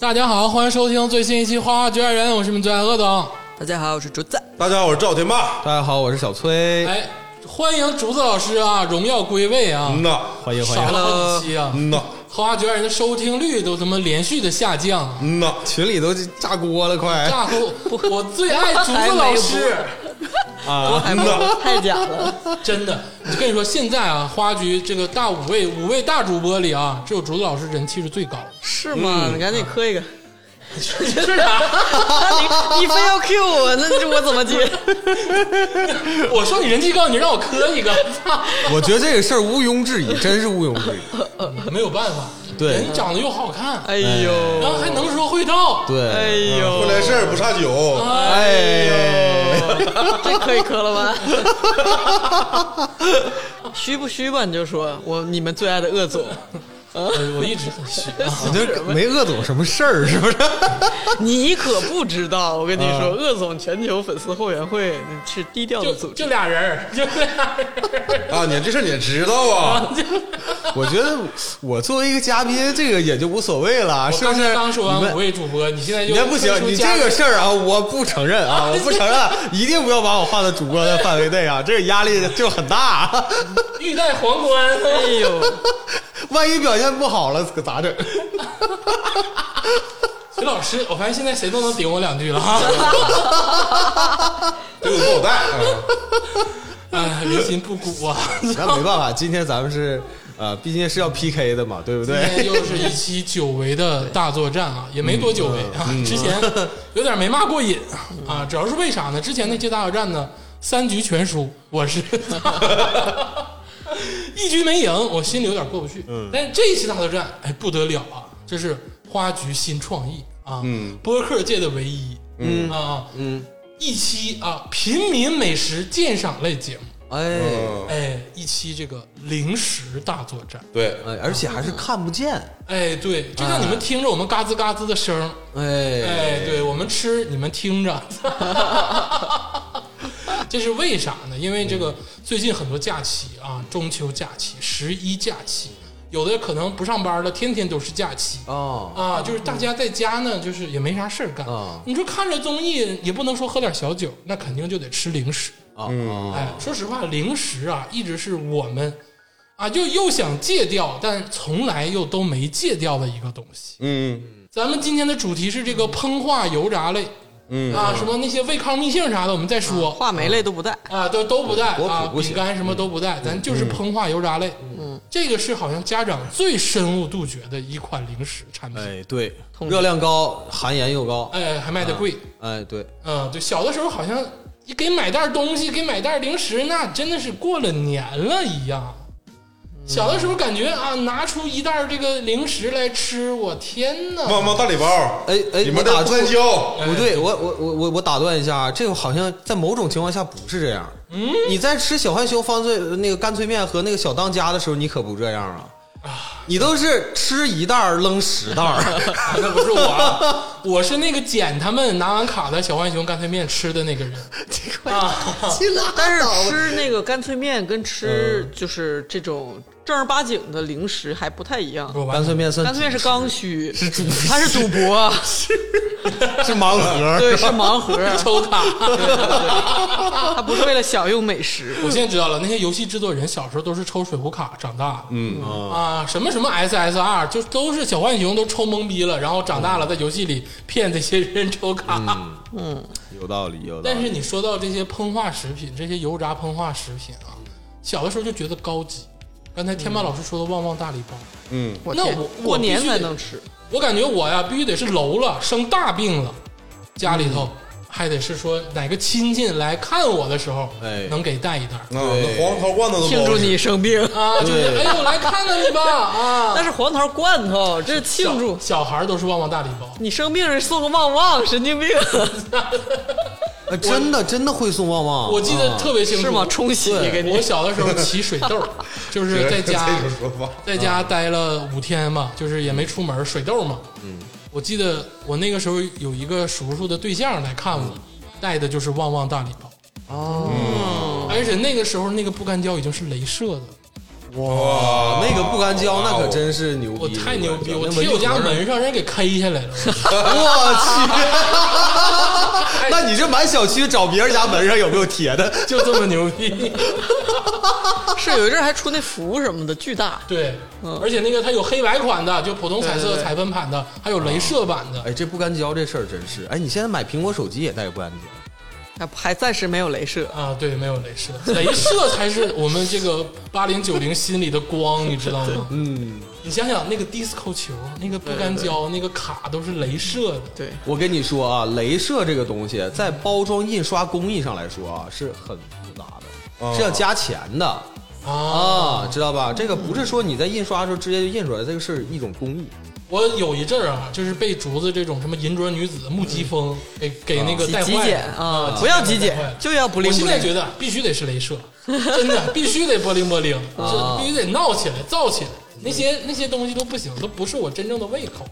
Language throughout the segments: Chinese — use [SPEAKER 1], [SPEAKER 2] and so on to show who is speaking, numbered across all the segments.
[SPEAKER 1] 大家好，欢迎收听最新一期《花花局外人》，我是你们最爱恶总。
[SPEAKER 2] 大家好，我是竹 子。
[SPEAKER 3] 大家好，我是赵天霸。
[SPEAKER 4] 大家好，我是小崔。
[SPEAKER 1] 哎，欢迎竹子老师啊，荣耀归位啊，
[SPEAKER 3] 嗯呐，
[SPEAKER 4] 欢迎欢
[SPEAKER 1] 少
[SPEAKER 4] 迎，
[SPEAKER 1] 了好几期啊，
[SPEAKER 3] 嗯呐，
[SPEAKER 1] 花花局外人的收听率都他妈连续的下 降，
[SPEAKER 3] 嗯呐，啊
[SPEAKER 4] 群里都炸锅了，快！
[SPEAKER 1] 大哭！我最爱竹子老师，
[SPEAKER 4] 啊
[SPEAKER 2] 我
[SPEAKER 3] 嗯
[SPEAKER 2] 还没 太假了，
[SPEAKER 1] 真的，我跟你说，现在啊，花局这个大五位五位大主播里啊，只有竹子老师人气是最高的。
[SPEAKER 2] 是吗？你赶紧磕一个。
[SPEAKER 1] 是
[SPEAKER 4] 啊
[SPEAKER 1] 啥？
[SPEAKER 2] 啊你你非要 Q 我，那这我怎么接？
[SPEAKER 1] 我说你人气高，你让我磕一个， 操！
[SPEAKER 4] 我觉得这个事儿毋庸置疑，真是毋庸置疑。
[SPEAKER 1] 没有办法，
[SPEAKER 4] 对
[SPEAKER 1] 人长得又好看，
[SPEAKER 2] 哎呦，
[SPEAKER 1] 然后还能说会道，
[SPEAKER 2] 哎
[SPEAKER 4] 对，
[SPEAKER 3] 不
[SPEAKER 2] 呦，
[SPEAKER 3] 来事儿不差酒，
[SPEAKER 4] 啊哎，
[SPEAKER 2] 这可以磕了吧？ 虚不虚吧？你就说我你们最爱的恶总，
[SPEAKER 1] 呃我一直很虚啊。
[SPEAKER 4] 你这没恶总什么事儿是不是？
[SPEAKER 2] 你可不知道，我跟你说，恶总全球粉丝后援会是低调的
[SPEAKER 1] 就
[SPEAKER 2] 组
[SPEAKER 1] 就
[SPEAKER 2] 织。
[SPEAKER 1] 俩人儿，就俩 人儿，
[SPEAKER 3] 啊，你这事儿你也知道啊？
[SPEAKER 4] 我觉得我作为一个嘉宾，这个也就无所谓了，是不
[SPEAKER 1] 我
[SPEAKER 4] 是？
[SPEAKER 1] 刚刚说
[SPEAKER 4] 你
[SPEAKER 1] 完
[SPEAKER 4] 们
[SPEAKER 1] 五位主播，你现在就
[SPEAKER 4] 你这不行，你这个事儿啊，我不承认啊， 我不承认，一定不要把我划到主播的范围内啊，这个压力就很大，
[SPEAKER 1] 欲戴皇冠，
[SPEAKER 2] 哎呦，
[SPEAKER 4] 万一表现不好了可 咋整？
[SPEAKER 1] 徐老师，我发现现在谁都能顶我两句了 哈。
[SPEAKER 3] 这个不好带啊。
[SPEAKER 1] 哎，人心不古啊！
[SPEAKER 4] 那没办法，今天咱们是呃，毕竟是要 PK 的嘛，对不
[SPEAKER 1] 今
[SPEAKER 4] 对？
[SPEAKER 1] 天又是一期久违的大作战啊，也没多久违啊， 之前有点没骂过瘾啊，主要是为啥呢？之前那届大作战呢，三局全输，我是 一局没赢，我心里有点过不去。但是这一期大作战，哎，不得了啊，这是花局新创意啊，播客界的唯一，嗯啊，嗯，一期啊平民美食鉴赏类节目。
[SPEAKER 4] 哎
[SPEAKER 3] 嗯，
[SPEAKER 1] 哎，一期这个零食大作战，
[SPEAKER 3] 对，
[SPEAKER 4] 哎，而且还是看不见，
[SPEAKER 1] 哎，对，就让你们听着我们嘎吱嘎吱的声儿，
[SPEAKER 4] 哎，
[SPEAKER 1] 哎，对我们吃，你们听着， 这是为啥呢？因为这个最近很多假期啊，中秋假期、十一假期，有的可能不上班了，天天都是假期。
[SPEAKER 4] 哦，
[SPEAKER 1] 啊，就是大家在家呢，就是也没啥事儿干
[SPEAKER 4] 啊。
[SPEAKER 1] 你说看着综艺，也不能说喝点小酒，那肯定就得吃零食。
[SPEAKER 4] 哦，
[SPEAKER 1] 哎，说实话，零食啊，一直是我们啊，又又想戒掉，但从来又都没戒掉的一个东西。
[SPEAKER 3] 嗯
[SPEAKER 1] 咱们今天的主题是这个膨化油炸类，
[SPEAKER 3] 嗯
[SPEAKER 1] 啊，什么那些胃抗命性啥的，我们再说
[SPEAKER 2] 话梅类都不带。
[SPEAKER 1] 啊，都都不带
[SPEAKER 4] 果
[SPEAKER 1] 啊，
[SPEAKER 4] 脯不
[SPEAKER 1] 饼
[SPEAKER 4] 行
[SPEAKER 1] 干什么都不带，咱就是膨化油炸类。嗯，这个是好像家长最深恶杜绝的一款零食产品，
[SPEAKER 4] 哎，对，
[SPEAKER 2] 痛
[SPEAKER 4] 热量高，含盐又高，
[SPEAKER 1] 哎，还卖的贵，
[SPEAKER 4] 哎，对，
[SPEAKER 1] 嗯，对，小的时候好像一给买袋东西，给买袋零食，那真的是过了年了一样。小的时候感觉啊，拿出一袋这个零食来吃，我天
[SPEAKER 3] 旺
[SPEAKER 1] 哪！
[SPEAKER 3] 旺大礼包，
[SPEAKER 4] 啊哎哎
[SPEAKER 3] 里面
[SPEAKER 4] 我打
[SPEAKER 3] 的不三椒，
[SPEAKER 4] 不
[SPEAKER 1] 哎
[SPEAKER 4] 对，我我我我我打断一下啊，这个好像在某种情况下不是这样。嗯，你在吃小浣熊方脆那个干脆面和那个小当家的时候，你可不这样啊。你都是吃一袋儿扔十袋儿，
[SPEAKER 1] 那不是我啊，我是那个捡他们拿完卡的小浣熊干脆面吃的那个人。啊，
[SPEAKER 2] 但是吃那个干脆面跟吃就是这种正儿八经的零食还不太一样。
[SPEAKER 1] 我 完
[SPEAKER 4] 干脆面算
[SPEAKER 2] 干脆面是刚需，是主， 它是主播，
[SPEAKER 4] 是盲
[SPEAKER 1] 啊
[SPEAKER 4] 盒，
[SPEAKER 2] 对，是盲盒，啊
[SPEAKER 1] 抽卡。
[SPEAKER 2] 它不是为了享用美食。
[SPEAKER 1] 我现在知道了，那些游戏制作人小时候都是抽水壶卡长大的。
[SPEAKER 3] 嗯
[SPEAKER 1] 啊，什么什么 SSR，就都是小浣熊都抽懵逼了，然后长大了在游戏里骗这些人抽卡。
[SPEAKER 4] 有道理，有道
[SPEAKER 1] 但
[SPEAKER 4] 理。
[SPEAKER 1] 是你说到这些膨化食品，这些油炸膨化食品啊，小的时候就觉得高级。刚才天霸老师说的旺旺大礼包，
[SPEAKER 3] 嗯，
[SPEAKER 2] 我
[SPEAKER 1] 那
[SPEAKER 2] 天
[SPEAKER 1] 我我
[SPEAKER 2] 过年
[SPEAKER 1] 必须得
[SPEAKER 2] 才能吃，
[SPEAKER 1] 我感觉我呀必须得是楼了，生大病了，家里头
[SPEAKER 4] 嗯
[SPEAKER 1] 还得是说哪个亲戚来看我的时候，
[SPEAKER 4] 哎
[SPEAKER 1] 能给带一袋儿
[SPEAKER 3] 啊，那黄桃罐头都不
[SPEAKER 2] 庆
[SPEAKER 3] 好
[SPEAKER 2] 祝
[SPEAKER 3] 吃
[SPEAKER 2] 你生病。
[SPEAKER 1] 啊，就是
[SPEAKER 4] 对
[SPEAKER 1] 哎呦来看看你吧啊，
[SPEAKER 2] 但是黄桃罐头，这是
[SPEAKER 1] 小
[SPEAKER 2] 庆祝。
[SPEAKER 1] 小孩儿都是旺旺大礼包，
[SPEAKER 2] 你生病人送个旺旺，神 经病
[SPEAKER 4] 哎真的真的会送旺旺，
[SPEAKER 1] 我记得
[SPEAKER 4] 啊
[SPEAKER 1] 特别清楚，
[SPEAKER 2] 是吗？冲洗给你
[SPEAKER 1] 我，小的时候起水痘儿， 就是在家
[SPEAKER 3] 这个说法，
[SPEAKER 1] 在家待了五天嘛，
[SPEAKER 4] 嗯
[SPEAKER 1] 就是也没出门，水痘嘛。嗯，我记得我那个时候有一个叔叔的对象来看我，带的就是旺旺大礼包。嗯
[SPEAKER 4] 嗯哦，嗯
[SPEAKER 1] 而且那个时候那个不干胶已经是镭射的，
[SPEAKER 4] 哇，哦那个不干胶那可真是牛逼，
[SPEAKER 1] 我太牛逼！我
[SPEAKER 4] 那
[SPEAKER 1] 贴
[SPEAKER 4] 文
[SPEAKER 1] 我
[SPEAKER 4] 具
[SPEAKER 1] 家
[SPEAKER 4] 盒
[SPEAKER 1] 门上让人给 K 下来 了，
[SPEAKER 4] 我去， 那你这满小区找别人家门上有没有贴的？
[SPEAKER 1] 就这么牛 逼。
[SPEAKER 2] 是有一阵儿还出那符什么的，巨大。
[SPEAKER 1] 对，而且那个它有黑白款的，就普通彩
[SPEAKER 4] 嗯对对
[SPEAKER 1] 色
[SPEAKER 4] 对
[SPEAKER 1] 彩分版的，还有镭射版的。
[SPEAKER 4] 哎，这不干胶这事儿真是，哎，你现在买苹果手机也带不干胶，
[SPEAKER 2] 还还暂时没有镭射，
[SPEAKER 1] 啊，对，没有镭射，镭射才是我们这个八零九零心里的光，你知道吗？嗯，你想想那个 disco 球，那个不干胶，那个卡都是镭射的，
[SPEAKER 2] 对，
[SPEAKER 4] 我跟你说啊，镭射这个东西在包装印刷工艺上来说啊是很复杂的，是要加钱的。
[SPEAKER 2] 嗯
[SPEAKER 1] 啊，
[SPEAKER 4] 啊，知道吧？这个不是说你在印刷的时候直接就印出来，这个是一种工艺。
[SPEAKER 1] 我有一阵儿啊，就是被竹子这种什么银镯女子、目击风给给那个带
[SPEAKER 2] 哦极
[SPEAKER 1] 坏
[SPEAKER 2] 简
[SPEAKER 1] 了
[SPEAKER 2] 啊，不要极
[SPEAKER 1] 带坏了
[SPEAKER 2] 简，就要不
[SPEAKER 1] 我
[SPEAKER 2] 灵不
[SPEAKER 1] 现在
[SPEAKER 2] 灵。
[SPEAKER 1] 觉得必须得是镭射，真的 必须得波灵波灵，
[SPEAKER 4] 啊
[SPEAKER 2] 哦
[SPEAKER 1] 是必须得闹起来、造起来。那
[SPEAKER 2] 嗯
[SPEAKER 1] 些那些东西都不行，都不是我真正的胃口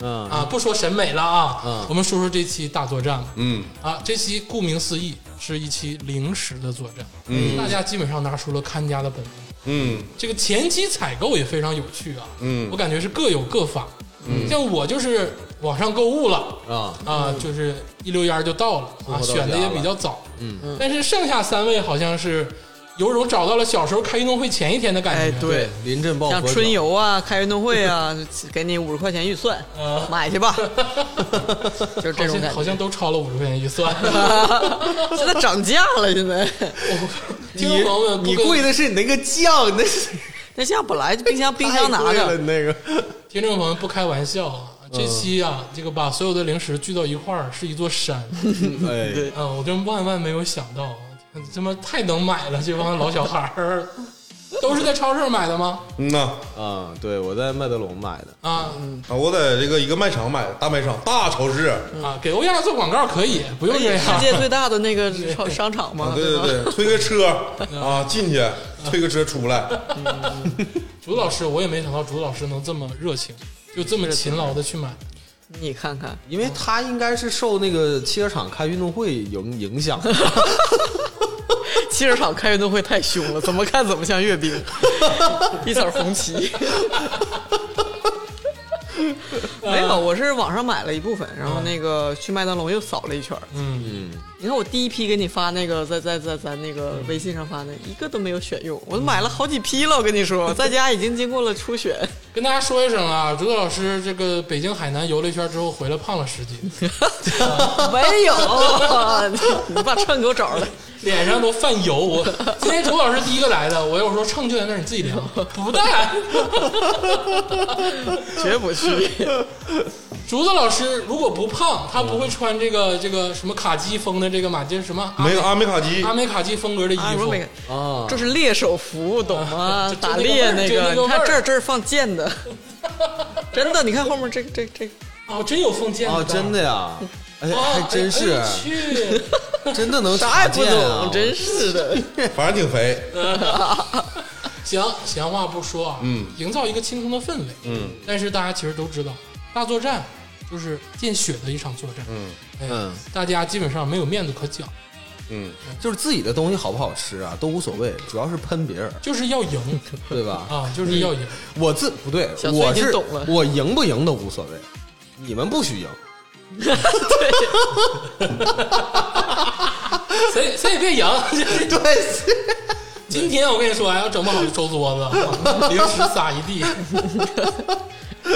[SPEAKER 4] 嗯，
[SPEAKER 1] 啊！不说审美了啊，
[SPEAKER 4] 嗯
[SPEAKER 1] 我们说说这期大作战吧。
[SPEAKER 3] 嗯
[SPEAKER 1] 啊，这期顾名思义是一期零食的作战，
[SPEAKER 4] 嗯
[SPEAKER 1] 大家基本上拿出了看家的本领。
[SPEAKER 3] 嗯
[SPEAKER 1] 这个前期采购也非常有趣啊，我
[SPEAKER 3] 嗯
[SPEAKER 1] 感觉是各有各法。
[SPEAKER 4] 嗯
[SPEAKER 1] 像我就是网上购物了，
[SPEAKER 4] 啊，
[SPEAKER 1] 啊，就是一溜烟儿就到了啊，
[SPEAKER 4] 到
[SPEAKER 1] 选的
[SPEAKER 4] 家
[SPEAKER 1] 也
[SPEAKER 4] 了
[SPEAKER 1] 比较早，
[SPEAKER 4] 嗯，
[SPEAKER 1] 但是剩下三位好像是有种找到了小时候开运动会前一天的感觉，
[SPEAKER 2] 哎对
[SPEAKER 4] 对，临阵抱佛
[SPEAKER 2] 像
[SPEAKER 4] 脚
[SPEAKER 2] 春游啊、开运动会啊， 就给你五十块钱预算
[SPEAKER 1] 啊，
[SPEAKER 2] 买 去吧，就是这
[SPEAKER 1] 好
[SPEAKER 2] 种
[SPEAKER 1] 像
[SPEAKER 2] 感
[SPEAKER 1] 好
[SPEAKER 2] 觉。
[SPEAKER 1] 像都超了五十块钱预 算。
[SPEAKER 2] 现在涨价了，现在
[SPEAKER 1] 听众朋友们，
[SPEAKER 4] 你 你
[SPEAKER 1] 不跟
[SPEAKER 4] 贵的是你那个酱，那 是
[SPEAKER 2] 那价本来就冰箱冰箱
[SPEAKER 4] 太
[SPEAKER 2] 拿
[SPEAKER 3] 哎
[SPEAKER 4] 贵了
[SPEAKER 2] 着，
[SPEAKER 4] 你那个。
[SPEAKER 1] 听众朋友们不开玩笑啊，这期啊，这个把所有的零食聚到一块儿是一座山
[SPEAKER 4] 哎，
[SPEAKER 1] 啊，我真万万没有想到啊，他妈太能买了，这帮老小孩儿都是在超市买的吗？
[SPEAKER 3] 嗯呐。
[SPEAKER 4] 啊，对，我在麦德龙买的。
[SPEAKER 1] 啊
[SPEAKER 3] 啊，我在这个一个卖场买的，大卖场、大超市，
[SPEAKER 1] 啊，给欧亚做广告可以，不用这样
[SPEAKER 2] 世。界最大的那个超商场嘛
[SPEAKER 3] 啊，，对
[SPEAKER 2] 吧？
[SPEAKER 3] 对对，推个车啊进去，推个车出来，
[SPEAKER 1] 竹子老师，我也没想到竹子老师能这么热情，就这么勤劳的去买。
[SPEAKER 2] 你看看，
[SPEAKER 4] 因为他应该是受那个汽车厂开运动会影影响，
[SPEAKER 2] 汽车厂开运动会太凶了，怎么看怎么像阅 兵，一色红旗。没有，我是网上买了一部分，然后那个去麦当劳又扫了一圈儿。
[SPEAKER 1] 嗯，
[SPEAKER 2] 你看我第一批给你发那个，在在在咱那个微信上发的，一个都没有选用，我买了好几批了。我跟你说，在家已经经过了初选，
[SPEAKER 1] 跟大家说一声啊，竹子老师这个北京、海南游了一圈之后回来胖了十斤，
[SPEAKER 2] 没有。 你把秤给我找出来。
[SPEAKER 1] 脸上都泛油。我今天竹子老师第一个来的，我要说秤就在那儿，你自己量，不带。
[SPEAKER 2] 绝不去。
[SPEAKER 1] 竹子老师如果不胖，他不会穿这个这个什么卡基风的这个马，这是什么阿
[SPEAKER 3] 没
[SPEAKER 1] 美
[SPEAKER 3] 有阿美卡基
[SPEAKER 1] 阿美卡基风格的衣
[SPEAKER 2] 啊，我
[SPEAKER 1] 服
[SPEAKER 2] 没看
[SPEAKER 4] 啊
[SPEAKER 2] 这是猎手服，懂
[SPEAKER 1] 啊
[SPEAKER 2] 吗
[SPEAKER 1] 哎就？就
[SPEAKER 2] 打
[SPEAKER 1] 那个味
[SPEAKER 2] 猎
[SPEAKER 1] 儿
[SPEAKER 2] 那
[SPEAKER 1] 就那
[SPEAKER 2] 个，
[SPEAKER 1] 个
[SPEAKER 2] 你看
[SPEAKER 1] 味儿
[SPEAKER 2] 这儿这儿放箭 的，真的，你看后面这个这个这个，
[SPEAKER 1] 啊，真有封建
[SPEAKER 4] 啊，真
[SPEAKER 1] 的
[SPEAKER 4] 的呀，哎，
[SPEAKER 1] 啊，啊
[SPEAKER 4] 还真
[SPEAKER 1] 哎
[SPEAKER 4] 是
[SPEAKER 1] 哎，去。
[SPEAKER 4] 真的能啊
[SPEAKER 2] 啥
[SPEAKER 4] 啥
[SPEAKER 2] 也不
[SPEAKER 1] 啊
[SPEAKER 2] 懂，真 是的。
[SPEAKER 3] 反正挺肥。
[SPEAKER 1] 行，闲话不说啊，嗯，营造一个轻松的氛围，嗯，但是大家其实都知道，大作战就是见血的一场作战，嗯，哎、
[SPEAKER 4] 嗯，
[SPEAKER 1] 大家基本上没有面子可讲，
[SPEAKER 3] 嗯，
[SPEAKER 4] 就是自己的东西好不好吃啊都无所谓，主要是喷别人，
[SPEAKER 1] 就是要赢
[SPEAKER 4] 对吧？
[SPEAKER 1] 啊，就是要赢，
[SPEAKER 4] 我自不对，
[SPEAKER 2] 小崔
[SPEAKER 4] 我
[SPEAKER 2] 已经
[SPEAKER 4] 是
[SPEAKER 2] 懂了
[SPEAKER 4] 我赢不赢都无所谓，你们不许赢。
[SPEAKER 1] 谁谁也别赢。
[SPEAKER 4] 对，
[SPEAKER 1] 今天我跟你说啊，要整不好就周桌子， 零食撒一地。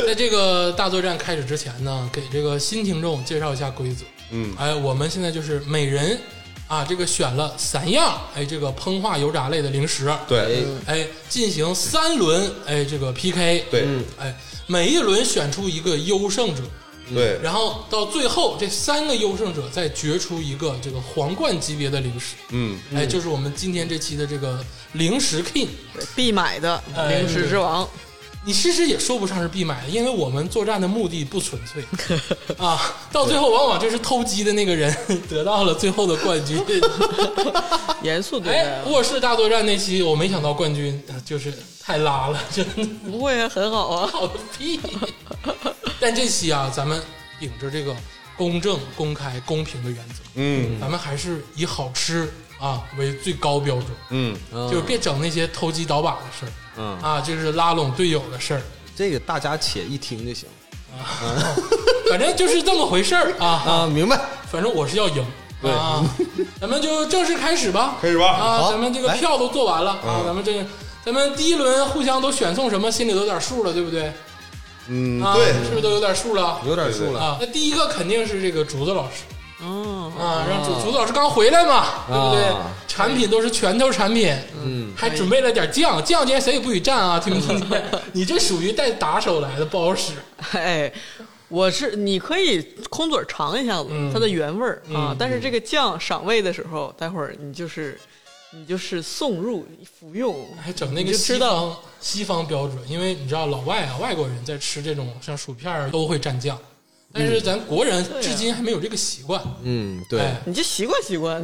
[SPEAKER 1] 在这个大作战开始之前呢，给这个新听众介绍一下规则。
[SPEAKER 3] 嗯，
[SPEAKER 1] 哎，我们现在就是每人啊，这个选了三样，哎，这个膨化油炸类的零食，
[SPEAKER 3] 对
[SPEAKER 1] 哎，进行三轮哎这个 PK，，
[SPEAKER 3] 对
[SPEAKER 1] 哎，每一轮选出一个优胜者，
[SPEAKER 3] 对，
[SPEAKER 1] 然后到最后这三个优胜者再角逐一个这个皇冠级别的零食，
[SPEAKER 3] 嗯
[SPEAKER 1] 哎，就是我们今天这期的这个零食 King。
[SPEAKER 2] 必买的
[SPEAKER 1] 哎
[SPEAKER 2] 零食之王，
[SPEAKER 1] 你其实也说不上是必买的，因为我们作战的目的不纯 粹啊，到最后往往这是偷鸡的那个人 得到了最后的冠 军。
[SPEAKER 2] 严肃对待
[SPEAKER 1] 哎，
[SPEAKER 2] 啊。
[SPEAKER 1] 卧室大作战那期我没想到冠军呃就是太拉了， 真的。
[SPEAKER 2] 不会啊，很好啊。
[SPEAKER 1] 好个 屁！但这期啊，咱们秉着这个公正、公开、公平的原则，
[SPEAKER 3] 嗯
[SPEAKER 1] 咱们还是以好吃啊为最高标准，
[SPEAKER 3] 嗯，
[SPEAKER 1] 就是别整那些偷鸡倒把的事儿，嗯啊，就是拉拢队友的事儿，
[SPEAKER 4] 这个大家且一听就行
[SPEAKER 1] 反正就是这么回事儿啊。
[SPEAKER 4] 啊，明白？
[SPEAKER 1] 反正我是要赢。对啊，咱们就正式开始吧。
[SPEAKER 3] 开始吧
[SPEAKER 1] 啊，
[SPEAKER 4] 好
[SPEAKER 1] 咱们这个
[SPEAKER 4] 来嗯
[SPEAKER 1] 票都做完了啊，咱们这个，咱们第一轮互相都选送什么，心里都有点数了，对不对？
[SPEAKER 3] 嗯，
[SPEAKER 1] 啊，
[SPEAKER 3] 对，
[SPEAKER 1] 是不是都有点数了？
[SPEAKER 4] 有点数了，
[SPEAKER 1] 啊，那第一个肯定是这个竹子老师
[SPEAKER 2] 哦，
[SPEAKER 1] 啊，让竹竹子老师刚回来嘛，对不对
[SPEAKER 4] 啊？
[SPEAKER 1] 产品都是拳头产品，嗯，还准备了点酱，酱今天谁也不许蘸啊，听没听见？ 你这属于带打手来的，不好使。
[SPEAKER 2] 哎，我是你可以空嘴儿尝一下子、它的原味儿啊、但是这个酱赏味的时候，待会儿你就是你就是送入服用，
[SPEAKER 1] 还整那个
[SPEAKER 2] 你就
[SPEAKER 1] 西
[SPEAKER 2] 知
[SPEAKER 1] 方
[SPEAKER 2] 道
[SPEAKER 1] 西方标准，因为你知道老外啊，外国人在吃这种像薯片儿都会蘸酱，但是咱国人
[SPEAKER 2] 啊
[SPEAKER 1] 至今还没有这个习惯。
[SPEAKER 4] 嗯，对
[SPEAKER 1] 哎，
[SPEAKER 2] 你就习惯习惯。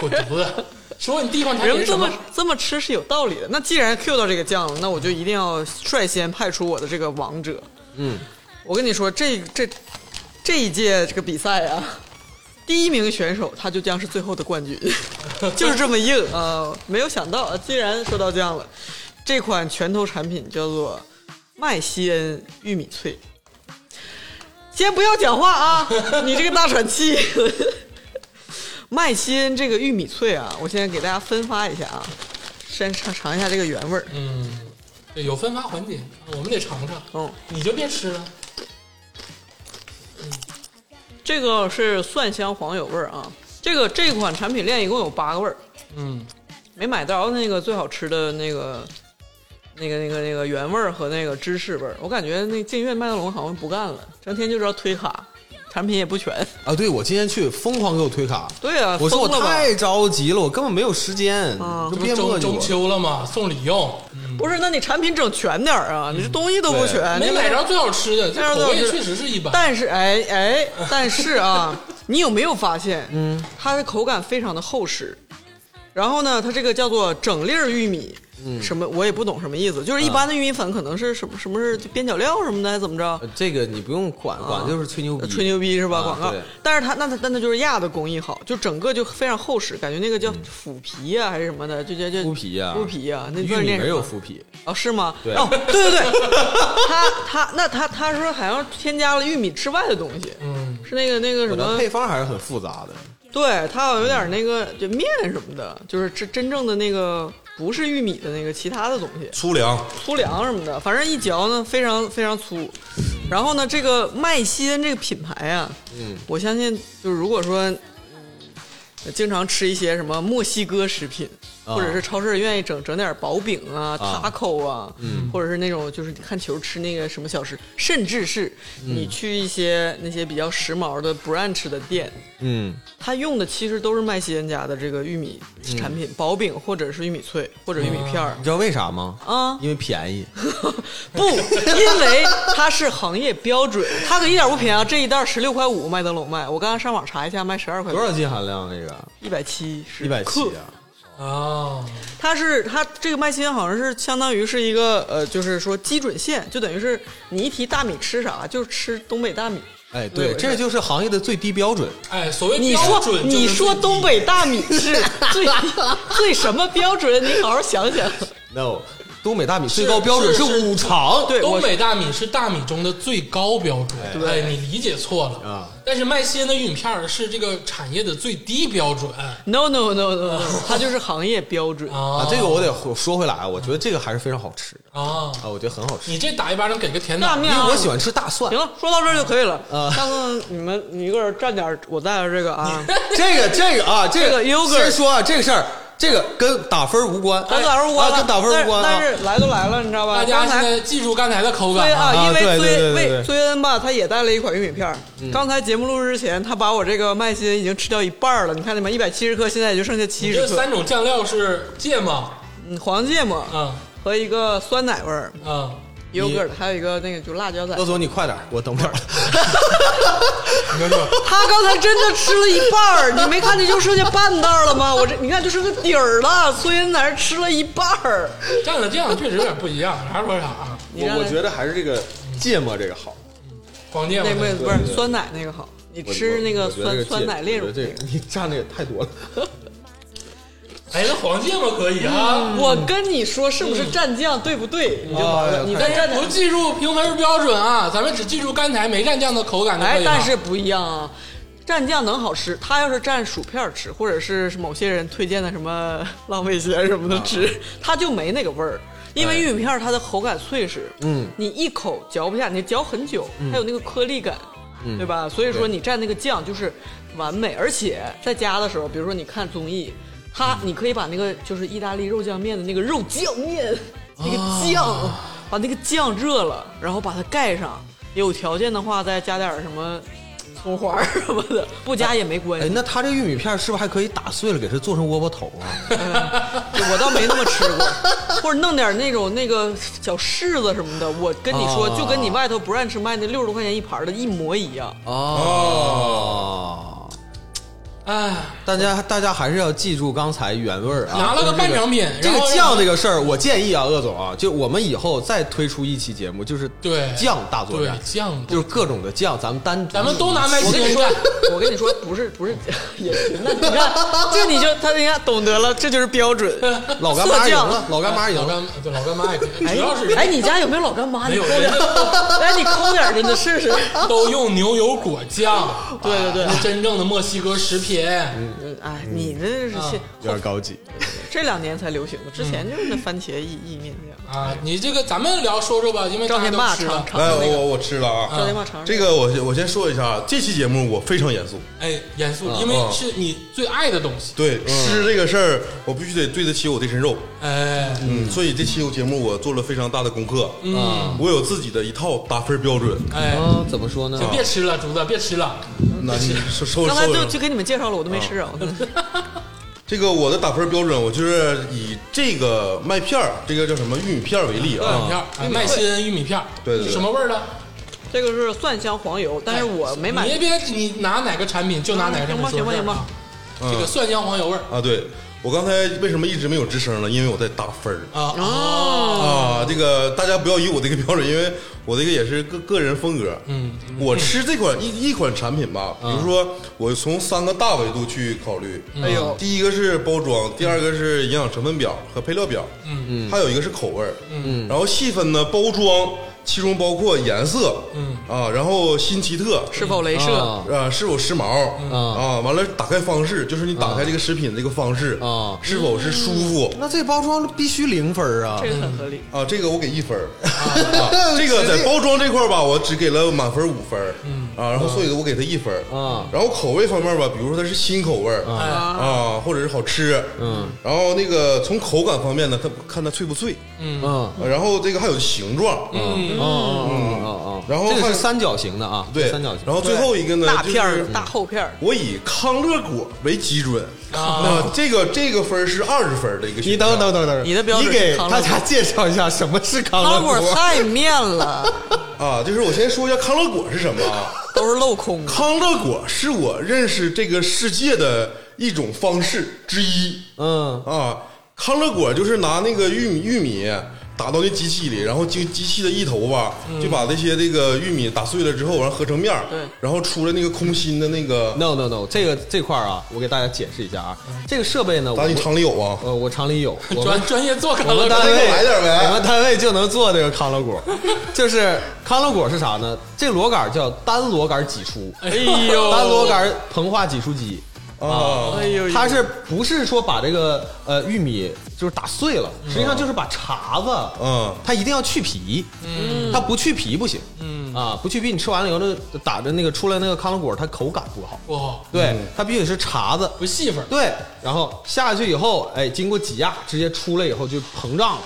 [SPEAKER 1] 滚犊 子！说你地方产品
[SPEAKER 2] 人
[SPEAKER 1] 是
[SPEAKER 2] 这
[SPEAKER 1] 什
[SPEAKER 2] 么
[SPEAKER 1] 么？
[SPEAKER 2] 这么吃是有道理的。那既然 Q 到这个酱了，那我就一定要率先派出我的这个王者。
[SPEAKER 4] 嗯，
[SPEAKER 2] 我跟你说，这这这一届这个比赛啊，第一名选手他就将是最后的冠军，就是这么硬啊、呃没有想到，既然说到酱了，这款拳头产品叫做麦西恩玉米脆。先不要讲话啊，你这个大喘气。麦西恩这个玉米脆啊，我现在给大家分发一下啊，先尝尝一下这个原味儿。
[SPEAKER 1] 嗯，对，有分发环节，我们得尝尝。
[SPEAKER 2] 嗯，
[SPEAKER 1] 你就别吃了，
[SPEAKER 2] 这个是蒜香黄油味儿啊。这个这款产品链一共有八个味儿，
[SPEAKER 1] 嗯，
[SPEAKER 2] 没买到那个最好吃的那个、那个、那个、那个原味儿和那个芝士味儿。我感觉那净苑麦德龙好像不干了，成天就知道推卡，产品也不全。
[SPEAKER 4] 啊，对我今天去疯狂给我推卡，
[SPEAKER 2] 对啊，
[SPEAKER 4] 我说我
[SPEAKER 2] 疯了吧
[SPEAKER 4] 太着急了，我根本没有时间，
[SPEAKER 2] 啊
[SPEAKER 4] 就
[SPEAKER 1] 这
[SPEAKER 4] 别
[SPEAKER 1] 不
[SPEAKER 4] 磨
[SPEAKER 1] 中
[SPEAKER 4] 叽
[SPEAKER 1] 中
[SPEAKER 4] 我。
[SPEAKER 1] 秋了嘛，送礼用，
[SPEAKER 2] 不是，那你产品整全点儿啊，你这东西都不
[SPEAKER 4] 对
[SPEAKER 2] 全，
[SPEAKER 1] 嗯没
[SPEAKER 2] 你
[SPEAKER 1] 买着最好吃的，这
[SPEAKER 2] 买着最
[SPEAKER 1] 口
[SPEAKER 2] 好
[SPEAKER 1] 味
[SPEAKER 2] 吃
[SPEAKER 1] 确实是一般。
[SPEAKER 2] 但是哎哎，但是 啊，你有没有发现，嗯，它的口感非常的厚实，然后呢，它这个叫做整粒儿玉米，嗯，什么我也不懂什么意思，
[SPEAKER 4] 啊
[SPEAKER 2] 就是一般的玉米粉可能是什么什么是边角料什么的，还是怎么着？
[SPEAKER 4] 呃这个你不用管，管就是吹牛逼，
[SPEAKER 2] 吹牛逼是吧？
[SPEAKER 4] 啊
[SPEAKER 2] 广告
[SPEAKER 4] 对，
[SPEAKER 2] 但是它那它但它就是压的工艺好，就整个就非常厚实，感觉那个叫腐皮啊呀、还是什么的，就叫叫
[SPEAKER 4] 麸嗯皮呀
[SPEAKER 2] 麸皮呀，那
[SPEAKER 4] 玉
[SPEAKER 2] 字儿
[SPEAKER 4] 米
[SPEAKER 2] 念
[SPEAKER 4] 没
[SPEAKER 2] 什
[SPEAKER 4] 有
[SPEAKER 2] 么？
[SPEAKER 4] 麸皮，
[SPEAKER 2] 哦，是吗？
[SPEAKER 4] 对
[SPEAKER 2] 哦，对对对，他他那他他说好像添加了玉米之外的东西，
[SPEAKER 1] 嗯，
[SPEAKER 2] 是那个那个什
[SPEAKER 4] 我的
[SPEAKER 2] 么，
[SPEAKER 4] 配方还是很复杂的。
[SPEAKER 2] 对，它好像有点那个就面什么的，就是真真正的那个不是玉米的那个其他的东西，
[SPEAKER 3] 粗粮，
[SPEAKER 2] 粗粮什么的，反正一嚼呢非常非常粗。然后呢，这个麦西恩这个品牌啊，嗯，我相信就是如果说。嗯经常吃一些什么墨西哥食品，
[SPEAKER 4] 啊
[SPEAKER 2] 或者是超市愿意整整点薄饼啊、塔口啊，或者是那种就是看球吃那个什么小吃，甚至是你去一些那些比较时髦的 brunch 的店，
[SPEAKER 4] 嗯，
[SPEAKER 2] 它用的其实都是麦西恩家的这个玉米产品，薄饼或者是玉米脆或者玉米片儿
[SPEAKER 4] 你知道为啥吗？
[SPEAKER 2] 啊、
[SPEAKER 4] 因为便宜。
[SPEAKER 2] 不，因为它是行业标准，它可一点不便宜啊！这一袋十六块五麦德龙卖，我刚刚上网查一下，卖十二块
[SPEAKER 4] 多少斤含量？这个
[SPEAKER 2] 一百七十
[SPEAKER 4] 一百七
[SPEAKER 2] 克。
[SPEAKER 4] 啊！
[SPEAKER 1] 啊，
[SPEAKER 2] 它是它这个麦西恩好像是相当于是一个呃，就是说基准线，就等于是你一提大米吃啥，就是吃东北大米。
[SPEAKER 4] 哎，对，
[SPEAKER 2] 对
[SPEAKER 4] 这就是行业的最低标准。
[SPEAKER 1] 哎，所谓
[SPEAKER 2] 你
[SPEAKER 1] 标
[SPEAKER 2] 说
[SPEAKER 1] 准就是
[SPEAKER 2] 你说
[SPEAKER 1] 最低
[SPEAKER 2] 东北大 米是最最什么标准？你好好想想。
[SPEAKER 4] No，东北大米最高标准
[SPEAKER 1] 是
[SPEAKER 4] 是
[SPEAKER 1] 是
[SPEAKER 4] 五常。
[SPEAKER 2] 对
[SPEAKER 1] 东
[SPEAKER 2] 我
[SPEAKER 1] 北大米是大米中的最高标准，哎，你理解错了
[SPEAKER 4] 啊。
[SPEAKER 1] 但是麦西恩的玉米片儿是这个产业的最低标准
[SPEAKER 2] No no no no no，它就是行业标准。
[SPEAKER 1] 啊
[SPEAKER 4] 啊，这个我得说回来啊，我觉得这个还是非常好吃的
[SPEAKER 1] 啊！
[SPEAKER 4] 啊，我觉得很好吃，
[SPEAKER 1] 你这打一巴掌给个甜
[SPEAKER 2] 大
[SPEAKER 1] 枣，
[SPEAKER 2] 面
[SPEAKER 4] 因
[SPEAKER 2] 啊
[SPEAKER 4] 为我喜欢吃大蒜
[SPEAKER 2] 行。了，说到这儿就可以了。
[SPEAKER 4] 啊
[SPEAKER 2] 下次你们你一个人蘸点儿，我带点这个 啊。
[SPEAKER 4] 这个这个啊，这
[SPEAKER 2] 这个 yogurt
[SPEAKER 4] 先说啊，这个事儿，这个跟打分无关，
[SPEAKER 2] 咱打分无关
[SPEAKER 4] 啊
[SPEAKER 2] 了，
[SPEAKER 4] 跟打分无关
[SPEAKER 2] 但
[SPEAKER 4] 啊。
[SPEAKER 2] 是但是来都来了，你知道吧？
[SPEAKER 1] 大家
[SPEAKER 2] 刚
[SPEAKER 1] 现
[SPEAKER 2] 才
[SPEAKER 1] 在记住刚才的口
[SPEAKER 2] 崔
[SPEAKER 1] 感啊！
[SPEAKER 2] 啊，
[SPEAKER 4] 啊
[SPEAKER 2] 因为
[SPEAKER 4] 对对
[SPEAKER 2] 崔
[SPEAKER 4] 对对
[SPEAKER 2] 为
[SPEAKER 4] 对
[SPEAKER 2] 崔恩吧，他也带了一款玉米片儿。
[SPEAKER 1] 嗯
[SPEAKER 2] 刚才节目录制之前，他把我这个麦心已经吃掉一半儿了。你看你们一百七十克，现在也就剩下七
[SPEAKER 1] 这
[SPEAKER 2] 十克。
[SPEAKER 1] 三种酱料是芥末，
[SPEAKER 2] 嗯，黄芥末
[SPEAKER 1] 嗯
[SPEAKER 2] 和一个酸奶味儿
[SPEAKER 1] 嗯，
[SPEAKER 2] yogurt，还有一个那个就辣椒仔
[SPEAKER 1] 哦
[SPEAKER 4] 罗。总，你快点，我等不 了了。
[SPEAKER 1] 你看这
[SPEAKER 2] 他刚才真的吃了一半儿，你没看见就剩下半袋儿了吗？我这你看就是个底儿了。崔恩在这吃了一半 儿。
[SPEAKER 1] 蘸了酱确实有点不一样，啥说啥啊？
[SPEAKER 2] 你让人
[SPEAKER 4] 得还是这个芥末这个好，
[SPEAKER 1] 黄芥
[SPEAKER 2] 那
[SPEAKER 1] 末
[SPEAKER 2] 个不是酸奶那个好，你
[SPEAKER 4] 我
[SPEAKER 2] 吃那个
[SPEAKER 4] 我觉得
[SPEAKER 2] 酸
[SPEAKER 4] 这芥
[SPEAKER 2] 酸奶炼乳
[SPEAKER 4] 我觉得这个你蘸这个太多了。
[SPEAKER 1] 来个哎黄芥末可以啊。
[SPEAKER 2] 我跟你说，是不是蘸酱对不对？你就完
[SPEAKER 4] 哎
[SPEAKER 2] 了。你
[SPEAKER 1] 但
[SPEAKER 2] 再蘸
[SPEAKER 1] 是
[SPEAKER 2] 点
[SPEAKER 1] 不记住评分标准啊，咱们只记住刚才没蘸酱的口感就可以
[SPEAKER 2] 哎
[SPEAKER 1] 了。，
[SPEAKER 2] 但是不一样啊，蘸酱能好吃。他要是蘸薯片儿吃，或者是某些人推荐的什么 浪味仙什么的吃，它就没那个味儿。因为玉米片儿它的口感脆实，哎嗯，你一口嚼不下，你嚼很久，它有那个颗粒感，嗯对吧？所以说你蘸那个酱就是完美，而且在家的时候，比如说你看综艺。它，你可以把那个就是意大利肉酱面的那个肉酱面，那个酱，
[SPEAKER 1] 啊
[SPEAKER 2] 把那个酱热了，然后把它盖上。有条件的话，再加点儿什么葱花 儿什么的，不加也没关
[SPEAKER 4] 哎，
[SPEAKER 2] 系。
[SPEAKER 4] 那他这玉米片是不是还可以打碎了给它做成窝窝头啊？
[SPEAKER 1] 哎
[SPEAKER 2] 我倒没那么吃过，或者弄点那种那个小柿子什么的。我跟你说，
[SPEAKER 4] 啊
[SPEAKER 2] 就跟你外头 brunch 卖那六十多块钱一盘儿的一模一样。
[SPEAKER 4] 哦，
[SPEAKER 1] 哎，
[SPEAKER 4] 大家大家还是要记住刚才原味儿啊。
[SPEAKER 1] 拿了个半成品，
[SPEAKER 4] 这
[SPEAKER 1] 然
[SPEAKER 4] 个
[SPEAKER 1] 后
[SPEAKER 4] 酱这个事儿，我建议啊，鄂总啊，就我们以后再推出一期节目，就是
[SPEAKER 1] 对
[SPEAKER 4] 酱大作
[SPEAKER 1] 对
[SPEAKER 4] 战，
[SPEAKER 1] 酱，
[SPEAKER 4] 就是各种的酱，咱们单独
[SPEAKER 1] 咱们都拿麦
[SPEAKER 2] 我跟你
[SPEAKER 1] 片
[SPEAKER 2] 说
[SPEAKER 1] 蘸。，
[SPEAKER 2] 我跟你说，不是不是也行。那 你看，这你就他人家懂得了，这就是标准。
[SPEAKER 4] 老干妈
[SPEAKER 2] 色
[SPEAKER 4] 赢
[SPEAKER 2] 酱
[SPEAKER 4] 了，老干妈赢
[SPEAKER 1] 老
[SPEAKER 4] 了，
[SPEAKER 1] 干对老干妈也可以，
[SPEAKER 2] 哎
[SPEAKER 1] 主要是
[SPEAKER 2] 哎，你家有没有老干妈？
[SPEAKER 1] 没
[SPEAKER 2] 你
[SPEAKER 1] 有
[SPEAKER 2] 抠点
[SPEAKER 1] 人
[SPEAKER 2] 儿，哎，你抠点儿真的试试。
[SPEAKER 1] 都用牛油果酱，
[SPEAKER 2] 对对对
[SPEAKER 1] 那真正的墨西哥食品。
[SPEAKER 2] 嗯哎，你这是
[SPEAKER 1] 啊
[SPEAKER 2] 这
[SPEAKER 4] 有点高级。
[SPEAKER 2] 这两年才流行的，之前
[SPEAKER 1] 嗯
[SPEAKER 2] 就是那番茄意意面酱。
[SPEAKER 1] 啊，你这个咱们聊说说吧，因为
[SPEAKER 2] 赵
[SPEAKER 1] 大家
[SPEAKER 2] 天
[SPEAKER 1] 都
[SPEAKER 2] 霸
[SPEAKER 1] 吃
[SPEAKER 2] 尝
[SPEAKER 1] 了。
[SPEAKER 2] 尝
[SPEAKER 3] 来，
[SPEAKER 2] 那个，
[SPEAKER 3] 我我吃了啊
[SPEAKER 2] 赵。天霸尝尝
[SPEAKER 3] 这个我先我先说一下啊，这期节目我非常严肃，
[SPEAKER 1] 哎，严肃，
[SPEAKER 4] 嗯
[SPEAKER 1] 因为是你最爱的东西。
[SPEAKER 3] 对吃这个事儿，我必须得对得起我这身肉。
[SPEAKER 1] 哎，
[SPEAKER 3] 嗯，所以这期节目我做了非常大的功课，
[SPEAKER 1] 嗯，
[SPEAKER 3] 我有自己的一套打分标准。
[SPEAKER 1] 哎，
[SPEAKER 4] 嗯，怎么说呢？
[SPEAKER 1] 行，别吃了，竹子，别吃了。
[SPEAKER 3] 那你收收
[SPEAKER 2] 刚才
[SPEAKER 3] 收
[SPEAKER 2] 就就给你们介绍了，我都没吃啊着。
[SPEAKER 1] 嗯
[SPEAKER 3] 这个我的打分标准，我就是以这个麦片儿，这个叫什么玉米片儿为例
[SPEAKER 1] 玉米
[SPEAKER 3] 啊。
[SPEAKER 1] 片儿，
[SPEAKER 4] 嗯
[SPEAKER 1] 哎麦新玉米片儿，
[SPEAKER 3] 对对对
[SPEAKER 1] 什么味儿的？
[SPEAKER 2] 这个是蒜香黄油，但是我没买
[SPEAKER 1] 哎你。也别你拿哪个产品就拿哪个产品说
[SPEAKER 2] 行吧行吧
[SPEAKER 1] 事儿啊这个蒜香黄油味儿
[SPEAKER 3] 啊，对，我刚才为什么一直没有吱声了？因为我在打分儿
[SPEAKER 1] 啊
[SPEAKER 2] 哦
[SPEAKER 3] 啊。这个大家不要以我这个标准，因为我这个也是个个人风格。嗯，我吃这款一一款产品吧，比如说我从三个大维度去考虑。
[SPEAKER 2] 哎呦，
[SPEAKER 3] 第一个是包装，第二个是营养成分表和配料表，嗯嗯，还有一个是口味儿，嗯，然后细分呢，包装其中包括颜色，嗯啊，然后新奇特
[SPEAKER 2] 是否镭射？
[SPEAKER 1] 哦
[SPEAKER 4] 啊
[SPEAKER 3] 啊，是否时髦啊？完了，打开方式就是你打开这个食品这个方式
[SPEAKER 4] 啊
[SPEAKER 3] 是否是舒服
[SPEAKER 4] 那这包装必须零分儿啊
[SPEAKER 2] 这！个很合理。
[SPEAKER 3] 啊？这个我给一分儿， 啊这个在包装这块儿吧，我只给了满分五分儿啊，然后所以我给它一分儿
[SPEAKER 4] 啊
[SPEAKER 3] 然后口味方面吧，比如说它是新口味儿
[SPEAKER 4] 嗯
[SPEAKER 1] 哎
[SPEAKER 3] 啊，或者是好吃，嗯，然后那个从口感方面呢，它看它脆不脆，
[SPEAKER 4] 嗯
[SPEAKER 3] 然后这个还有形状，嗯，
[SPEAKER 4] 嗯嗯嗯
[SPEAKER 3] 然后
[SPEAKER 4] 这个
[SPEAKER 3] 还
[SPEAKER 4] 是三角形的啊，
[SPEAKER 3] 对，
[SPEAKER 4] 三角形。
[SPEAKER 3] 然后最后一个呢，
[SPEAKER 2] 大
[SPEAKER 3] 嗯就是
[SPEAKER 2] 片儿、大厚片儿，
[SPEAKER 3] 我以康乐果为基准
[SPEAKER 1] 啊
[SPEAKER 3] 那这个这个分儿是二十分的一个选项。
[SPEAKER 4] 等等
[SPEAKER 2] 你的标准是康乐果
[SPEAKER 4] 介绍一下什么是康
[SPEAKER 2] 糖果太面了，
[SPEAKER 3] 啊，就是我先说一下康乐果是什么啊？
[SPEAKER 2] 都是镂空 的。
[SPEAKER 3] 康乐果是我认识这个世界的一种方式之一
[SPEAKER 4] 嗯，
[SPEAKER 3] 啊。康乐果就是拿那个玉米玉米打到那机器里，然后经机器的一头吧，就把这些这个玉米打碎了之后，然后合成面儿
[SPEAKER 2] 对
[SPEAKER 3] 然后出来那个空心的那个，
[SPEAKER 4] no no no，这个这块儿啊，我给大家解释一下啊，这个设备呢，
[SPEAKER 3] 咱
[SPEAKER 4] 我
[SPEAKER 3] 你厂里有啊？
[SPEAKER 4] 呃我厂里有，我们
[SPEAKER 1] 专专业做
[SPEAKER 4] 我
[SPEAKER 1] 烤
[SPEAKER 4] 们
[SPEAKER 1] 乐
[SPEAKER 4] 单
[SPEAKER 1] 高
[SPEAKER 4] 位
[SPEAKER 3] 来点呗
[SPEAKER 4] 我们单位就能做这个康乐果，就是康乐果是啥呢？这螺杆叫单螺杆挤出，
[SPEAKER 1] 哎呦
[SPEAKER 4] 单螺杆膨化挤出机。
[SPEAKER 3] 啊，
[SPEAKER 2] 哎呦，
[SPEAKER 4] 它是不是说把这个呃玉米就是打碎了？实际上就是把碴子，
[SPEAKER 3] 嗯
[SPEAKER 4] 它一定要去皮，嗯，它不去皮不行，嗯啊，不去皮你吃完了以后，那打着那个出来那个康乐果，它口感不好，
[SPEAKER 1] 不好，
[SPEAKER 4] 对，它必须得是碴子，
[SPEAKER 1] 不细粉儿，
[SPEAKER 4] 对，然后下去以后，哎，经过挤压，直接出来以后就膨胀了，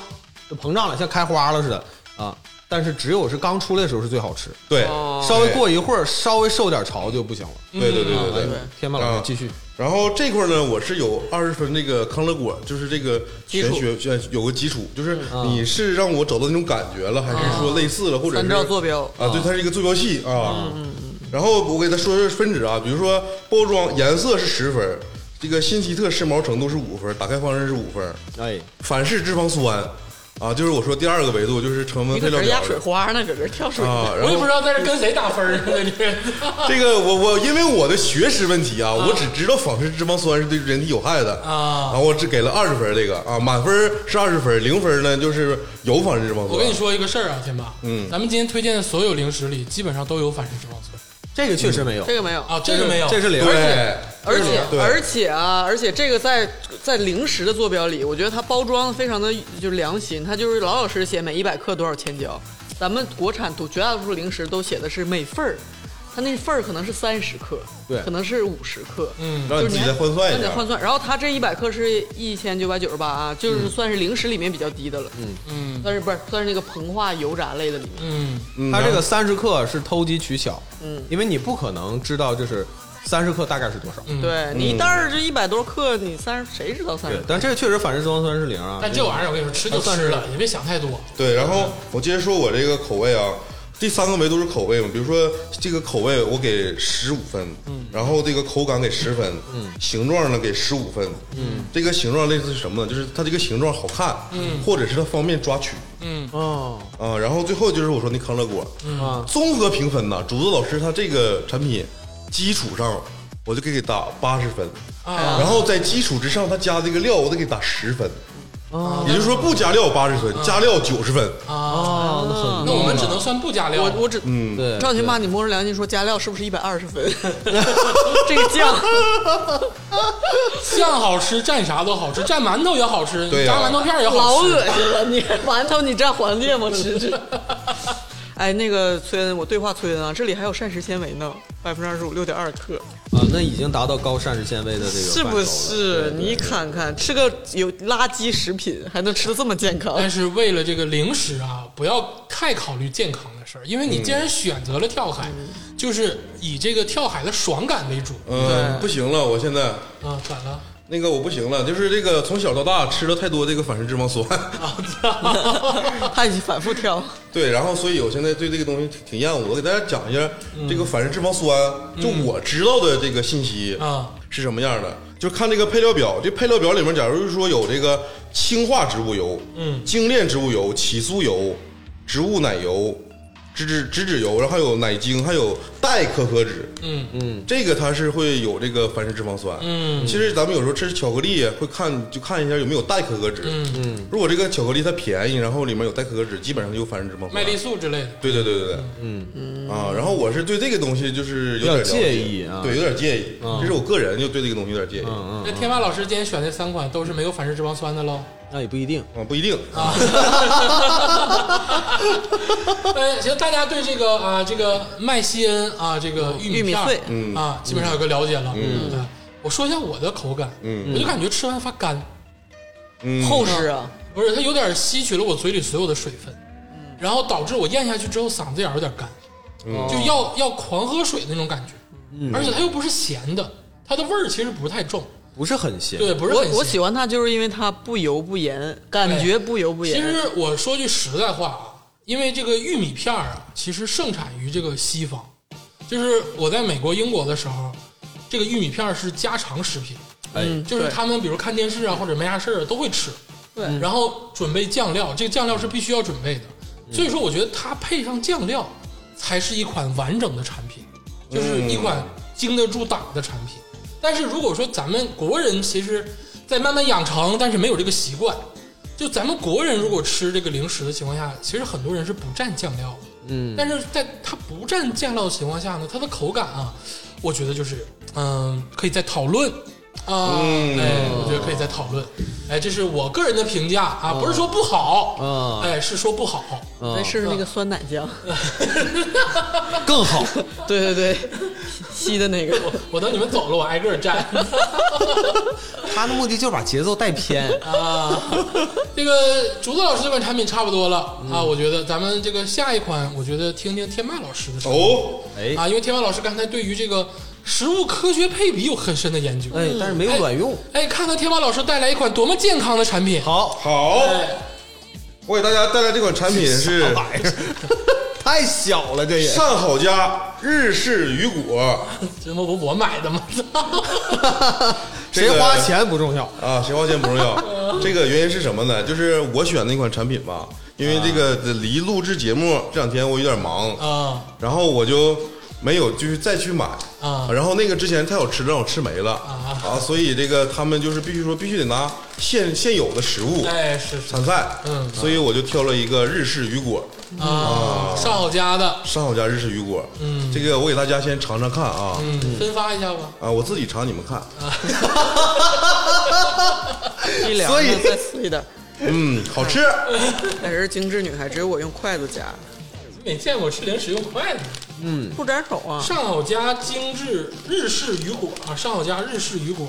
[SPEAKER 4] 就膨胀了，像开花了似的啊。但是只有是刚出来的时候是最好吃，
[SPEAKER 3] 对，
[SPEAKER 4] 稍微过一会儿，稍微受点潮就不行了。
[SPEAKER 3] 对对对对对。
[SPEAKER 4] 哎天霸老
[SPEAKER 3] 啊
[SPEAKER 4] 师继续，
[SPEAKER 3] 然后这块呢，我是有二十分那个康乐果，就是这个玄学呃有个基础，就是
[SPEAKER 2] 嗯
[SPEAKER 3] 你是让我找到那种感觉了，还是说类似了，或者
[SPEAKER 2] 按
[SPEAKER 3] 是
[SPEAKER 2] 嗯照嗯坐标
[SPEAKER 3] 啊？对，它是一个坐标系啊。然后我给他说说分值啊，比如说包装颜色是十分，这个新奇特时髦程度是五分，打开方式是五分，
[SPEAKER 4] 哎，
[SPEAKER 3] 反式脂肪酸啊，就是我说第二个维度，就是成
[SPEAKER 2] 你搁这
[SPEAKER 3] 本配料
[SPEAKER 2] 儿压
[SPEAKER 3] 表
[SPEAKER 2] 水
[SPEAKER 3] 的
[SPEAKER 2] 花呢，搁这儿跳水呢。
[SPEAKER 3] 啊。然
[SPEAKER 1] 我也不
[SPEAKER 3] 后
[SPEAKER 1] 知道在这跟谁打分儿呢，在这边。
[SPEAKER 3] 这个我我因为我的学识问题啊，我只知道仿制脂肪酸是对人体有害的
[SPEAKER 1] 啊
[SPEAKER 3] 然后我只给了二十分这个啊，满分是二十分，零分呢就是有仿制脂肪 酸。
[SPEAKER 1] 我跟你说一个事儿啊，天霸，嗯，咱们今天推荐的所有零食里，基本上都有反式脂肪酸
[SPEAKER 4] 这个确实没有，
[SPEAKER 2] 嗯这个没有
[SPEAKER 1] 啊，这个没有，
[SPEAKER 4] 这是零。
[SPEAKER 3] 对，
[SPEAKER 2] 而且
[SPEAKER 3] 对
[SPEAKER 2] 而且啊，而且这个在在零食的坐标里，我觉得它包装非常的就是良心，它就是老老实实写每一百克多少千焦。咱们国产都绝大多数零食都写的是每份儿，它那份儿可能是三十克，
[SPEAKER 4] 对
[SPEAKER 2] 可能是五十克，
[SPEAKER 1] 嗯
[SPEAKER 3] 让
[SPEAKER 2] 就
[SPEAKER 3] 你
[SPEAKER 2] 是
[SPEAKER 3] 自己
[SPEAKER 2] 还
[SPEAKER 3] 再换算
[SPEAKER 2] 让
[SPEAKER 3] 一
[SPEAKER 2] 你
[SPEAKER 3] 下。
[SPEAKER 2] 换算。然后它这一百克是一千九百九十八啊，就是算是零食里面比较低的了，嗯，
[SPEAKER 1] 嗯
[SPEAKER 2] 但是不是算是那个膨化油炸类的里面，
[SPEAKER 1] 嗯
[SPEAKER 3] 嗯
[SPEAKER 4] 它这个三十克是偷机取巧，
[SPEAKER 2] 嗯
[SPEAKER 4] 因为你不可能知道就是三十克大概是多少。
[SPEAKER 1] 嗯，。
[SPEAKER 2] 对你一袋儿这一百多克，你三十谁知道三十
[SPEAKER 4] 对？，但这个确实反式脂肪酸是零啊。
[SPEAKER 1] 但这玩意儿我跟你说，吃就吃了，也别想太多。
[SPEAKER 3] 对，然后我接着说我这个口味啊，第三个维度是口味嘛，比如说这个口味我给十五分，嗯，然后这个口感给十分，嗯，形状呢给十五分，嗯，这个形状类似于什么呢？就是它这个形状好看，嗯，或者是它方便抓取。
[SPEAKER 1] 嗯，
[SPEAKER 4] 哦，
[SPEAKER 3] 啊，然后最后就是我说那康乐果，
[SPEAKER 4] 啊
[SPEAKER 3] 综合评分呢，竹子老师他这个产品基础上，我就给给打八十分，
[SPEAKER 1] 啊
[SPEAKER 3] 然后在基础之上他加这个料，我得给打十分，也就是说不加料八十分，加料九十分，
[SPEAKER 1] 啊，
[SPEAKER 4] 哦，那很
[SPEAKER 1] 那我们只能算不加料。
[SPEAKER 2] 我我只
[SPEAKER 3] 嗯，
[SPEAKER 4] 对
[SPEAKER 2] 赵群骂你摸着良心说加料是不是一百二十分？ 这个酱
[SPEAKER 1] 酱好吃，蘸啥都好吃，蘸馒头也好吃，
[SPEAKER 3] 对
[SPEAKER 1] 炸
[SPEAKER 3] 呀
[SPEAKER 1] 馒头片儿也
[SPEAKER 2] 老
[SPEAKER 1] 好吃。
[SPEAKER 2] 恶心了！你馒头你蘸黄芥末吃吃。哎，那个崔恩，我对话崔恩啊，这里还有膳食纤维呢，百分之二十五，六点二克，
[SPEAKER 4] 啊，那已经达到高膳食纤维的这个
[SPEAKER 2] 是
[SPEAKER 4] 范畴
[SPEAKER 2] 不
[SPEAKER 4] 了
[SPEAKER 2] 是？你看看，吃个有垃圾食品还能吃的这么健 康，
[SPEAKER 1] 但是为了这个零食啊，不要太考虑健康的事儿，因为你既然选择了跳海，
[SPEAKER 2] 嗯
[SPEAKER 1] 就是以这个跳海的爽感为主。
[SPEAKER 3] 嗯，不行了，我现在
[SPEAKER 1] 啊，咋了？
[SPEAKER 3] 那个我不行了，就是这个从小到大吃了太多这个反式脂肪酸，
[SPEAKER 1] 嗯
[SPEAKER 2] 他已经反复跳。
[SPEAKER 3] 对，然后所以我现在对这个东西挺挺厌恶的。我给大家讲一下这个反式脂肪酸，就我知道的这个信息
[SPEAKER 1] 啊
[SPEAKER 3] 是什么样的，就看这个配料表。这配料表里面，假如说有这个氢化植物油、
[SPEAKER 1] 嗯
[SPEAKER 3] 精炼植物油、起酥油、植物奶油、植脂植脂油，然后还有奶精，还有代可可脂，
[SPEAKER 1] 嗯嗯
[SPEAKER 3] 这个它是会有这个反式脂肪酸。
[SPEAKER 1] 嗯
[SPEAKER 3] 其实咱们有时候吃巧克力会看，就看一下有没有代可可脂。
[SPEAKER 1] 嗯，
[SPEAKER 3] 如果这个巧克力它便宜，然后里面有代可可脂，基本上就有反式脂肪酸。
[SPEAKER 1] 麦丽素之类的。
[SPEAKER 3] 对对对对对，嗯嗯啊，然后我是对这个东西就是有点了解
[SPEAKER 4] 有点介意啊
[SPEAKER 3] 对，有点介意，这是我个人就对这个东西有点介意，
[SPEAKER 4] 嗯嗯，
[SPEAKER 1] 那天霸老师今天选那三款都是没有反式脂肪酸的喽。
[SPEAKER 4] 那也不一定。
[SPEAKER 3] 啊，不一定，
[SPEAKER 4] 嗯
[SPEAKER 1] 呃，行，大家对这个啊，这个麦西恩啊，这个玉
[SPEAKER 2] 玉米
[SPEAKER 1] 片儿
[SPEAKER 2] 碎
[SPEAKER 3] 嗯
[SPEAKER 1] 啊，基本上有个了解了。嗯，对，我说一下我的口感，
[SPEAKER 3] 嗯
[SPEAKER 1] 我就感觉吃完发干，
[SPEAKER 3] 嗯，
[SPEAKER 2] 厚实啊，
[SPEAKER 1] 不是它有点吸取了我嘴里所有的水分，
[SPEAKER 2] 嗯
[SPEAKER 1] 然后导致我咽下去之后嗓子眼儿有点干，就要要狂喝水那种感觉，而且它又不是咸的，它的味儿其实不是太重，
[SPEAKER 4] 不是很咸，
[SPEAKER 1] 对，不是
[SPEAKER 2] 我
[SPEAKER 1] 很
[SPEAKER 2] 我
[SPEAKER 1] 咸。
[SPEAKER 2] 喜欢它就是因为它不油不盐，感觉不油不
[SPEAKER 1] 其
[SPEAKER 2] 盐。
[SPEAKER 1] 实我说句实在话啊，因为这个玉米片儿啊，其实盛产于这个西方，就是我在美国、英国的时候，这个玉米片儿是家常食品，
[SPEAKER 4] 哎，
[SPEAKER 2] 嗯，
[SPEAKER 1] 就是
[SPEAKER 2] 对
[SPEAKER 1] 他们比如看电视啊或者没啥事儿都会吃，
[SPEAKER 2] 对
[SPEAKER 1] 然后准备酱料，这个酱料是必须要准备的，所以说我觉得它配上酱料才是一款完整的产品，就是一款经得住打的产品。但是如果说咱们国人其实，在慢慢养成，但是没有这个习惯，就咱们国人如果吃这个零食的情况下，其实很多人是不蘸酱料的。
[SPEAKER 4] 嗯，
[SPEAKER 1] 但是在它不蘸酱料的情况下呢，它的口感啊，我觉得就是嗯、可以再讨论啊，
[SPEAKER 3] 嗯
[SPEAKER 1] 哎，我觉得可以再讨论，哎，这是我个人的评价啊，不是说不好
[SPEAKER 4] 啊，
[SPEAKER 1] 哎，是说不好，
[SPEAKER 4] 嗯
[SPEAKER 2] 再试试那个酸奶酱，
[SPEAKER 4] 更好。
[SPEAKER 2] 对 对对，吸的那个。
[SPEAKER 1] 我等你们走了，我挨个儿蘸
[SPEAKER 4] 他的目的就是把节奏带偏。
[SPEAKER 1] 啊。这个竹子老师这款产品差不多了啊，我觉得咱们这个下一款，我觉得听听天霸老师的声音
[SPEAKER 3] 哦，
[SPEAKER 4] 哎
[SPEAKER 1] 啊，因为天霸老师刚才对于这个食物科学配比有很深的研究，
[SPEAKER 4] 哎，但是没有卵用。
[SPEAKER 1] 哎，看看天霸老师带来一款多么健康的产 品。
[SPEAKER 4] 好，
[SPEAKER 3] 好，
[SPEAKER 1] 哎，
[SPEAKER 3] 我给大家带来这款产品是
[SPEAKER 4] 哎 太小了，这也
[SPEAKER 3] 上好佳日式鱼果
[SPEAKER 1] 这不不我买的吗？
[SPEAKER 4] 谁花钱不重要，
[SPEAKER 3] 啊，谁花钱不重 要。这个原因是什么呢？就是我选那款产品吧，因为这个
[SPEAKER 4] 啊
[SPEAKER 3] 离录制节目这两天我有点忙，
[SPEAKER 1] 啊
[SPEAKER 3] 然后我就没有就是再去买
[SPEAKER 1] 啊
[SPEAKER 3] 然后那个之前太好吃了，让我吃没了啊所以这个他们就是必须说必须得拿现现有的食物
[SPEAKER 1] 哎是是
[SPEAKER 3] 参赛，
[SPEAKER 1] 嗯
[SPEAKER 3] 所以我就挑了一个日式鱼果，
[SPEAKER 1] 啊，上好佳的，
[SPEAKER 3] 上好佳日式鱼果，嗯，这个我给大家先尝尝看啊，
[SPEAKER 1] 嗯，啊分发一下吧。
[SPEAKER 3] 啊，我自己尝你们看，
[SPEAKER 2] 一两
[SPEAKER 4] 所以
[SPEAKER 2] 个再撕一点 儿。
[SPEAKER 3] 嗯，好吃，
[SPEAKER 2] 但是精致女孩，只有我用筷子夹，
[SPEAKER 1] 没见过吃零食用筷子。
[SPEAKER 2] 不沾手啊。
[SPEAKER 1] 上好佳精致日式鱼果啊，上好佳日式鱼果，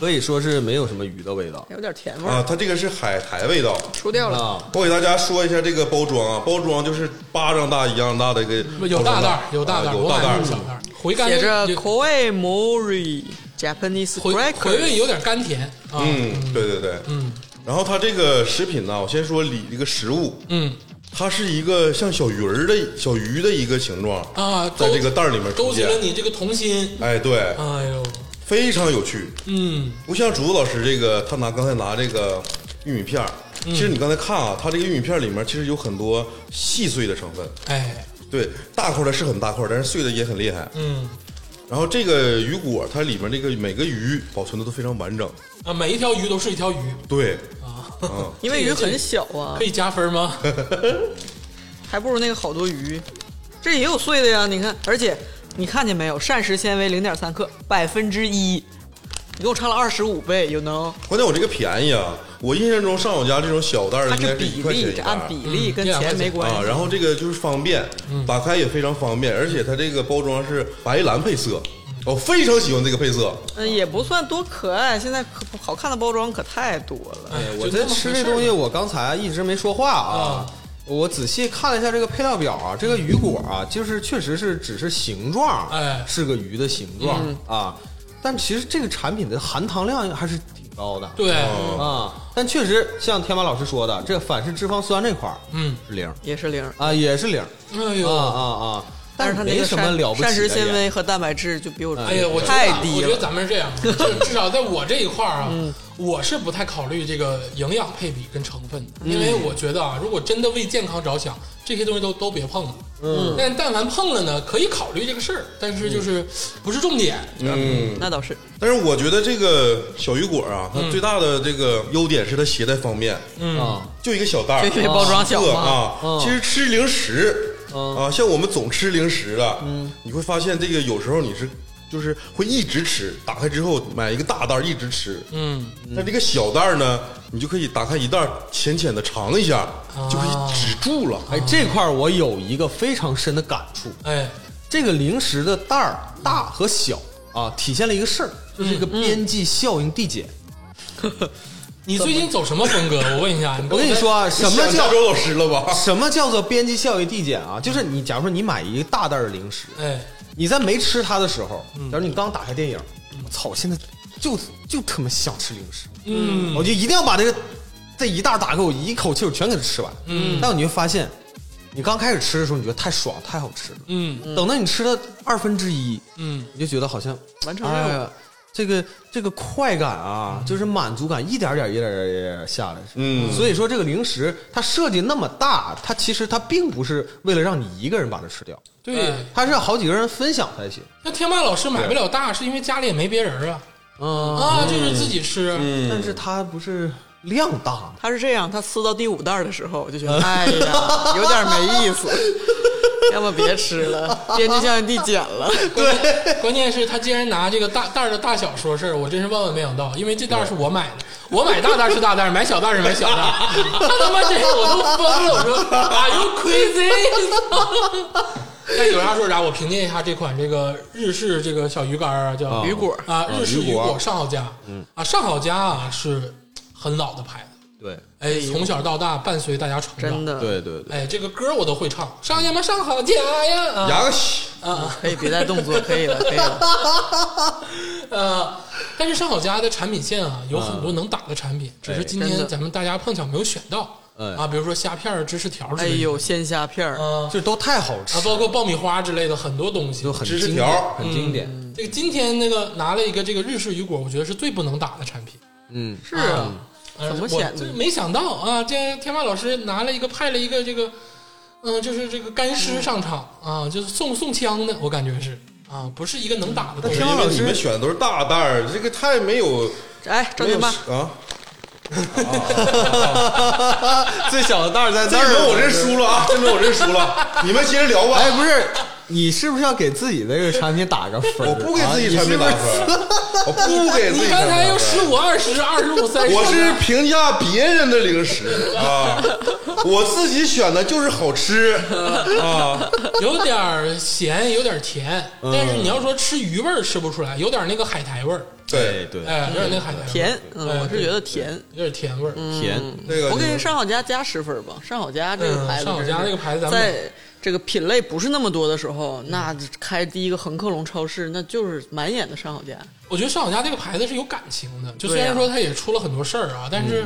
[SPEAKER 4] 可以说是没有什么鱼的味道
[SPEAKER 2] 有点甜味儿，
[SPEAKER 3] 啊，它这个是海苔味道。
[SPEAKER 2] 出掉了。
[SPEAKER 4] 啊。
[SPEAKER 3] 我给大家说一下这个包装啊，包装就是巴掌大一样大的一个包装，
[SPEAKER 1] 有大袋儿
[SPEAKER 3] 啊，
[SPEAKER 1] 有大袋儿，
[SPEAKER 3] 有
[SPEAKER 1] 我
[SPEAKER 3] 大
[SPEAKER 1] 买
[SPEAKER 3] 袋
[SPEAKER 1] 的
[SPEAKER 3] 儿
[SPEAKER 1] 是小袋儿。回甘
[SPEAKER 2] 写着
[SPEAKER 1] 有
[SPEAKER 2] Koi Mori Japanese
[SPEAKER 1] 回
[SPEAKER 2] Cracker，
[SPEAKER 1] 回味有点甘甜啊，
[SPEAKER 3] 嗯，对对对，嗯。然后它这个食品呢，我先说里这个食物，
[SPEAKER 1] 嗯
[SPEAKER 3] 它是一个像小鱼儿的小鱼的一个形状
[SPEAKER 1] 啊，
[SPEAKER 3] 在
[SPEAKER 1] 勾
[SPEAKER 3] 这个袋儿里面
[SPEAKER 1] 勾
[SPEAKER 3] 出
[SPEAKER 1] 起
[SPEAKER 3] 现
[SPEAKER 1] 了。你这个童心，
[SPEAKER 3] 哎，对，
[SPEAKER 1] 哎呦，
[SPEAKER 3] 非常有趣，
[SPEAKER 1] 嗯
[SPEAKER 3] 不像竹子老师这个，他拿刚才拿这个玉米片儿。
[SPEAKER 1] 嗯
[SPEAKER 3] 其实你刚才看啊，它这个玉米片儿里面其实有很多细碎的成分，
[SPEAKER 1] 哎
[SPEAKER 3] 对，大块儿的是很大块儿，但是碎的也很厉害。
[SPEAKER 1] 嗯
[SPEAKER 3] 然后这个鱼果，它里面这个每个鱼保存的都非常完整。
[SPEAKER 1] 啊，每一条鱼都是一条鱼，
[SPEAKER 3] 对，
[SPEAKER 1] 啊
[SPEAKER 3] 嗯
[SPEAKER 2] 因为鱼很小啊
[SPEAKER 1] 可，以加分吗？
[SPEAKER 2] 还不如那个好多鱼。这也有碎的呀，你看，而且你看见没有，膳食纤维零点三克，百分之一，你给我差了二十五倍，you know？
[SPEAKER 3] 关键我这个便宜啊！我印象中上我家这种小袋儿的
[SPEAKER 2] 它
[SPEAKER 3] 应该
[SPEAKER 2] 这
[SPEAKER 3] 是
[SPEAKER 2] 比
[SPEAKER 3] 一块钱
[SPEAKER 2] 例，
[SPEAKER 3] 一
[SPEAKER 2] 这
[SPEAKER 3] 袋儿
[SPEAKER 2] 按比例
[SPEAKER 1] 嗯
[SPEAKER 2] 跟
[SPEAKER 1] 这样
[SPEAKER 2] 钱
[SPEAKER 1] 会
[SPEAKER 2] 没关
[SPEAKER 3] 啊。
[SPEAKER 2] 系。
[SPEAKER 3] 然后这个就是方便，
[SPEAKER 2] 嗯
[SPEAKER 3] 打开也非常方便，而且它这个包装是白蓝配色，我非常喜欢这个配色。
[SPEAKER 2] 嗯，也不算多可爱，现在可好看的包装可太多了。
[SPEAKER 1] 哎，
[SPEAKER 4] 我
[SPEAKER 1] 就
[SPEAKER 4] 在
[SPEAKER 1] 那么
[SPEAKER 4] 吃
[SPEAKER 1] 回
[SPEAKER 4] 这
[SPEAKER 1] 事儿
[SPEAKER 4] 东西，我刚才一直没说话啊
[SPEAKER 1] 啊。
[SPEAKER 4] 我仔细看了一下这个配料表啊，这个鱼果啊，就是确实是只是形状，
[SPEAKER 1] 哎
[SPEAKER 4] 是个鱼的形状啊。但其实这个产品的含糖量还是挺高的
[SPEAKER 1] 对，
[SPEAKER 3] 嗯，
[SPEAKER 4] 啊。但确实像天马老师说的，这反式脂肪酸这块儿
[SPEAKER 1] 嗯，
[SPEAKER 4] 是零
[SPEAKER 2] 也是零，
[SPEAKER 4] 啊，也是零
[SPEAKER 1] 哎
[SPEAKER 4] 啊
[SPEAKER 1] 呦。
[SPEAKER 4] 啊啊。
[SPEAKER 2] 但是它那
[SPEAKER 4] 没
[SPEAKER 2] 个
[SPEAKER 4] 什么
[SPEAKER 2] 膳
[SPEAKER 4] 了不起的
[SPEAKER 2] 膳食
[SPEAKER 4] 也，
[SPEAKER 2] 纤维和蛋白质就比我
[SPEAKER 1] 哎呀，我觉得
[SPEAKER 2] 太
[SPEAKER 1] 啊
[SPEAKER 2] 低
[SPEAKER 1] 我觉得
[SPEAKER 2] 了。
[SPEAKER 1] 咱们是这样，就是至少在我这一块儿啊，我是不太考虑这个营养配比跟成分的，因为我觉得啊，如果真的为健康着想，这些东西都都别碰了。嗯，但但凡碰了呢，可以考虑这个事儿，但是就是不是重点。
[SPEAKER 2] 那倒是，
[SPEAKER 3] 但是我觉得这个小鱼果啊，它
[SPEAKER 2] 嗯
[SPEAKER 3] 最大的这个优点是它携带方便，
[SPEAKER 4] 啊，
[SPEAKER 3] 就一个小袋儿
[SPEAKER 2] 就，因为嗯包装小
[SPEAKER 3] 特
[SPEAKER 2] 嘛。嗯
[SPEAKER 3] 啊，其实吃零食啊，像我们总吃零食的，
[SPEAKER 2] 嗯
[SPEAKER 3] 你会发现这个有时候你是就是会一直吃，打开之后买一个大袋儿一直吃，
[SPEAKER 1] 嗯，
[SPEAKER 3] 但这个小袋儿呢，你就可以打开一袋儿，浅浅的尝一下，
[SPEAKER 4] 啊
[SPEAKER 3] 就可以止住了。
[SPEAKER 4] 哎，这块儿我有一个非常深的感触，
[SPEAKER 1] 哎，
[SPEAKER 4] 这个零食的袋儿大和小啊，体现了一个事儿，就是
[SPEAKER 2] 嗯
[SPEAKER 4] 一个边际效应递减。
[SPEAKER 1] 你最近走什么风格？我问一下，
[SPEAKER 4] 我跟你说，啊，什么
[SPEAKER 3] 想加
[SPEAKER 4] 叫
[SPEAKER 3] 州老师了吧？
[SPEAKER 4] 什么叫做边际效应递减啊？就是你，假如说你买一个大袋儿的零食，
[SPEAKER 1] 哎，
[SPEAKER 4] 你在没吃它的时候，
[SPEAKER 2] 嗯
[SPEAKER 4] 假如你刚打开电影，我操，我现在就就他妈想吃零食，
[SPEAKER 1] 嗯
[SPEAKER 4] 我就一定要把这个这一袋儿打开，我一口气我全给它吃完。
[SPEAKER 1] 嗯
[SPEAKER 4] 但你会发现，你刚开始吃的时候，你觉得太爽太好吃了，
[SPEAKER 1] 嗯
[SPEAKER 4] 等到你吃了二分之一，
[SPEAKER 1] 嗯，
[SPEAKER 4] 你就觉得好像
[SPEAKER 2] 完成任务
[SPEAKER 4] 哎呀这个这个快感啊，就是满足感，一点点、一点点、一点点下来。
[SPEAKER 3] 嗯
[SPEAKER 4] 所以说这个零食它设计那么大，它其实它并不是为了让你一个人把它吃掉，
[SPEAKER 1] 对。
[SPEAKER 4] 它是要好几个人分享才行。
[SPEAKER 1] 哎那天霸老师买不了大，是因为家里也没别人啊，
[SPEAKER 4] 啊，
[SPEAKER 1] 啊，就是自己吃。
[SPEAKER 4] 但是它不是量大吗？
[SPEAKER 2] 他是这样，他撕到第五袋儿的时候，我就觉得，哎呀，有点没意思，要么别吃了，边际效应递减了。
[SPEAKER 1] 对，关键是他竟然拿这个大袋儿的大小说事儿，我真是万万没想到，因为这袋儿是我买的，我买大袋儿是大袋儿，买小袋儿是买小袋儿，他他妈这我都疯了，我说 Are you crazy？但 有啥说啥，我评价一下这款这个日式这个小鱼干儿啊，叫
[SPEAKER 2] 鱼果
[SPEAKER 4] 哦
[SPEAKER 1] 啊，日式
[SPEAKER 3] 鱼
[SPEAKER 1] 鱼
[SPEAKER 3] 果
[SPEAKER 1] 果上好佳，啊，上好佳啊是很老的牌子，
[SPEAKER 4] 对
[SPEAKER 1] 哎，从小到大伴随大家成长。
[SPEAKER 2] 真的。
[SPEAKER 4] 对对对，
[SPEAKER 1] 哎，这个歌我都会唱，上呀嘛上好家呀啊
[SPEAKER 3] 嗯牙个洗，
[SPEAKER 1] 啊
[SPEAKER 2] 可以别带动作，可以了，可以了。
[SPEAKER 1] 啊！但是上好家的产品线啊，有很多能打的产品，只是今
[SPEAKER 2] 真
[SPEAKER 1] 天
[SPEAKER 2] 的
[SPEAKER 1] 咱们大家碰巧没有选到
[SPEAKER 4] 哎
[SPEAKER 1] 啊，比如说虾片儿、芝士条儿之
[SPEAKER 2] 哎
[SPEAKER 1] 类的，
[SPEAKER 2] 呦，鲜虾片儿，
[SPEAKER 1] 啊
[SPEAKER 4] 就都太好吃
[SPEAKER 1] 啊，，包括爆米花之类的很多东西
[SPEAKER 4] 就。很
[SPEAKER 3] 芝士
[SPEAKER 4] 经典
[SPEAKER 3] 条
[SPEAKER 4] 很经典。
[SPEAKER 1] 这个今天那个拿了一个这个日式雨果，我觉得是最不能打的产品。
[SPEAKER 4] 嗯，
[SPEAKER 2] 是啊，
[SPEAKER 1] 呃
[SPEAKER 2] 怎么
[SPEAKER 1] 我
[SPEAKER 2] 显
[SPEAKER 1] 这
[SPEAKER 2] 得
[SPEAKER 1] 没想到啊，这天霸老师拿了一个派了一个这个，嗯、就是这个干尸上场啊，就是送送枪的，我感觉是啊，不是一个能打的东西
[SPEAKER 3] 哎因。为你们选的都是大袋儿，这个太没有
[SPEAKER 2] 哎，张
[SPEAKER 3] 没有
[SPEAKER 2] 九爸，
[SPEAKER 3] 啊！
[SPEAKER 4] 最小的袋儿在
[SPEAKER 3] 这
[SPEAKER 4] 那
[SPEAKER 3] 轮
[SPEAKER 4] 儿。
[SPEAKER 3] 我认输了啊，这轮我认输了，你们接着聊吧
[SPEAKER 4] 哎，。不是，你是不是要给自己的这个产品打个分儿？
[SPEAKER 3] 我不给自己产品打分
[SPEAKER 4] 啊，
[SPEAKER 3] 我不给自己
[SPEAKER 1] 你刚
[SPEAKER 3] 产品
[SPEAKER 1] 才
[SPEAKER 3] 打
[SPEAKER 1] 又
[SPEAKER 3] 分。
[SPEAKER 1] 十五、二十、二十五、三十，
[SPEAKER 3] 我是评价别人的零食啊，我自己选的就是好吃啊。
[SPEAKER 1] 有点儿咸，有点儿甜，
[SPEAKER 2] 嗯
[SPEAKER 1] 但是你要说吃鱼味儿吃不出来，有点儿那个海苔味儿，
[SPEAKER 3] 对，
[SPEAKER 4] 对
[SPEAKER 1] 哎，有点儿那个海苔味儿
[SPEAKER 2] 甜，嗯，我是觉得甜。
[SPEAKER 1] 有点儿甜味儿。嗯，
[SPEAKER 4] 甜，
[SPEAKER 3] 这个
[SPEAKER 2] 我给
[SPEAKER 3] 就是
[SPEAKER 2] 上好佳加十分吧，上好佳这个
[SPEAKER 1] 哎
[SPEAKER 2] 牌子，
[SPEAKER 1] 嗯上我家那个牌子，咱们
[SPEAKER 2] 在这个品类不是那么多的时候，那开第一个恒客隆超市，那就是满眼的上好佳。
[SPEAKER 1] 我觉得上好佳这个牌子是有感情的，就虽
[SPEAKER 2] 对呀
[SPEAKER 1] 然
[SPEAKER 2] 嗯
[SPEAKER 1] 说它也出了很多事儿啊，但是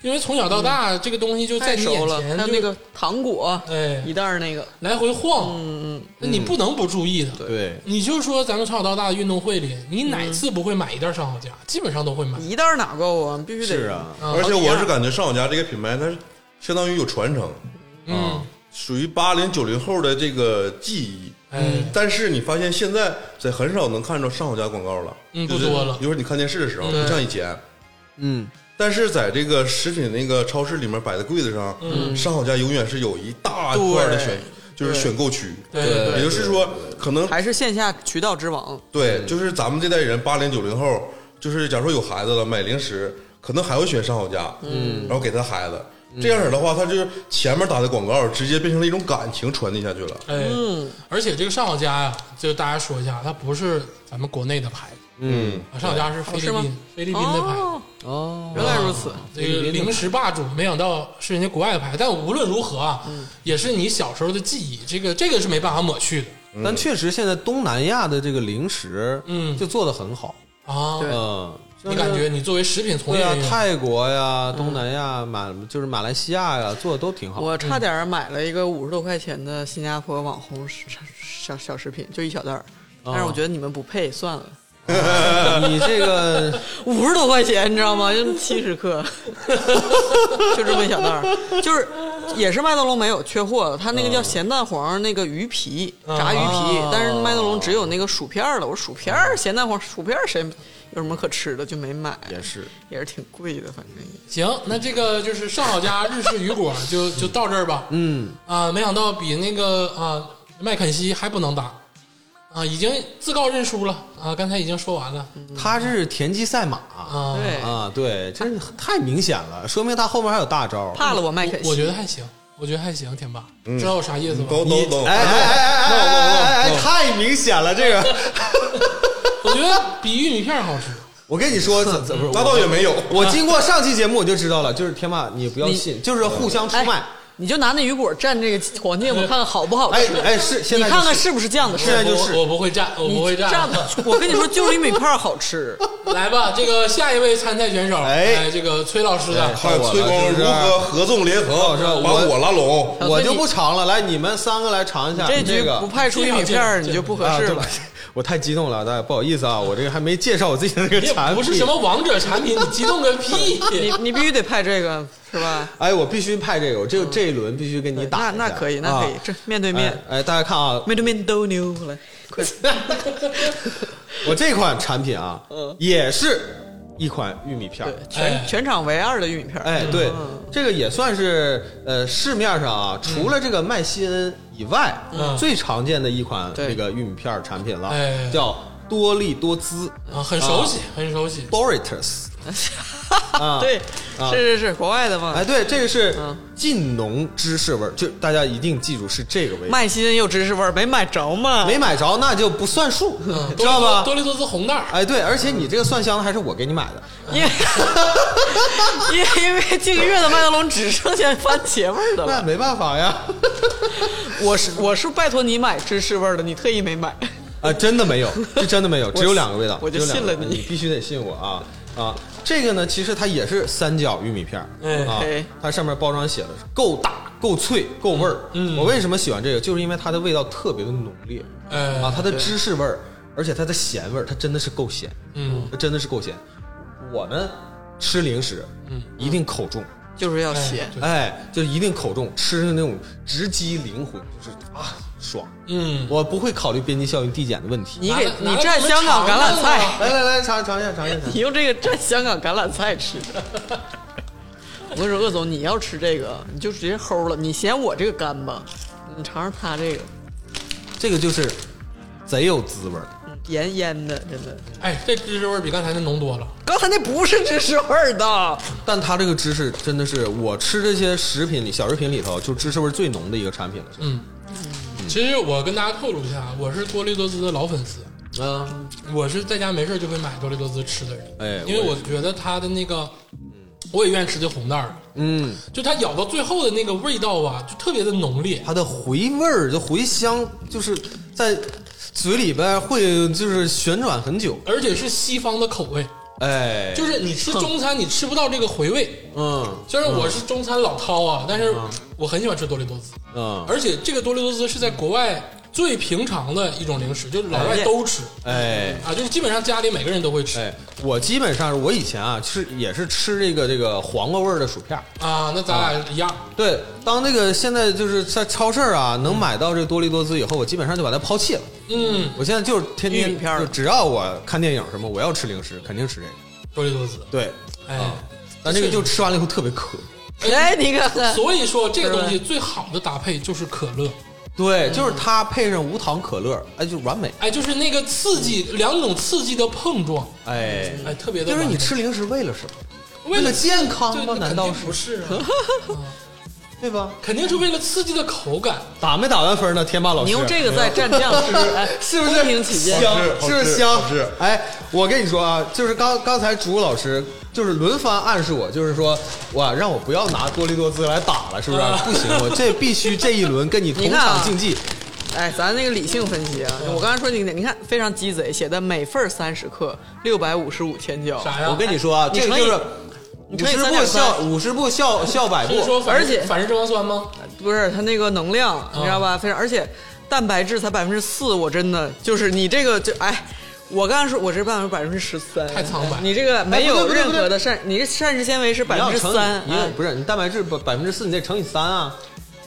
[SPEAKER 1] 因为从小到大这个东西就在
[SPEAKER 2] 太
[SPEAKER 1] 你
[SPEAKER 2] 熟
[SPEAKER 1] 眼
[SPEAKER 2] 了，
[SPEAKER 1] 前，
[SPEAKER 2] 还有
[SPEAKER 1] 就
[SPEAKER 2] 那个嗯糖果，
[SPEAKER 1] 哎
[SPEAKER 2] 一袋儿那个，
[SPEAKER 1] 来回晃，嗯嗯，那你不能不注意的。
[SPEAKER 4] 对，
[SPEAKER 1] 你就说咱们从小到大的运动会里，你
[SPEAKER 2] 嗯
[SPEAKER 1] 哪次不会买一袋上好佳？基本上都会买。
[SPEAKER 2] 一袋儿哪够啊？必须得
[SPEAKER 4] 是啊，
[SPEAKER 1] 啊
[SPEAKER 3] 而且我是感觉上我家这个品牌，它是相当于有传承，
[SPEAKER 1] 嗯，
[SPEAKER 3] 属于八零九零后的这个记忆。
[SPEAKER 2] 嗯
[SPEAKER 1] 哎，
[SPEAKER 3] 但是你发现现在在很少能看着上我家广告了，
[SPEAKER 1] 嗯
[SPEAKER 3] 就是
[SPEAKER 1] 不多了
[SPEAKER 3] 一会儿你看电视的时候，
[SPEAKER 1] 对
[SPEAKER 3] 不像以前。
[SPEAKER 4] 嗯，
[SPEAKER 3] 但是在这个食品那个超市里面摆的柜子上，上好佳永远是有一大块的选，就是选购区。
[SPEAKER 1] 嗯对对
[SPEAKER 3] 也就是说，可能
[SPEAKER 2] 还是线下渠道之王。
[SPEAKER 4] 嗯
[SPEAKER 3] 对，就是咱们这代人八零九零后，就是假如说有孩子了，买零食可能还会选上好佳，嗯，然后给他孩子。
[SPEAKER 4] 嗯
[SPEAKER 3] 这样式儿的话，他就是前面打的广告，直接变成了一种感情传递下去了。
[SPEAKER 1] 哎，
[SPEAKER 2] 嗯
[SPEAKER 1] 而且这个上好佳呀，就大家说一下，它不是咱们国内的牌子，
[SPEAKER 4] 嗯，
[SPEAKER 1] 啊上好佳是菲律
[SPEAKER 2] 哦是
[SPEAKER 1] 宾
[SPEAKER 2] 吗
[SPEAKER 1] 菲律宾的牌子。
[SPEAKER 2] 哦，
[SPEAKER 4] 哦，
[SPEAKER 2] 原来如此，
[SPEAKER 1] 这个零食霸主，没想到是人家国外的牌，但无论如何啊，
[SPEAKER 2] 嗯
[SPEAKER 1] 也是你小时候的记忆，这个这个是没办法抹去的
[SPEAKER 4] 嗯但确实现在东南亚的这个零食，
[SPEAKER 1] 嗯
[SPEAKER 4] 就做的很好，
[SPEAKER 1] 啊。
[SPEAKER 2] 对
[SPEAKER 4] 嗯，
[SPEAKER 1] 你感觉你作为食品从
[SPEAKER 4] 对
[SPEAKER 1] 业
[SPEAKER 4] 啊
[SPEAKER 1] 人，员，
[SPEAKER 4] 泰国呀、东南亚、马就是马来西亚呀，做的都挺好。
[SPEAKER 2] 我差点儿买了一个五十多块钱的新加坡网红食小小食品，就一小袋儿。但
[SPEAKER 1] 哦
[SPEAKER 2] 是我觉得你们不配，算了，
[SPEAKER 4] 你这 个
[SPEAKER 2] 五十多块钱，你知道吗？就七十克， 就这么一小袋儿，就是也是麦德龙没有缺货了，它那个
[SPEAKER 4] 嗯
[SPEAKER 2] 叫咸蛋黄那个鱼皮炸鱼皮，
[SPEAKER 4] 哦
[SPEAKER 2] 但是麦德龙只有那个薯片儿了。我说薯片儿、咸蛋黄、薯片儿谁有什么可吃的，就没买，
[SPEAKER 4] 也是，
[SPEAKER 2] 也是挺贵的，反正也。
[SPEAKER 1] 行，那这个就是上好佳日式雨果就就到这儿吧。嗯啊，没想到比那个啊麦肯锡还不能打啊，已经自告认输了啊，刚才已经说完了
[SPEAKER 4] 他是田忌赛马
[SPEAKER 1] 啊。
[SPEAKER 2] 对，
[SPEAKER 4] 啊，对，真是太明显了，说明他后面还有大招。
[SPEAKER 2] 怕了我麦肯
[SPEAKER 1] 我
[SPEAKER 2] 锡，
[SPEAKER 1] 我觉得还行，我觉得还行，天霸，
[SPEAKER 4] 嗯
[SPEAKER 1] 知道我啥意思吧？
[SPEAKER 3] 等等等，
[SPEAKER 4] 哎哎哎哎哎哎哎，太明显了，这个
[SPEAKER 1] 我觉得比玉米片儿好吃。
[SPEAKER 4] 我跟你说，怎怎不是
[SPEAKER 3] 那倒也没有，
[SPEAKER 4] 我经过上期节目我就知道了，就是天霸，你不要信，就是互相出卖
[SPEAKER 2] 哎。你就拿那雨果蘸这个黄芥末，看看好不好
[SPEAKER 4] 哎
[SPEAKER 2] 吃。
[SPEAKER 4] 哎，是现
[SPEAKER 2] 你
[SPEAKER 4] 在
[SPEAKER 2] 看看
[SPEAKER 4] 就是
[SPEAKER 2] 不是酱的
[SPEAKER 4] 现
[SPEAKER 2] 事？
[SPEAKER 4] 在就
[SPEAKER 1] 我
[SPEAKER 4] 是
[SPEAKER 1] 我不会站，我不会站。啊
[SPEAKER 2] 蘸吧，我跟你说，就是玉米片儿好 吃。
[SPEAKER 1] 来吧，这个下一位参赛选手，
[SPEAKER 4] 哎
[SPEAKER 1] 这个崔老师的，
[SPEAKER 3] 看崔工如何合纵连
[SPEAKER 4] 老
[SPEAKER 3] 横
[SPEAKER 4] 师我，
[SPEAKER 3] 把我拉拢。
[SPEAKER 4] 我就不尝了，来你们三个来尝一下
[SPEAKER 2] 这局
[SPEAKER 4] 个
[SPEAKER 2] 不派出玉米片儿，你就不合
[SPEAKER 4] 啊
[SPEAKER 2] 适
[SPEAKER 4] 对
[SPEAKER 2] 了
[SPEAKER 4] 不。起我太激动了，大家不好意思啊，我这个还没介绍我自己的这
[SPEAKER 1] 你
[SPEAKER 4] 个
[SPEAKER 1] 也
[SPEAKER 4] 产品。
[SPEAKER 1] 不是什么王者产品，你激动个屁！
[SPEAKER 2] 你你必须得派这个是吧？
[SPEAKER 4] 哎，我必须派这个，我这这一轮必须跟你
[SPEAKER 2] 那
[SPEAKER 4] 打一下。
[SPEAKER 2] 那可以，那可以
[SPEAKER 4] 啊，
[SPEAKER 2] 这面对面，
[SPEAKER 4] 哎，哎大家看啊，
[SPEAKER 2] 面对面斗牛来，快！
[SPEAKER 4] 我这款产品啊，也是一款玉米片儿。
[SPEAKER 1] 哎
[SPEAKER 2] 全全场唯二的玉米片儿。
[SPEAKER 4] 哎，对，
[SPEAKER 1] 嗯
[SPEAKER 4] 这个也算是呃市面上啊，除了这个麦西恩以外，
[SPEAKER 1] 嗯
[SPEAKER 4] 最常见的一款
[SPEAKER 2] 对
[SPEAKER 4] 那个玉米片儿产品了
[SPEAKER 1] 哎，
[SPEAKER 4] 叫多利多滋
[SPEAKER 1] 啊，很熟悉，很熟悉。
[SPEAKER 4] Doritos。
[SPEAKER 1] 嗯
[SPEAKER 4] 啊，
[SPEAKER 2] 对，
[SPEAKER 4] 啊
[SPEAKER 2] 是是是，国外的嘛。
[SPEAKER 4] 哎，对，这个是
[SPEAKER 2] 嗯
[SPEAKER 4] 晋浓芝士味儿，就大家一定记住是这个味道。
[SPEAKER 2] 卖心有知识味儿，没买着嘛。
[SPEAKER 4] 没买着那就不算数，
[SPEAKER 1] 嗯
[SPEAKER 4] 知道吧
[SPEAKER 1] 多？利多多利多滋红袋儿，
[SPEAKER 4] 哎，对，而且你这个蒜香的还是我给你买的，
[SPEAKER 2] 因为因为因为净月的麦德龙只剩下番茄味儿的
[SPEAKER 4] 那
[SPEAKER 2] 了。
[SPEAKER 4] 没办法 呀。
[SPEAKER 2] 我是我是拜托你买芝士味儿的，你特意没买。
[SPEAKER 4] 啊，真的没有，是真的没有，只有两个味道，
[SPEAKER 2] 我就
[SPEAKER 4] 只有两个
[SPEAKER 2] 信了你
[SPEAKER 4] 你必须得信我啊啊！这个呢，其实它也是三角玉米片儿、
[SPEAKER 1] 哎
[SPEAKER 4] 啊
[SPEAKER 2] 嘿，
[SPEAKER 4] 它上面包装写的是够大、够脆、够味儿。嗯，我为什么喜欢这个，就是因为它的味道特别的浓烈，
[SPEAKER 1] 哎
[SPEAKER 4] 啊，它的芝士味儿，而且它的咸味儿，它真的是够咸，
[SPEAKER 1] 嗯，
[SPEAKER 4] 它真的是够咸。我们吃零食，嗯，一定口重。
[SPEAKER 2] 就是要咸，
[SPEAKER 4] 哎，就是一定口重，吃是那种直击灵魂，就是啊爽。
[SPEAKER 1] 嗯，
[SPEAKER 4] 我不会考虑边际效应递减的问题。
[SPEAKER 2] 你给
[SPEAKER 1] 拿了
[SPEAKER 2] 你蘸香港橄榄
[SPEAKER 1] 拿了
[SPEAKER 2] 菜，
[SPEAKER 4] 来来来，尝尝一下，尝一下。尝一下
[SPEAKER 2] 你用这个蘸香港橄榄菜吃。 我跟你说，鄂总，你要吃这个，你就直接齁了。你嫌我这个干吧？你尝尝他这个，
[SPEAKER 4] 这个就是贼有滋味儿。
[SPEAKER 2] 嗯盐腌的，真的。
[SPEAKER 1] 哎，这芝士味儿比刚才那浓多了，
[SPEAKER 2] 刚才那不是芝士味儿的，
[SPEAKER 4] 但它这个芝士真的是我吃这些食品里小食品里头，就芝士味儿最浓的一个产品了。嗯
[SPEAKER 1] 其实我跟大家透露一下，啊我是多利多滋的老粉丝，
[SPEAKER 4] 啊，
[SPEAKER 1] 我是在家没事就会买多利多滋吃的人，
[SPEAKER 4] 哎
[SPEAKER 1] 因为
[SPEAKER 4] 我
[SPEAKER 1] 我觉得它的那个，嗯我也愿意吃这红袋儿的，
[SPEAKER 4] 嗯，
[SPEAKER 1] 就它咬到最后的那个味道啊，就特别的浓烈，
[SPEAKER 4] 它的回味儿就回香，就是在嘴里边会就是旋转很久。
[SPEAKER 1] 而且是西方的口味，
[SPEAKER 4] 哎，
[SPEAKER 1] 就是你吃中餐你吃不到这个回味。
[SPEAKER 4] 嗯
[SPEAKER 1] 虽然我是中餐老饕啊，但是我很喜欢吃多利多滋，
[SPEAKER 4] 嗯，
[SPEAKER 1] 而且这个多利多滋是在国外最平常的一种零食，就是老外都吃
[SPEAKER 4] 哎。
[SPEAKER 1] 啊，就是基本上家里每个人都会吃
[SPEAKER 4] 哎，我基本上是我以前啊吃也是吃这个这个黄瓜味儿的薯片儿。
[SPEAKER 1] 啊。那咱俩一样，
[SPEAKER 4] 对，当那个现在就是在超市啊能买到这个多利多滋以后，我基本上就把它抛弃了。
[SPEAKER 1] 嗯，
[SPEAKER 4] 我现在就是天
[SPEAKER 2] 玉米
[SPEAKER 4] 天
[SPEAKER 2] 片儿
[SPEAKER 4] 就只要我看电影什么，我要吃零食，肯定吃这个。
[SPEAKER 1] 多利多滋，
[SPEAKER 4] 对，
[SPEAKER 1] 哎，
[SPEAKER 4] 但这个就吃完了以后特别渴。
[SPEAKER 2] 哎，你看看，
[SPEAKER 1] 所以说这个东西最好的搭配就是可乐，
[SPEAKER 4] 对，嗯就是它配上无糖可乐，哎，就完美。
[SPEAKER 1] 哎，就是那个刺激
[SPEAKER 2] 嗯
[SPEAKER 1] 两种刺激的碰撞，
[SPEAKER 4] 哎，
[SPEAKER 1] 哎，特别的
[SPEAKER 4] 就
[SPEAKER 1] 完
[SPEAKER 4] 是
[SPEAKER 1] 美。
[SPEAKER 4] 你吃零食为了什么？
[SPEAKER 1] 为了
[SPEAKER 4] 健康
[SPEAKER 1] 对
[SPEAKER 4] 吗？
[SPEAKER 1] 那
[SPEAKER 4] 难
[SPEAKER 1] 肯
[SPEAKER 4] 道
[SPEAKER 1] 定
[SPEAKER 4] 是
[SPEAKER 1] 不是啊？
[SPEAKER 4] 对吧？
[SPEAKER 1] 肯定是为了刺激的口感。
[SPEAKER 4] 打没打完分呢？天霸老师，
[SPEAKER 2] 你用这个再蘸酱 吃，哎，
[SPEAKER 4] 是不是
[SPEAKER 2] 公平起见？
[SPEAKER 4] 香
[SPEAKER 3] 好吃？
[SPEAKER 4] 是不
[SPEAKER 3] 好
[SPEAKER 4] 是
[SPEAKER 3] 吃
[SPEAKER 4] 香
[SPEAKER 3] 好吃？
[SPEAKER 4] 哎，我跟你说啊，就是刚刚才竹老师就是轮番暗示我，就是说哇，让我不要拿多利多滋来打了，是不是？
[SPEAKER 1] 啊
[SPEAKER 4] 不行，我这必须这一轮跟你同
[SPEAKER 2] 你看啊
[SPEAKER 4] 场 竞技。
[SPEAKER 2] 哎，咱那个理性分析啊，我刚才说你，你看非常鸡贼，写的每份三十克，六百五十五千焦，
[SPEAKER 1] 啥呀？
[SPEAKER 4] 我跟你说啊，
[SPEAKER 2] 哎你
[SPEAKER 4] 这个
[SPEAKER 2] 乘以
[SPEAKER 4] 就
[SPEAKER 2] 你乘以
[SPEAKER 4] 是五十
[SPEAKER 2] 三
[SPEAKER 4] 步
[SPEAKER 2] 点
[SPEAKER 4] 笑
[SPEAKER 2] 三，
[SPEAKER 4] 五十步笑笑百
[SPEAKER 1] 是
[SPEAKER 4] 步。
[SPEAKER 1] 说反
[SPEAKER 2] 而且嗯
[SPEAKER 1] 反式脂肪酸吗？
[SPEAKER 2] 不是它那个能
[SPEAKER 4] 啊
[SPEAKER 2] 量，你知道吧？非常，而且蛋白质才百分之四，我真的就是你这个就哎。我刚才说，我这半百分之十三，
[SPEAKER 1] 太苍白
[SPEAKER 2] 你这个没
[SPEAKER 4] 哎不
[SPEAKER 2] 有
[SPEAKER 4] 对不对
[SPEAKER 2] 任
[SPEAKER 4] 不对
[SPEAKER 2] 何的膳，你这膳食纤维是百
[SPEAKER 4] 你
[SPEAKER 2] 分
[SPEAKER 4] 要
[SPEAKER 2] 之
[SPEAKER 4] 乘以
[SPEAKER 2] 三嗯哎
[SPEAKER 4] 你不是你蛋白质百百分之四，你得乘以三啊。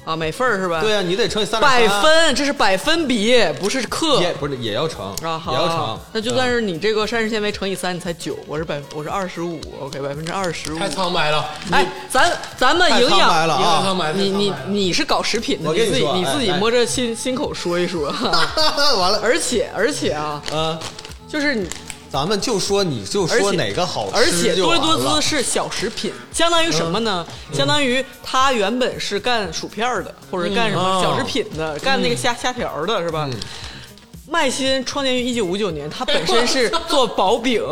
[SPEAKER 2] 啊，每份儿是吧？
[SPEAKER 4] 对啊，你得乘以三
[SPEAKER 2] 百分，这是百分比，不是克
[SPEAKER 4] 也不是也要乘
[SPEAKER 2] 啊，好
[SPEAKER 4] 也要乘。嗯
[SPEAKER 2] 那就算是你这个膳食纤维乘以三，你才九，我是百我是二十五，OK，百分之二十五
[SPEAKER 1] 太。苍白了，
[SPEAKER 2] 哎，咱咱们
[SPEAKER 4] 太
[SPEAKER 2] 营
[SPEAKER 4] 苍白
[SPEAKER 2] 养
[SPEAKER 4] 了
[SPEAKER 1] 一个
[SPEAKER 4] 啊！
[SPEAKER 1] 苍白，
[SPEAKER 2] 你
[SPEAKER 1] 太苍
[SPEAKER 2] 你
[SPEAKER 1] 白了
[SPEAKER 2] 你是搞食品的，
[SPEAKER 4] 我
[SPEAKER 2] 你
[SPEAKER 4] 跟你
[SPEAKER 2] 自己
[SPEAKER 4] 说
[SPEAKER 2] 你
[SPEAKER 4] 哎
[SPEAKER 2] 自己
[SPEAKER 4] 哎
[SPEAKER 2] 摸着心心口说一说。
[SPEAKER 4] 完了，
[SPEAKER 2] 而且而且啊，
[SPEAKER 4] 嗯，
[SPEAKER 2] 就是你，
[SPEAKER 4] 咱们就说你就
[SPEAKER 2] 而
[SPEAKER 4] 说
[SPEAKER 2] 且
[SPEAKER 4] 哪个好
[SPEAKER 2] 而
[SPEAKER 4] 吃
[SPEAKER 2] 且
[SPEAKER 4] 就
[SPEAKER 2] 多
[SPEAKER 4] 完
[SPEAKER 2] 利
[SPEAKER 4] 了，嗯
[SPEAKER 2] 多滋是小食品，相当于什么呢？相当于它原本是干薯片儿的，或者干什
[SPEAKER 4] 嗯
[SPEAKER 2] 么
[SPEAKER 4] 啊
[SPEAKER 2] 小食品的，干那个虾虾条儿的是吧？麦新创建于一九五九年，它本身 是做薄饼，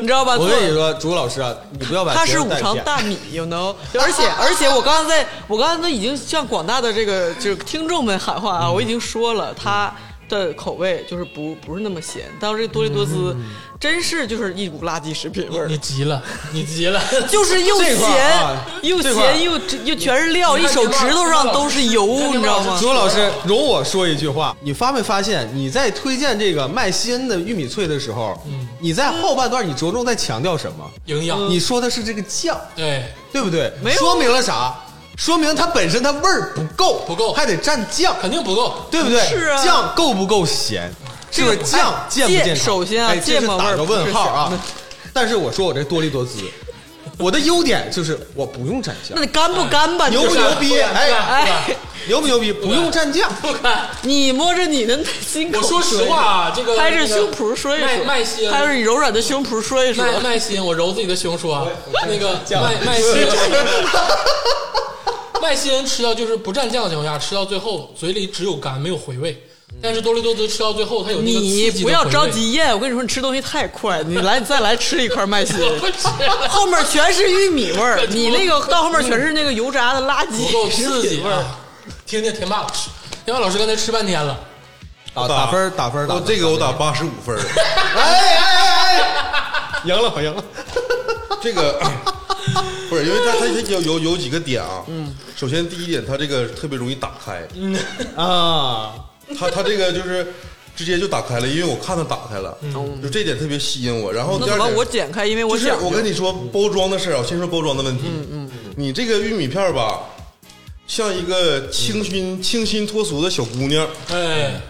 [SPEAKER 2] 你知道吧？
[SPEAKER 4] 我
[SPEAKER 2] 做
[SPEAKER 4] 跟你说，朱老师啊，你不要把
[SPEAKER 2] 它
[SPEAKER 4] 节
[SPEAKER 2] 是
[SPEAKER 4] 目
[SPEAKER 2] 五
[SPEAKER 4] 带
[SPEAKER 2] 常
[SPEAKER 4] 偏
[SPEAKER 2] 大 米，you know。而且而且，我刚刚在我刚刚都已经向广大的这个就是听众们喊话啊，我已
[SPEAKER 4] 嗯
[SPEAKER 2] 经说了它。的口味就是不不是那么咸，但是这多利多滋、
[SPEAKER 4] 嗯
[SPEAKER 2] 真是就是一股垃圾食品味儿
[SPEAKER 1] 你，急 了，你急了，
[SPEAKER 2] 就是又
[SPEAKER 4] 这块儿
[SPEAKER 2] 咸、
[SPEAKER 4] 啊
[SPEAKER 2] 又
[SPEAKER 4] 这块儿
[SPEAKER 2] 咸又又全是料，一
[SPEAKER 1] 看
[SPEAKER 2] 手
[SPEAKER 1] 这块儿
[SPEAKER 2] 指头上都是油，
[SPEAKER 1] 看这块儿
[SPEAKER 2] 你知道吗？
[SPEAKER 4] 朱老师，容我说一句话，你发没发现你在推荐这个麦西恩的玉米脆的时候，
[SPEAKER 2] 嗯
[SPEAKER 4] 你在后半段你着重在强调什么？
[SPEAKER 1] 营养
[SPEAKER 4] 你说的是这个酱，
[SPEAKER 1] 对
[SPEAKER 4] 对不对？
[SPEAKER 2] 没有
[SPEAKER 4] 说明了啥？说明它本身它味儿不够，
[SPEAKER 1] 不够
[SPEAKER 4] 还得蘸酱，
[SPEAKER 1] 肯定不够，
[SPEAKER 4] 对不对？
[SPEAKER 2] 是啊
[SPEAKER 4] 酱够不够咸？是不是
[SPEAKER 2] 这个
[SPEAKER 4] 酱
[SPEAKER 2] 哎
[SPEAKER 4] 健不健康？
[SPEAKER 2] 芥首先啊
[SPEAKER 4] 哎，这
[SPEAKER 2] 芥
[SPEAKER 4] 是
[SPEAKER 2] 末味
[SPEAKER 4] 打
[SPEAKER 2] 儿
[SPEAKER 4] 个
[SPEAKER 2] 不是
[SPEAKER 4] 问号
[SPEAKER 2] 咸
[SPEAKER 4] 啊
[SPEAKER 2] 的。
[SPEAKER 4] 但是我说我这多利多滋，我的优点就是我不用蘸酱
[SPEAKER 2] 那，你干不干吧？
[SPEAKER 4] 哎牛
[SPEAKER 2] 就
[SPEAKER 4] 不
[SPEAKER 2] 是
[SPEAKER 4] 牛逼？
[SPEAKER 1] 哎
[SPEAKER 4] 哎，
[SPEAKER 2] 哎，
[SPEAKER 4] 牛不牛逼？不用蘸酱，
[SPEAKER 1] 不敢。
[SPEAKER 2] 你摸着你的心口，
[SPEAKER 1] 我说实话，啊，这个
[SPEAKER 2] 拍着
[SPEAKER 1] 那个
[SPEAKER 2] 胸脯说一
[SPEAKER 1] 麦
[SPEAKER 2] 说，
[SPEAKER 1] 麦心，
[SPEAKER 2] 拍着你柔软的胸脯说一说，
[SPEAKER 1] 麦麦心，我揉自己的胸说啊，那个
[SPEAKER 4] 酱
[SPEAKER 1] 麦麦 心， 麦心吃到就是不蘸酱的情况下，吃到最后嘴里只有干没有回味，但是多利多滋吃到最后它有那个
[SPEAKER 2] 你
[SPEAKER 1] 刺激的
[SPEAKER 2] 不要
[SPEAKER 1] 回味
[SPEAKER 2] 着，急咽，我跟你说，你吃东西太快，你来你再来吃一块 麦心，
[SPEAKER 1] 不吃
[SPEAKER 2] 后面全是玉米味 儿，你那个到后面全是那个油炸的垃圾
[SPEAKER 1] 不够刺
[SPEAKER 2] 食
[SPEAKER 1] 激
[SPEAKER 2] 品味儿。
[SPEAKER 1] 啊！听听田霸老师，田霸老师刚才吃半天了，
[SPEAKER 4] 啊，打分儿打分儿打
[SPEAKER 3] 我
[SPEAKER 4] 分儿。
[SPEAKER 3] 这个我打八十五分儿，
[SPEAKER 4] 哎哎哎哎，赢了赢了。
[SPEAKER 3] 这个 不是因为它它有有有几个点啊。嗯，首先第一点，它这个特别容易打开，
[SPEAKER 4] 啊，
[SPEAKER 3] 它它这个就是直接就打开了，因为我看它打开了，就这点特别吸引我。然后
[SPEAKER 2] 嗯那
[SPEAKER 3] 第
[SPEAKER 2] 怎
[SPEAKER 3] 二
[SPEAKER 2] 么
[SPEAKER 3] 点，
[SPEAKER 2] 我剪开？因为我嗯
[SPEAKER 3] 就是
[SPEAKER 2] 讲
[SPEAKER 3] 我跟你说包装的事儿啊，我先说包装的问题。嗯嗯，你这个玉米片儿吧，像一个清
[SPEAKER 2] 嗯
[SPEAKER 3] 新清新脱俗的小姑娘，
[SPEAKER 1] 哎，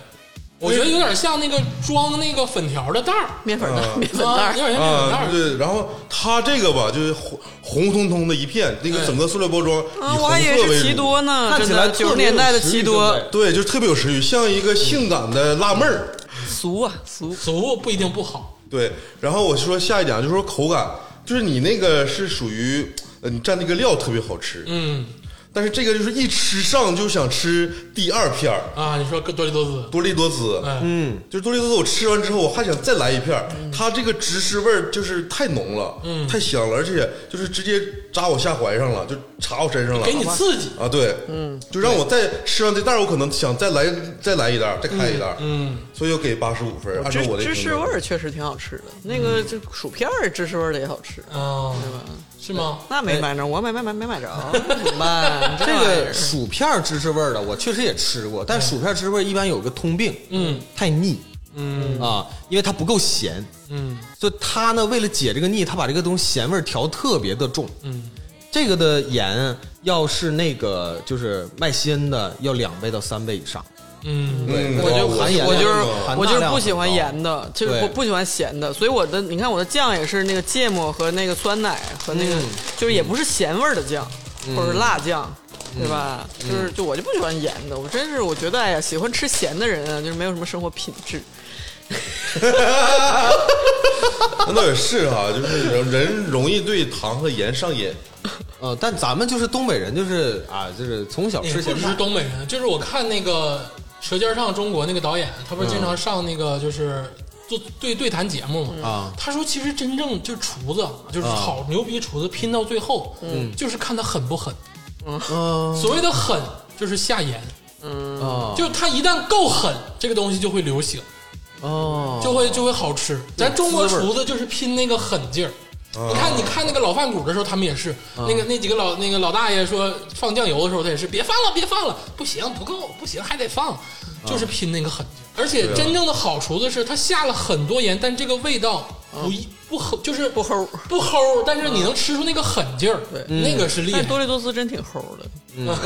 [SPEAKER 1] 我觉得有点像那个装那个粉条的袋儿，
[SPEAKER 2] 面粉的面粉
[SPEAKER 1] 啊，
[SPEAKER 2] 袋
[SPEAKER 1] 有
[SPEAKER 2] 儿，
[SPEAKER 1] 点像面粉袋
[SPEAKER 3] 啊，
[SPEAKER 1] 儿。
[SPEAKER 3] 对，然后它这个吧，就是红红彤彤的一片，那个整个塑料包装以
[SPEAKER 2] 哎啊，我还
[SPEAKER 3] 红
[SPEAKER 2] 以
[SPEAKER 3] 色
[SPEAKER 2] 为
[SPEAKER 3] 为
[SPEAKER 2] 是奇
[SPEAKER 3] 主，
[SPEAKER 2] 多呢，
[SPEAKER 4] 看
[SPEAKER 2] 真
[SPEAKER 4] 起来
[SPEAKER 2] 的九十年代的奇多
[SPEAKER 3] 对，就是特别有食欲，像一个性感的辣妹儿。
[SPEAKER 2] 俗啊俗，
[SPEAKER 1] 俗不一定不好，
[SPEAKER 3] 对，然后我说下一点，啊就是说口感，就是你那个是属于，呃，你蘸那个料特别好吃，
[SPEAKER 1] 嗯
[SPEAKER 3] 但是这个就是一吃上就想吃第二片儿，
[SPEAKER 1] 啊，你说跟多利多滋，
[SPEAKER 3] 多利多滋，
[SPEAKER 1] 哎，
[SPEAKER 4] 嗯，
[SPEAKER 3] 就是多利多滋，我吃完之后我还想再来一片儿，它这个芝士味儿就是太浓了，
[SPEAKER 1] 嗯
[SPEAKER 3] 太香了，而且就是直接扎我下怀上了，就插我身上了，
[SPEAKER 1] 给你刺激，
[SPEAKER 3] 啊，对，嗯，就让我再吃完这袋儿，我可能想再来再来一袋儿，再开一袋儿，
[SPEAKER 1] 嗯，
[SPEAKER 3] 所以我给八十五分，按照
[SPEAKER 2] 芝
[SPEAKER 3] 我的
[SPEAKER 2] 芝
[SPEAKER 3] 评
[SPEAKER 2] 士
[SPEAKER 3] 分
[SPEAKER 2] 味儿确实挺好吃的，那个
[SPEAKER 3] 嗯
[SPEAKER 2] 这薯片儿芝士味儿的也好
[SPEAKER 3] 哎
[SPEAKER 2] 吃。
[SPEAKER 1] 啊，是吗？
[SPEAKER 2] 那没买着，我买买买没买着， 怎么办？
[SPEAKER 4] 这
[SPEAKER 2] 嗯玩意
[SPEAKER 4] 个
[SPEAKER 2] 儿
[SPEAKER 4] 薯片儿芝士味儿的，我确实也吃过，但薯片儿芝士味儿一般有个通病，
[SPEAKER 1] 嗯，
[SPEAKER 4] 太腻
[SPEAKER 1] 嗯
[SPEAKER 4] 啊，因为它不够咸。
[SPEAKER 1] 嗯
[SPEAKER 4] 就它呢，为了解这个腻，它把这个东西咸味儿调特别的重。
[SPEAKER 1] 嗯
[SPEAKER 4] 这个的盐要是那个就是麦鲜的，要两倍到三倍以上。
[SPEAKER 1] 嗯，
[SPEAKER 3] 嗯
[SPEAKER 4] 我就
[SPEAKER 3] 我
[SPEAKER 4] 含盐
[SPEAKER 2] 我
[SPEAKER 4] 量
[SPEAKER 2] 就是
[SPEAKER 4] 很高
[SPEAKER 2] 我就是不喜欢盐的，就是我
[SPEAKER 4] 对
[SPEAKER 2] 不喜欢咸的，所以我的你看我的酱也是那个芥末和那个酸奶和那
[SPEAKER 1] 嗯
[SPEAKER 2] 个，就是也不是咸味儿的酱，或者是辣酱，
[SPEAKER 1] 嗯
[SPEAKER 2] 对吧？就是就我就不喜欢盐的，我真是我觉得哎呀，喜欢吃咸的人啊，就是没有什么生活品质。
[SPEAKER 3] 那倒也是哈、就是人人容易对糖和盐上瘾。
[SPEAKER 4] 呃，但咱们就是东北人，就是啊，就是从小
[SPEAKER 1] 你
[SPEAKER 4] 吃
[SPEAKER 1] 不
[SPEAKER 4] 咸
[SPEAKER 1] 只是
[SPEAKER 4] 菜。
[SPEAKER 1] 东北人，就是我看那个《舌尖上中国》那个导演，他不
[SPEAKER 4] 嗯
[SPEAKER 1] 是经常上那个就是做对对谈节目嘛？嗯
[SPEAKER 4] 啊，
[SPEAKER 1] 他说其实真正就是厨子，就是好牛逼厨子，拼到最后，就是看他狠不狠。
[SPEAKER 4] 嗯
[SPEAKER 1] 所谓的狠，就是下盐，
[SPEAKER 2] 嗯
[SPEAKER 4] 啊，
[SPEAKER 1] 就是他一旦够狠，这个东西就会流行，
[SPEAKER 4] 哦，
[SPEAKER 1] 就会就会好吃。咱中国
[SPEAKER 4] 滋味儿嗯
[SPEAKER 1] 厨子就是拼那个狠劲儿。你看，你看那个老饭骨的时候，他们也是那个那几个老那个老大爷说放酱油的时候，他也是别放了，别放了，不行，不够，不行，还得放，
[SPEAKER 4] 嗯
[SPEAKER 1] 就是拼那个狠劲儿。而且真正的好厨子是他下了很多盐，但这个味道
[SPEAKER 4] 嗯
[SPEAKER 1] 不一不齁，就是不齁不齁，但是你能吃出那个狠劲儿，
[SPEAKER 4] 嗯
[SPEAKER 1] 那个是厉害嗯
[SPEAKER 2] 但。多利多滋真挺齁的。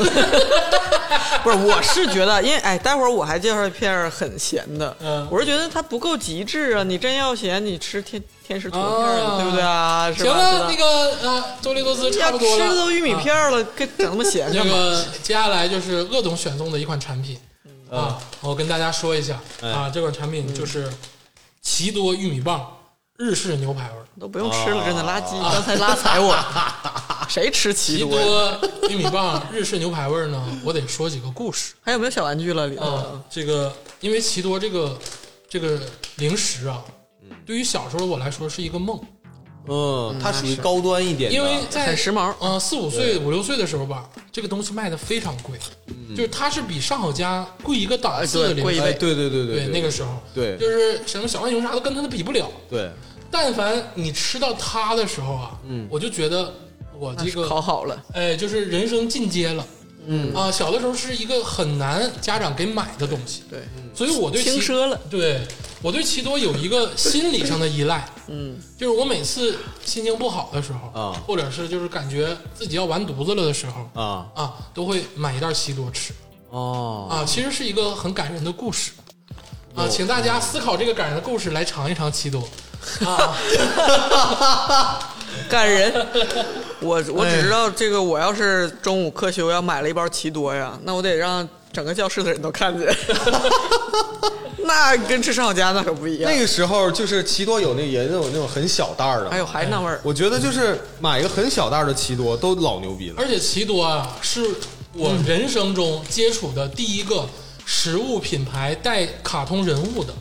[SPEAKER 2] 不是，我是觉得，因为哎，待会儿我还介绍一片儿很咸的，
[SPEAKER 1] 嗯
[SPEAKER 2] 我是觉得它不够极致啊。你真要咸，你吃天天使坨片儿
[SPEAKER 1] 啊
[SPEAKER 2] 的，对不对啊？是
[SPEAKER 1] 行
[SPEAKER 2] 吧
[SPEAKER 1] 了，那
[SPEAKER 2] 是吧
[SPEAKER 1] 个啊，多利多滋差
[SPEAKER 2] 要
[SPEAKER 1] 不多了，啊
[SPEAKER 2] 吃都玉米片儿了，跟整那么咸
[SPEAKER 1] 那
[SPEAKER 2] 干嘛？
[SPEAKER 1] 个接下来就是鄂总选送的一款产品啊，我跟大家说一下啊，这款产品就是奇多玉米棒日式牛排味儿，
[SPEAKER 2] 都不用吃了，真的垃圾！刚才拉踩 我，谁吃奇
[SPEAKER 1] 哦奇
[SPEAKER 2] 多呀？
[SPEAKER 1] 多玉米棒日式牛排味儿呢，我得说几个故事
[SPEAKER 2] 还有没有小玩具了？里头、
[SPEAKER 1] 啊。这个因为奇多这个这个零食啊，对于小时候的我来说是一个梦，
[SPEAKER 4] 嗯，它属于高端一点的，
[SPEAKER 1] 因为在
[SPEAKER 2] 很时髦。
[SPEAKER 1] 嗯，四五岁、五六岁的时候吧，这个东西卖的非常贵，就是它是比上好佳贵一个档次的
[SPEAKER 2] 哎对
[SPEAKER 1] 零
[SPEAKER 2] 贵
[SPEAKER 1] 食
[SPEAKER 2] 一。
[SPEAKER 4] 哎，对对对
[SPEAKER 1] 对，那个时候，
[SPEAKER 4] 对
[SPEAKER 1] 就是什么小浣熊啥都跟它的比不了。
[SPEAKER 4] 对，
[SPEAKER 1] 但凡你吃到它的时候啊，嗯，我就觉得我这
[SPEAKER 2] 啊烤
[SPEAKER 1] 个，
[SPEAKER 2] 好了，
[SPEAKER 1] 哎，就是人生进阶了。嗯啊，小的时候是一个很难家长给买的东西，
[SPEAKER 2] 对，
[SPEAKER 1] 所以我对
[SPEAKER 2] 嗯轻
[SPEAKER 1] 奇
[SPEAKER 2] 奢了。
[SPEAKER 1] 对我对奇多有一个心理上的依赖，嗯，就是我每次心情不好的时候
[SPEAKER 4] 啊
[SPEAKER 1] 或者是就是感觉自己要完犊子了的时候
[SPEAKER 4] 啊
[SPEAKER 1] 啊，都会买一袋奇多吃
[SPEAKER 4] 哦，
[SPEAKER 1] 啊，其实是一个很感人的故事。啊，请大家思考这个感人的故事，来啊尝一尝奇多。
[SPEAKER 2] 感人，我我
[SPEAKER 4] 哎
[SPEAKER 2] 只知道这个，我要是中午课休要买了一包奇多呀，那我得让整个教室的人都 看见，那跟吃上好佳那可不一样。
[SPEAKER 4] 那个时候就是奇多有那也有那种很小袋儿的，
[SPEAKER 2] 哎呦，还是那味儿，
[SPEAKER 4] 我觉得就是买一个很小袋儿的奇多都老牛逼了。
[SPEAKER 1] 而且奇多啊，是我人生中接触的第一个食物品牌带卡通人物的。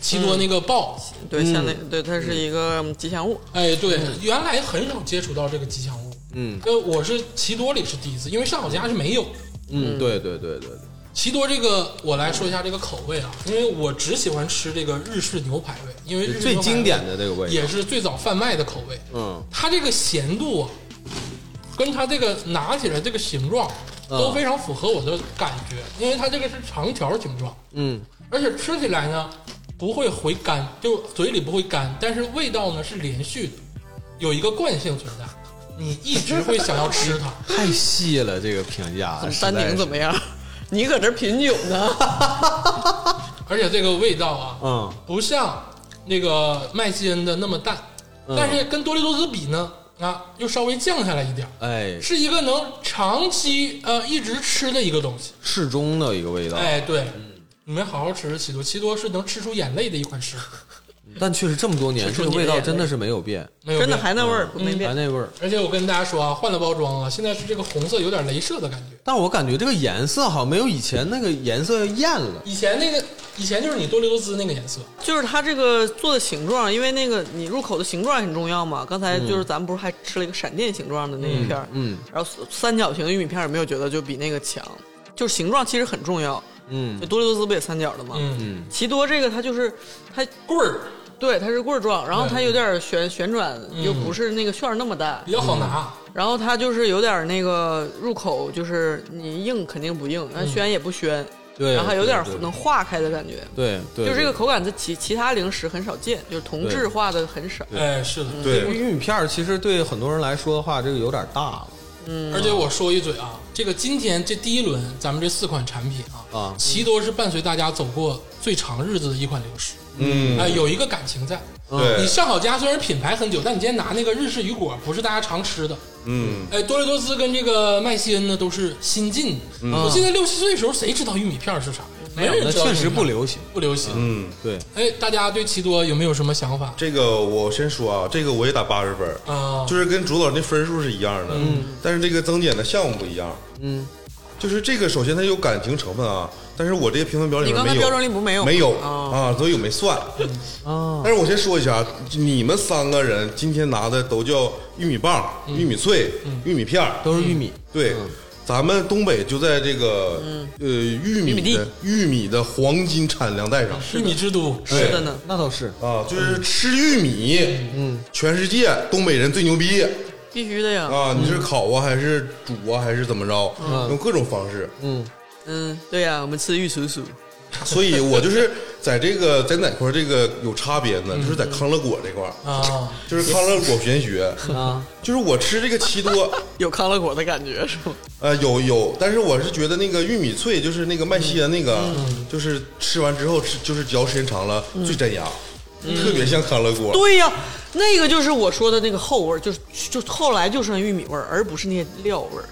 [SPEAKER 1] 奇多那个豹，
[SPEAKER 4] 嗯
[SPEAKER 2] 对，像那
[SPEAKER 1] 嗯
[SPEAKER 2] 对它是一个吉祥物，
[SPEAKER 1] 哎，对，原来很少接触到这个吉祥物。
[SPEAKER 4] 嗯
[SPEAKER 1] 呃，我是奇多里是第一次，因为上好佳是没有的。
[SPEAKER 4] 嗯，对对对对对，
[SPEAKER 1] 奇多这个，我来说一下这个口味啊，因为我只喜欢吃这个日式牛排味，因为日式
[SPEAKER 4] 最
[SPEAKER 1] 牛排味
[SPEAKER 4] 经典的这个味道，
[SPEAKER 1] 也是最早贩卖的口味。
[SPEAKER 4] 嗯，
[SPEAKER 1] 它这个咸度啊，跟它这个拿起来这个形状
[SPEAKER 4] 嗯
[SPEAKER 1] 都非常符合我的感觉，因为它这个是长条形状，
[SPEAKER 4] 嗯，
[SPEAKER 1] 而且吃起来呢不会回甘，就嘴里不会干，但是味道呢是连续的，有一个惯性存在，你一直会想要吃 它。
[SPEAKER 4] 太细了这个评价，
[SPEAKER 1] 嗯
[SPEAKER 2] 嗯丹
[SPEAKER 4] 实在
[SPEAKER 2] 宁
[SPEAKER 4] 是
[SPEAKER 2] 怎么样？ 你搁这品酒呢？
[SPEAKER 1] 而且这个味道啊，
[SPEAKER 4] 嗯
[SPEAKER 1] 不像那个麦西恩的那么淡，
[SPEAKER 4] 嗯
[SPEAKER 1] 但是跟多利多滋比呢，啊，又稍微降下来一点儿，
[SPEAKER 4] 哎
[SPEAKER 1] 是一个能长期呃一直吃的一个东西。
[SPEAKER 4] 适中的一个味道，
[SPEAKER 1] 哎，对，你们好好吃吃奇多，奇多是能吃出眼泪的一款食物，
[SPEAKER 4] 但确实这么多年这个味道真的是没有变，
[SPEAKER 1] 没有
[SPEAKER 2] 真的
[SPEAKER 1] 变
[SPEAKER 2] 还那味儿，没
[SPEAKER 4] 还
[SPEAKER 2] 变。
[SPEAKER 4] 那味儿。
[SPEAKER 1] 而且我跟大家说啊，换了包装啊，现在是这个红色有点镭射的感觉。
[SPEAKER 4] 但我感觉这个颜色好像没有以前那个颜色艳了。
[SPEAKER 1] 以前那个，以前就是你多利多滋那个颜色，
[SPEAKER 2] 就是它这个做的形状，因为那个你入口的形状很重要嘛。刚才就是咱们不是还吃了一个闪电形状的那一片儿、
[SPEAKER 4] 嗯嗯嗯
[SPEAKER 2] 然后三角形的玉米片儿有没有觉得就比那个强？就是形状其实很重要。
[SPEAKER 4] 嗯
[SPEAKER 2] 就多利多滋不也三角的嘛？
[SPEAKER 1] 嗯，
[SPEAKER 2] 奇多这个它就是它
[SPEAKER 1] 棍儿
[SPEAKER 2] 对它是棍儿状，然后它有点旋旋转，
[SPEAKER 1] 嗯
[SPEAKER 2] 又不是那个旋儿那么大，
[SPEAKER 1] 比较好拿，
[SPEAKER 2] 然后它就是有点那个入口就是你硬肯定不硬，但宣也不宣，
[SPEAKER 4] 嗯对
[SPEAKER 2] 然后还有点
[SPEAKER 4] 对对
[SPEAKER 2] 能化开的感觉。
[SPEAKER 4] 对对，
[SPEAKER 2] 就是这个
[SPEAKER 4] 对
[SPEAKER 2] 口感在其其他零食很少见，就是同质化的很少。
[SPEAKER 1] 哎，是的，
[SPEAKER 2] 嗯
[SPEAKER 4] 这个
[SPEAKER 3] 对，
[SPEAKER 4] 玉米片儿，其实对很多人来说的话，这个有点大了。
[SPEAKER 1] 而且我说一嘴啊，这个今天这第一轮咱们这四款产品啊，
[SPEAKER 4] 啊
[SPEAKER 1] 奇多是伴随大家走过最长日子的一款零食，
[SPEAKER 3] 嗯
[SPEAKER 1] 啊、，有一个感情在。你
[SPEAKER 2] 嗯啊
[SPEAKER 3] 对，
[SPEAKER 1] 上好佳虽然品牌很久，但你今天拿那个日式雨果不是大家常吃的，
[SPEAKER 3] 嗯，
[SPEAKER 1] 哎，多利多滋跟这个麦西恩呢都是新进的。我记得六七岁的时候，谁知道玉米片儿是啥？没人
[SPEAKER 4] 那
[SPEAKER 1] 知道，
[SPEAKER 4] 确实不流行。
[SPEAKER 1] 不流行。
[SPEAKER 3] 嗯，
[SPEAKER 4] 对，
[SPEAKER 1] 哎，大家对奇多有没有什么想法
[SPEAKER 3] 这个我先说啊，这个我也打八十分儿，
[SPEAKER 1] 啊？
[SPEAKER 3] 就是跟主导那分数是一样的，
[SPEAKER 2] 嗯
[SPEAKER 3] 但是这个增减的项目不一样，
[SPEAKER 4] 嗯，
[SPEAKER 3] 就是这个首先它有感情成分啊，但是我这个评分表里
[SPEAKER 2] 你
[SPEAKER 3] 面
[SPEAKER 2] 刚才
[SPEAKER 3] 没有，
[SPEAKER 2] 标准里不没有吗
[SPEAKER 3] 没有
[SPEAKER 2] 啊嗯哦
[SPEAKER 3] 啊，所以我没算。
[SPEAKER 4] 啊，
[SPEAKER 3] 但是我先说一下，你们三个人今天拿的都叫玉米棒、
[SPEAKER 2] 嗯
[SPEAKER 3] 玉米脆、玉米片儿，
[SPEAKER 4] 都是玉米。
[SPEAKER 3] 对。咱们东北就在这个、呃玉
[SPEAKER 2] 嗯玉米
[SPEAKER 3] 米
[SPEAKER 2] 地
[SPEAKER 3] 的玉米的黄金产量带上，
[SPEAKER 1] 玉米之都，
[SPEAKER 3] 对
[SPEAKER 2] 是的呢，嗯
[SPEAKER 4] 那倒是，
[SPEAKER 3] 啊，就是吃玉米，嗯，全世界东北人最牛逼
[SPEAKER 2] 必须的呀。
[SPEAKER 3] 啊！你是烤啊，还是煮啊，还是怎么着？用各种方式，
[SPEAKER 4] 嗯，
[SPEAKER 2] 嗯，对呀，我们吃玉蜀黍，
[SPEAKER 3] 所以我就是在这个在哪块儿这个有差别呢？就是在
[SPEAKER 2] 嗯
[SPEAKER 3] 康乐果这块儿，
[SPEAKER 1] 啊，
[SPEAKER 3] 就是康乐果玄学
[SPEAKER 2] 嗯
[SPEAKER 4] 啊，
[SPEAKER 3] 就是我吃这个奇多，
[SPEAKER 2] 有康乐果的感觉是吗？
[SPEAKER 3] 呃，有有，但是我是觉得那个玉米脆，就是那个麦西恩那个，就是吃完之后吃，就是嚼时间长了最粘牙，特别像康乐果。
[SPEAKER 2] 对呀，那个就是我说的那个后味儿，就是就后来就剩玉米味儿，而不是那些料味儿。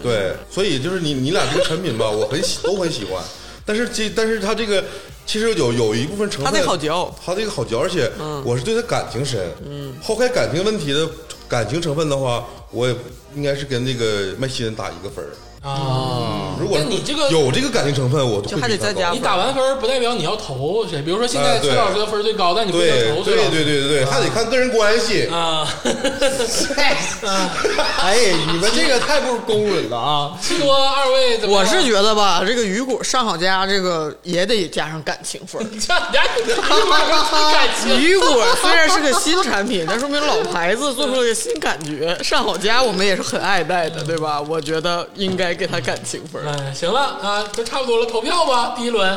[SPEAKER 3] 对，所以就是你你俩这个产品吧，我很喜都很喜欢，但是这但是它这个其实有有一部分成分，
[SPEAKER 2] 它得好嚼
[SPEAKER 3] 它这个好嚼，而且我是对它感情深，嗯，抛开感情问题的感情成分的话，我也应该是跟那个麦西恩打一个分儿。
[SPEAKER 1] 啊，
[SPEAKER 3] 如果
[SPEAKER 1] 那你这个
[SPEAKER 3] 有这个感情成分，我就
[SPEAKER 2] 就还得再加
[SPEAKER 1] 你打完分儿不代表你要投谁，比如说现在
[SPEAKER 3] 哎对
[SPEAKER 1] 崔老师的分儿最高，但你不一定
[SPEAKER 3] 对
[SPEAKER 1] 投
[SPEAKER 3] 对
[SPEAKER 1] 崔老
[SPEAKER 3] 对
[SPEAKER 1] 师
[SPEAKER 3] 对对对，还得看个人关系。
[SPEAKER 1] 啊。
[SPEAKER 4] 哎，你们这个 太不公允了啊！
[SPEAKER 1] 奇多二位怎么
[SPEAKER 2] 我
[SPEAKER 1] 样，
[SPEAKER 2] 是觉得吧，这个雨果上好佳这个也得加上感情分儿。
[SPEAKER 1] 你看 你家有 什么感情？
[SPEAKER 2] 雨果虽然是个新产品，但说明老牌子做出了个新感觉。上好佳我们也是很爱戴的，对吧？我觉得应该给他感情分儿。
[SPEAKER 1] 哎，行了啊，都差不多了，投票吧，第一轮。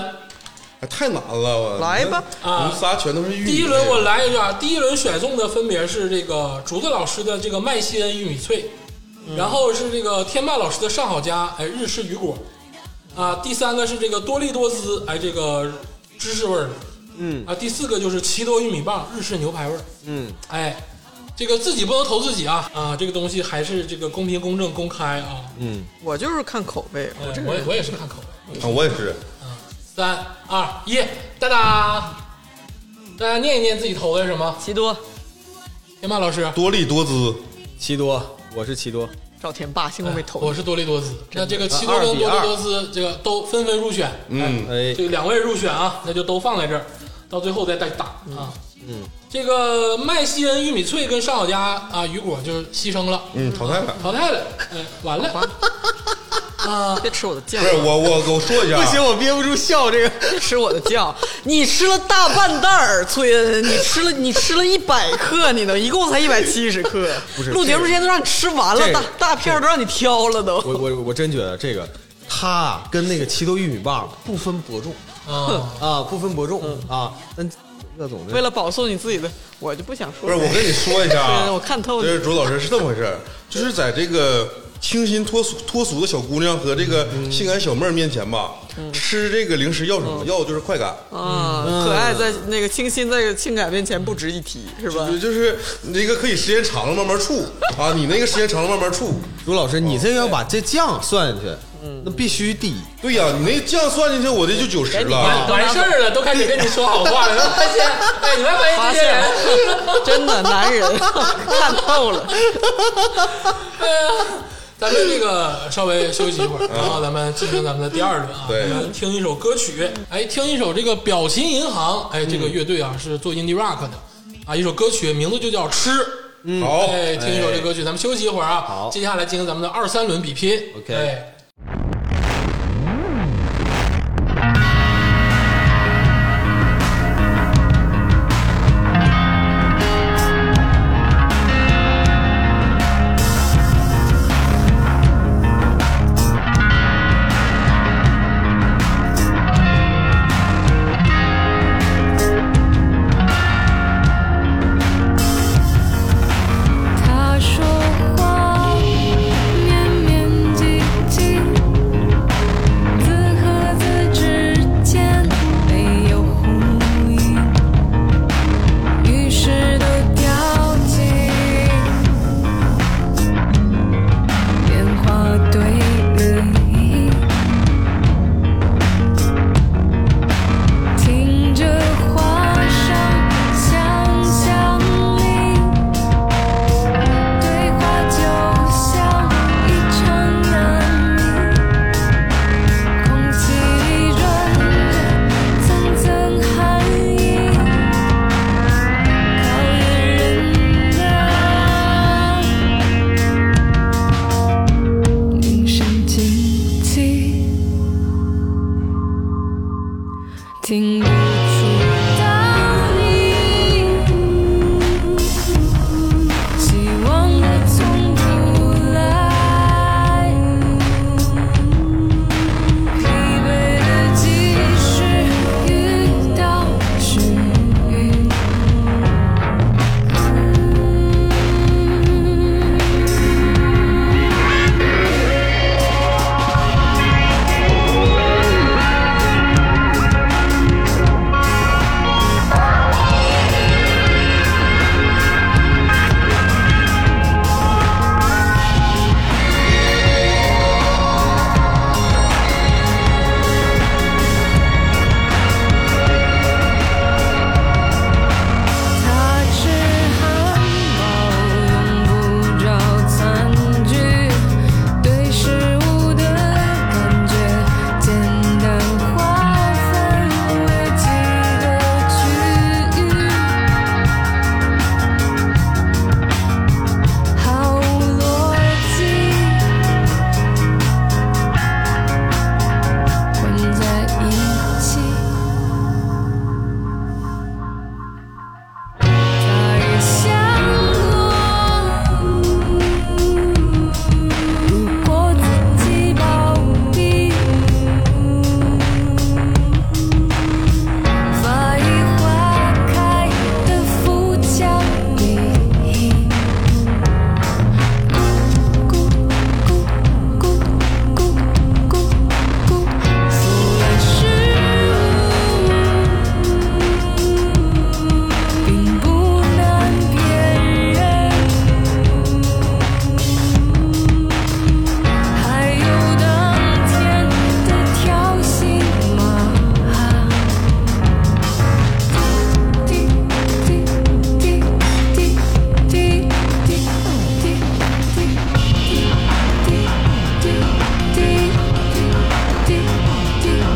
[SPEAKER 3] 哎太难了，我
[SPEAKER 2] 来吧
[SPEAKER 3] 你们你们仨全都是玉米。
[SPEAKER 1] 第一轮我来一下，第一轮选送的分别是这个竹子老师的这个麦西恩玉米脆，然后是这个天霸老师的上好佳哎日式雨果，啊，第三个是这个多利多滋哎这个芝士味儿的，嗯，啊，第四个就是奇多玉米棒日式牛排味儿，
[SPEAKER 4] 嗯，
[SPEAKER 1] 哎，这个自己不能投自己啊啊！这个东西还是这个公平、公正、公开啊！
[SPEAKER 2] 我就是看口碑，
[SPEAKER 1] 呃
[SPEAKER 2] 我这个
[SPEAKER 1] 我也
[SPEAKER 2] 人
[SPEAKER 1] 我也是看口碑。
[SPEAKER 3] 啊，我也是，
[SPEAKER 1] 三二一，哒哒！大家念一念自己投的是什么？
[SPEAKER 2] 奇多
[SPEAKER 1] 天霸老师，
[SPEAKER 3] 多利多姿，
[SPEAKER 4] 奇多，我是奇多，
[SPEAKER 2] 赵天霸，幸亏没投。
[SPEAKER 1] 哎我是多利多姿。那这个奇多跟多利多姿这个都纷纷入选，
[SPEAKER 3] 嗯，
[SPEAKER 4] 哎
[SPEAKER 1] 这，个两位入选啊，那就都放在这儿，到最后再再打啊。嗯，这个麦西恩、玉米脆跟上好佳啊、雨果就牺牲了，
[SPEAKER 3] 嗯，淘汰了。
[SPEAKER 1] 淘汰了，哎，完了啊！
[SPEAKER 2] 别吃我的酱
[SPEAKER 3] 不，是我我我说一下
[SPEAKER 4] 不
[SPEAKER 3] 啊，
[SPEAKER 4] 行，我憋不住笑这个。
[SPEAKER 2] 别吃我的酱！你吃了大半袋儿，崔恩，你吃了你吃了一百克，你都一共才一百七十克。
[SPEAKER 4] 不是
[SPEAKER 2] 录节目之前都让你吃完了，
[SPEAKER 4] 这个
[SPEAKER 2] 大大片儿都让你挑了都。
[SPEAKER 4] 我我我真觉得这个他啊跟那个奇多玉米棒不分伯仲
[SPEAKER 1] 啊，
[SPEAKER 4] 啊，不分伯仲啊。但乐总
[SPEAKER 2] 为
[SPEAKER 4] 这
[SPEAKER 2] 了保送你自己的，我就不想说
[SPEAKER 3] 不是。我跟你说一下啊
[SPEAKER 2] 对，我看透你
[SPEAKER 3] 就是卓老师是这么回事儿，就是在这个清新脱俗脱俗的小姑娘和这个性感小妹儿面前吧，吃这个零食要什么？要就是快感。
[SPEAKER 2] 啊，可爱在那个清新在性感面前不值一提，是吧？
[SPEAKER 3] 就就是那个可以时间长了慢慢处啊，你那个时间长了慢慢处。
[SPEAKER 4] 卢老师，你这个要把这酱算进去，
[SPEAKER 2] 嗯
[SPEAKER 4] 那必须第一。
[SPEAKER 3] 对呀、你那酱算进去，我这就九十
[SPEAKER 1] 完
[SPEAKER 3] 了。
[SPEAKER 1] 完事儿了，都开始跟你说好话了，然后发现，哎，你没发现
[SPEAKER 2] 发
[SPEAKER 1] 这些
[SPEAKER 2] 现
[SPEAKER 1] 人？
[SPEAKER 2] 了真的男人看透了，
[SPEAKER 1] 哎咱们这个稍微休息一会儿，然后咱们进行咱们的第二轮啊，
[SPEAKER 3] 对
[SPEAKER 1] 咱们听一首歌曲，哎，听一首这个表情银行，
[SPEAKER 4] 嗯
[SPEAKER 1] 哎，这个乐队啊是做 indie rock 的啊，一首歌曲名字就叫《吃》。
[SPEAKER 3] 嗯好，
[SPEAKER 1] 哎，听一首这歌曲，咱们休息一会儿啊。
[SPEAKER 4] 哎好
[SPEAKER 1] 接下来进行咱们的二三轮比拼。
[SPEAKER 4] OK
[SPEAKER 1] 哎
[SPEAKER 5] 他说话绵绵唧唧，
[SPEAKER 1] 来